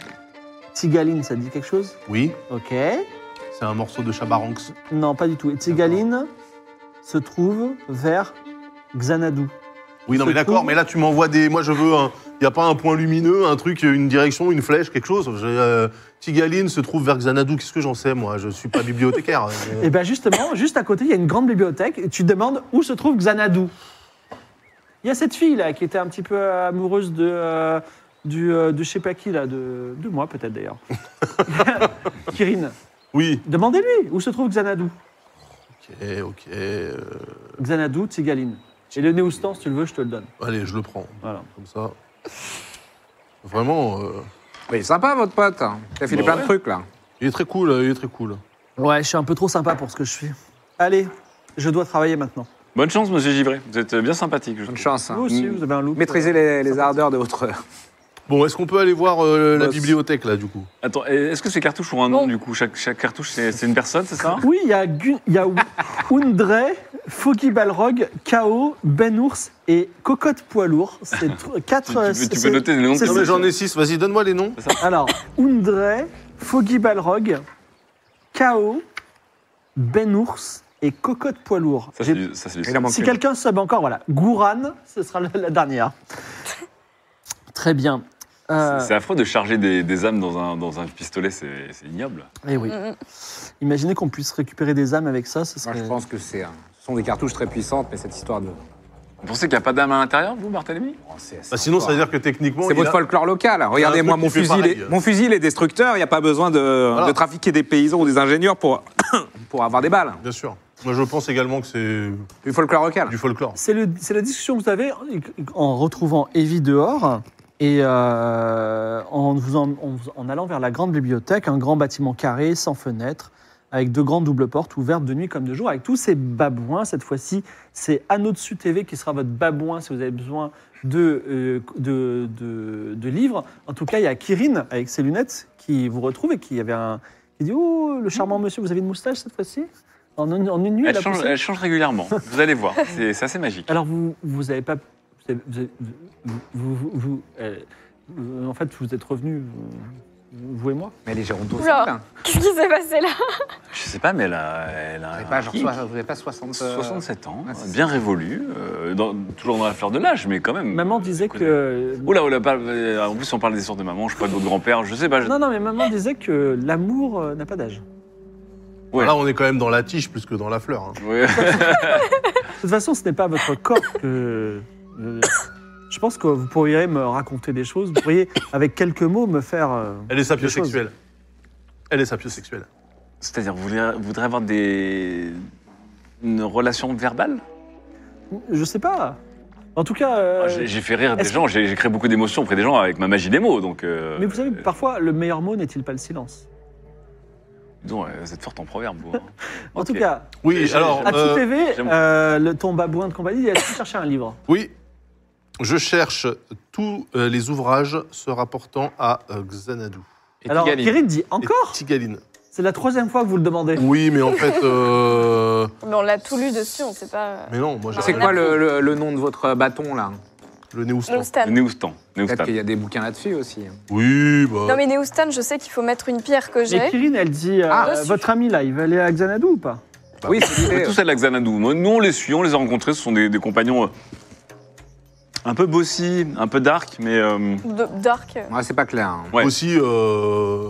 Speaker 2: Tigaline, ça te dit quelque chose
Speaker 3: oui,
Speaker 2: Ok.
Speaker 3: c'est un morceau de Chabaranx.
Speaker 2: Non, pas du tout. Et Tigaline se trouve vers Xanadu.
Speaker 3: Oui, non, mais
Speaker 2: Ce
Speaker 3: d'accord,
Speaker 2: coup-
Speaker 3: mais là tu m'envoies des. Moi je veux un. Il n'y a pas un point lumineux, un truc, une direction, une flèche, quelque chose. J'ai, euh, Tigaline se trouve vers Xanadu, qu'est-ce que j'en sais moi Je suis pas bibliothécaire. Euh,
Speaker 2: Et bien Eh ben, justement, juste à côté, il y a une grande bibliothèque et tu demandes où se trouve Xanadu. Il y a cette fille là qui était un petit peu euh, amoureuse de. euh, du, euh, de je sais pas qui là, de, de moi peut-être d'ailleurs. Kirin,
Speaker 3: Oui.
Speaker 2: demandez-lui où se trouve Xanadu.
Speaker 3: Ok, ok. euh,
Speaker 2: Xanadu, Tigaline. Et le Néoustan, si tu le veux, je te le donne.
Speaker 3: Allez, je le prends.
Speaker 2: Voilà.
Speaker 3: Comme ça. euh, Vraiment, euh,
Speaker 4: Mais il est sympa, votre pote. Il a filé
Speaker 5: Bah
Speaker 4: plein
Speaker 5: ouais.
Speaker 4: de trucs là.
Speaker 3: il est très cool, euh, il est très cool.
Speaker 2: Ouais, je suis un peu trop sympa pour ce que je suis. Allez, je dois travailler maintenant.
Speaker 5: Bonne chance, monsieur Givré. Vous êtes bien sympathique. je
Speaker 4: Bonne
Speaker 5: trouve.
Speaker 4: chance.
Speaker 2: Vous aussi, vous avez un look.
Speaker 4: Maîtrisez les, les ardeurs de votre heure.
Speaker 3: Bon, est-ce qu'on peut aller voir euh, la
Speaker 4: Bah, c'est-
Speaker 3: bibliothèque, là, du coup
Speaker 5: Attends, et est-ce que ces cartouches ont un nom
Speaker 6: Bon.
Speaker 5: du coup chaque, chaque cartouche, c'est c'est une personne, c'est ça
Speaker 2: Oui, il y a, Gun- il y a Undre, Foggy Balrog, K.O., Ben Ours et Cocotte Poids Lourd. C'est tr-
Speaker 5: Tu,
Speaker 2: quatre.
Speaker 5: tu peux-
Speaker 2: euh,
Speaker 5: tu peux
Speaker 2: c'est-
Speaker 5: noter les noms.
Speaker 2: c'est-
Speaker 5: de
Speaker 3: Non,
Speaker 5: ces
Speaker 3: mais j'en
Speaker 5: personnes.
Speaker 3: ai six. Vas-y, donne-moi les noms.
Speaker 2: Alors, Undre, Foggy Balrog, K.O., Ben Ours et Cocotte Poids Lourd.
Speaker 5: Ça, c'est
Speaker 2: J'ai-
Speaker 5: du- ça, c'est du-
Speaker 4: Il en manque
Speaker 2: Si
Speaker 4: une.
Speaker 2: quelqu'un sub encore, voilà. Gouran, ce sera le- la dernière. Très bien. Euh,
Speaker 5: C'est c'est affreux de charger des, des âmes dans un, dans un pistolet, c'est c'est ignoble.
Speaker 2: eh oui.
Speaker 6: Mm, mm.
Speaker 2: Imaginez qu'on puisse récupérer des âmes avec ça, ce
Speaker 4: Moi,
Speaker 2: serait...
Speaker 4: je pense que c'est. un- Ce sont des cartouches très puissantes, mais cette histoire de.
Speaker 5: Vous pensez qu'il n'y a pas d'âme à l'intérieur, vous, Barthélemy
Speaker 4: Oh, c'est assez
Speaker 3: Bah, sinon, ça
Speaker 4: fort.
Speaker 3: veut dire que techniquement.
Speaker 4: C'est
Speaker 3: il
Speaker 4: votre
Speaker 3: a-
Speaker 4: folklore local.
Speaker 3: Il y a un
Speaker 4: Regardez-moi,
Speaker 3: truc
Speaker 4: mon,
Speaker 3: qui fait
Speaker 4: fusil,
Speaker 3: pareil.
Speaker 4: est- mon fusil il est destructeur. Il n'y a pas besoin de, de trafiquer des paysans ou des ingénieurs pour, pour avoir des balles.
Speaker 3: Bien sûr. Moi, je pense également que c'est
Speaker 4: Du folklore local.
Speaker 3: du folklore.
Speaker 2: C'est le- c'est la discussion que vous avez en retrouvant Evie dehors et euh, en, vous en, en vous- en allant vers la grande bibliothèque, un grand bâtiment carré, sans fenêtre, avec deux grandes doubles portes ouvertes de nuit comme de jour, avec tous ces babouins. Cette fois-ci, c'est Anneau dessus TV qui sera votre babouin si vous avez besoin de, euh, de, de- de livres. En tout cas, il y a Kirin avec ses lunettes qui vous retrouve et qui avait un. qui dit Oh, le charmant monsieur, vous avez une moustache cette fois-ci en, une- en une nuit, elle
Speaker 5: Mmh. elle
Speaker 2: a
Speaker 5: change,
Speaker 2: poussé.
Speaker 5: elle change régulièrement. Vous allez voir, c'est c'est assez magique.
Speaker 2: Alors vous vous avez pas vous avez- vous avez- vous, vous- vous- euh, euh, en fait vous êtes revenu vous et moi.
Speaker 4: Mais les Gérontos,
Speaker 6: Oula. Qu'est-ce qui s'est passé là
Speaker 5: Je sais pas, mais elle a, elle
Speaker 4: Vous
Speaker 5: a un
Speaker 4: n'avez pas, genre,
Speaker 5: kick.
Speaker 4: soi- vous avez pas 60. euh,
Speaker 5: 67 ans,
Speaker 4: ouais, c'est
Speaker 5: bien révolue, euh, dans- toujours dans la fleur de l'âge, mais quand même.
Speaker 2: Maman disait que
Speaker 5: Oula, oula, pas- euh, en plus on parle des sortes de maman, je sais pas de votre grand-père, je sais pas. je-
Speaker 2: non non mais maman disait que l'amour euh, n'a pas d'âge.
Speaker 5: Ouais.
Speaker 3: Là, on est quand même dans la tige plus que dans la fleur. hein.
Speaker 5: Ouais.
Speaker 2: De toute façon ce n'est pas votre corps que euh, je pense que vous pourriez me raconter des choses, vous pourriez avec quelques mots me faire euh,
Speaker 3: Elle est sapiosexuelle. Elle est sapiosexuelle.
Speaker 5: C'est-à-dire, vous voudrez, vous voudrez avoir des. une relation verbale
Speaker 2: je sais pas. En tout cas euh,
Speaker 5: Ah, J'ai j'ai fait rire des
Speaker 2: est-ce-
Speaker 5: gens, j'ai j'ai créé beaucoup d'émotions auprès des gens avec ma magie des mots, donc. euh,
Speaker 2: mais vous savez parfois le meilleur mot n'est-il pas le silence.
Speaker 5: dis donc, euh, vous êtes forte en proverbe, vous. hein.
Speaker 2: En
Speaker 5: Ok.
Speaker 2: tout cas,
Speaker 3: Oui,
Speaker 5: J'ai-
Speaker 3: alors.
Speaker 2: à tout
Speaker 3: euh,
Speaker 2: TV,
Speaker 5: j'aime-
Speaker 2: euh, le ton babouin de compagnie, il a cherché un livre.
Speaker 3: oui. Je cherche tous euh, les ouvrages se rapportant à euh, Xanadu.
Speaker 4: Et
Speaker 2: Alors,
Speaker 4: Tigali.
Speaker 2: Kirin dit
Speaker 3: Et
Speaker 2: encore
Speaker 3: Tigaline.
Speaker 2: C'est la troisième fois que vous le demandez.
Speaker 3: Oui, mais en fait. euh,
Speaker 6: Mais on l'a tout lu dessus, on sait pas. euh,
Speaker 3: Mais non, moi, j'ai
Speaker 4: C'est quoi le, le- le nom de votre bâton, là
Speaker 3: le néoustan.
Speaker 6: Néoustan.
Speaker 5: Néoustan.
Speaker 4: Peut-être
Speaker 5: Néoustan.
Speaker 4: qu'il y a des bouquins là-dessus aussi.
Speaker 3: Oui, bah.
Speaker 6: Non, mais Néoustan, je sais qu'il faut mettre une pierre que
Speaker 2: Mais
Speaker 6: j'ai.
Speaker 2: Kirin, elle dit euh,
Speaker 4: Ah,
Speaker 6: dessus.
Speaker 2: Votre ami là, il va aller à Xanadu ou pas
Speaker 3: Bah
Speaker 4: Oui, c'est
Speaker 5: On est
Speaker 4: l'idée.
Speaker 5: tous à la Xanadu. Moi, Nous, on les suit, on les a rencontrés. Ce sont des, des compagnons euh, un peu bossy, un peu dark, mais. euh,
Speaker 6: De- Dark.
Speaker 4: Ouais, c'est pas clair. hein.
Speaker 5: ouais.
Speaker 3: Aussi. euh,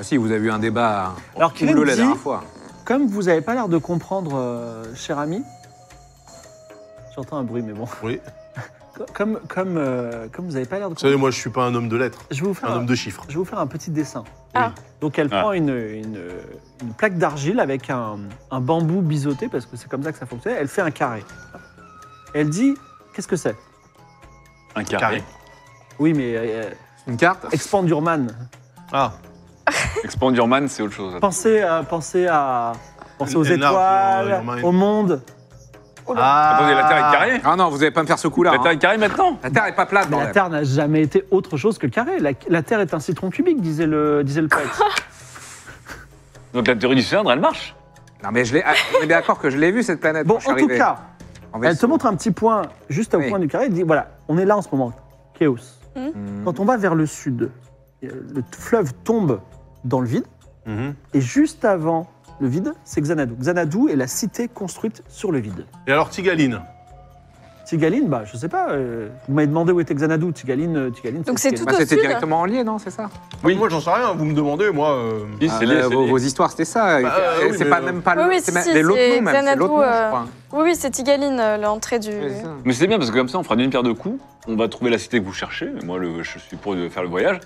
Speaker 4: Aussi, Ah, vous avez eu un débat
Speaker 3: Oh,
Speaker 2: Alors,
Speaker 4: qui
Speaker 2: Kirin
Speaker 4: bleu la
Speaker 2: dit
Speaker 4: dernière fois.
Speaker 2: Comme vous n'avez pas l'air de comprendre, euh, cher ami. J'entends un bruit, mais bon.
Speaker 3: Oui.
Speaker 2: Comme, comme, euh, comme vous n'avez pas l'air de
Speaker 3: Vous savez,
Speaker 2: comprendre.
Speaker 3: moi, je suis pas un homme de lettres,
Speaker 2: Je vais vous faire
Speaker 3: un
Speaker 2: un,
Speaker 3: homme de chiffres.
Speaker 2: je vais vous faire un petit dessin.
Speaker 6: Ah.
Speaker 2: Donc elle
Speaker 5: Ah.
Speaker 2: prend une, une- une plaque d'argile avec un, un bambou biseauté, parce que c'est comme ça que ça fonctionne. Elle fait un carré. Elle dit Qu'est-ce que c'est
Speaker 5: Un carré.
Speaker 2: Oui, mais euh,
Speaker 4: Une carte
Speaker 2: Expandurman.
Speaker 3: Ah,
Speaker 5: Expandurman, c'est autre chose.
Speaker 4: Ah.
Speaker 2: Pensez à, pensez à, pensez aux
Speaker 3: Elle- elle large, euh,
Speaker 2: étoiles,
Speaker 3: Iron Man.
Speaker 2: au monde.
Speaker 5: Attendez, la Terre est carrée
Speaker 4: Ah non, vous n'allez pas me faire ce coup-là.
Speaker 5: La Terre
Speaker 4: hein.
Speaker 5: est carrée maintenant
Speaker 4: La Terre est pas plate,
Speaker 2: Mais la
Speaker 4: bordel.
Speaker 2: Terre n'a jamais été autre chose que le carré. La, la Terre est un citron cubique, disait le, disait le poète.
Speaker 5: Donc la théorie du cylindre, elle marche.
Speaker 4: Non, mais je l'ai- ah, on est bien d'accord que je l'ai vu, cette planète.
Speaker 2: bon,
Speaker 4: quand je suis
Speaker 2: en tout
Speaker 4: arrivé.
Speaker 2: cas,
Speaker 4: En
Speaker 2: elle te
Speaker 4: vaisseau.
Speaker 2: montre un petit point juste au
Speaker 4: Oui.
Speaker 2: point du carré. Elle dit voilà, on est là en ce moment, chaos.
Speaker 4: Hmm.
Speaker 2: Quand on va vers le sud, euh, le t- fleuve tombe dans le vide,
Speaker 3: mhm.
Speaker 2: et juste avant le vide, c'est Xanadu. Xanadu est la cité construite sur le vide.
Speaker 3: Et alors, Tigaline
Speaker 2: Tigaline, bah, je sais pas, euh, vous m'avez demandé où était Xanadu. Tigaline, euh, Tigaline.
Speaker 6: Donc c'est
Speaker 2: Tigaline.
Speaker 4: Bah,
Speaker 6: Tout au
Speaker 4: c'était
Speaker 6: sud.
Speaker 4: directement en lien, non C'est ça
Speaker 3: Oui, moi, j'en sais rien, vous me demandez, moi. euh,
Speaker 5: Si,
Speaker 4: Ah,
Speaker 5: c'est lié,
Speaker 4: euh,
Speaker 5: c'est
Speaker 4: vos,
Speaker 5: lié.
Speaker 4: vos histoires, c'était ça.
Speaker 3: Bah,
Speaker 4: C'est-
Speaker 3: euh, oui,
Speaker 4: c'est
Speaker 3: mais,
Speaker 4: pas
Speaker 3: euh,
Speaker 4: même pas
Speaker 6: Oui,
Speaker 4: le.
Speaker 6: oui,
Speaker 4: c'est
Speaker 6: si,
Speaker 4: même-
Speaker 6: si,
Speaker 4: les l'autre
Speaker 6: c'est
Speaker 4: nom, même. C'est
Speaker 6: Xanadu,
Speaker 4: l'autre nom, je
Speaker 6: euh,
Speaker 4: crois.
Speaker 6: Oui, oui, c'est Tigaline, euh, l'entrée du.
Speaker 4: Oui, c'est ça.
Speaker 5: Mais c'est bien parce que comme ça, on fera d'une pierre deux coups. On va trouver la cité que vous cherchez. Moi, le- je suis pour euh, faire le voyage.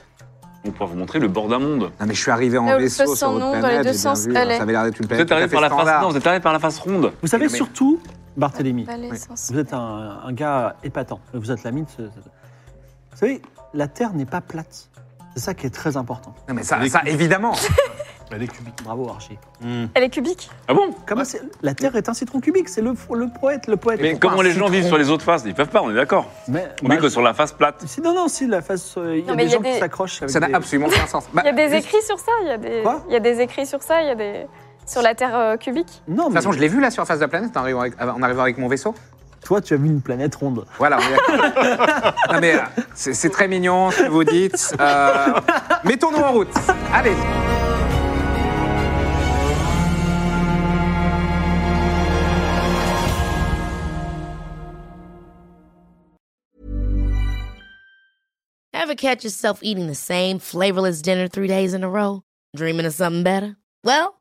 Speaker 5: On pourra vous montrer le bord d'un monde.
Speaker 4: Non, mais je suis arrivé en
Speaker 6: Euh,
Speaker 4: vaisseau
Speaker 6: le
Speaker 4: sur votre
Speaker 6: nom dans
Speaker 4: planète.
Speaker 6: les deux
Speaker 4: j'ai bien
Speaker 6: sens,
Speaker 4: vu, hein.
Speaker 6: elle est-
Speaker 4: Ça avait l'air d'être une
Speaker 5: Vous
Speaker 4: planète.
Speaker 5: êtes arrivé
Speaker 4: tout à
Speaker 5: par
Speaker 4: fait
Speaker 5: la face.
Speaker 4: standard.
Speaker 5: Non, vous êtes arrivé par la face ronde.
Speaker 2: Vous savez
Speaker 4: Mais-
Speaker 2: surtout, Barthélemy,
Speaker 6: Pas les
Speaker 4: Oui.
Speaker 6: sens.
Speaker 2: Vous êtes un, un gars épatant. Vous êtes la mine. c'est- c'est- Vous savez, la Terre n'est pas plate. C'est ça qui est très important.
Speaker 4: Non, mais ça, ça, évidemment.
Speaker 3: Elle est cubique.
Speaker 2: Bravo, Archie.
Speaker 3: Hmm.
Speaker 6: Elle est cubique
Speaker 5: Ah bon
Speaker 2: Comment c'est- La Terre est un citron cubique, c'est le, le poète, le poète.
Speaker 5: Mais
Speaker 2: Pourquoi
Speaker 5: comment
Speaker 2: un
Speaker 5: les gens
Speaker 2: citron
Speaker 5: vivent sur les autres faces Ils peuvent pas, on est d'accord.
Speaker 2: Mais-
Speaker 5: On
Speaker 2: bah,
Speaker 5: vit que sur la face plate.
Speaker 2: si, non, non, si, la face. euh, Il y
Speaker 6: Non,
Speaker 2: a
Speaker 6: mais
Speaker 2: des
Speaker 6: il y a
Speaker 2: gens
Speaker 6: des-
Speaker 2: qui s'accrochent avec
Speaker 4: Ça n'a
Speaker 2: des-
Speaker 4: absolument aucun sens. Bah,
Speaker 6: Il y a des
Speaker 4: juste-
Speaker 6: écrits sur ça, il y a des,
Speaker 2: Quoi
Speaker 6: il y a des écrits sur ça, il y a des... Sur la Terre euh, cubique
Speaker 2: Non,
Speaker 4: De
Speaker 2: mais
Speaker 4: toute façon, je l'ai vu la surface de la planète en arrivant avec, euh, en arrivant avec mon vaisseau.
Speaker 2: toi, tu as vu une planète ronde.
Speaker 4: Voilà. on est d'accord. non mais euh, c'est c'est très mignon ce que vous dites. Euh, Mettons-nous en route. Allez.
Speaker 8: Ever catch yourself eating the same flavorless dinner three days in a row? Dreaming of something better? Well,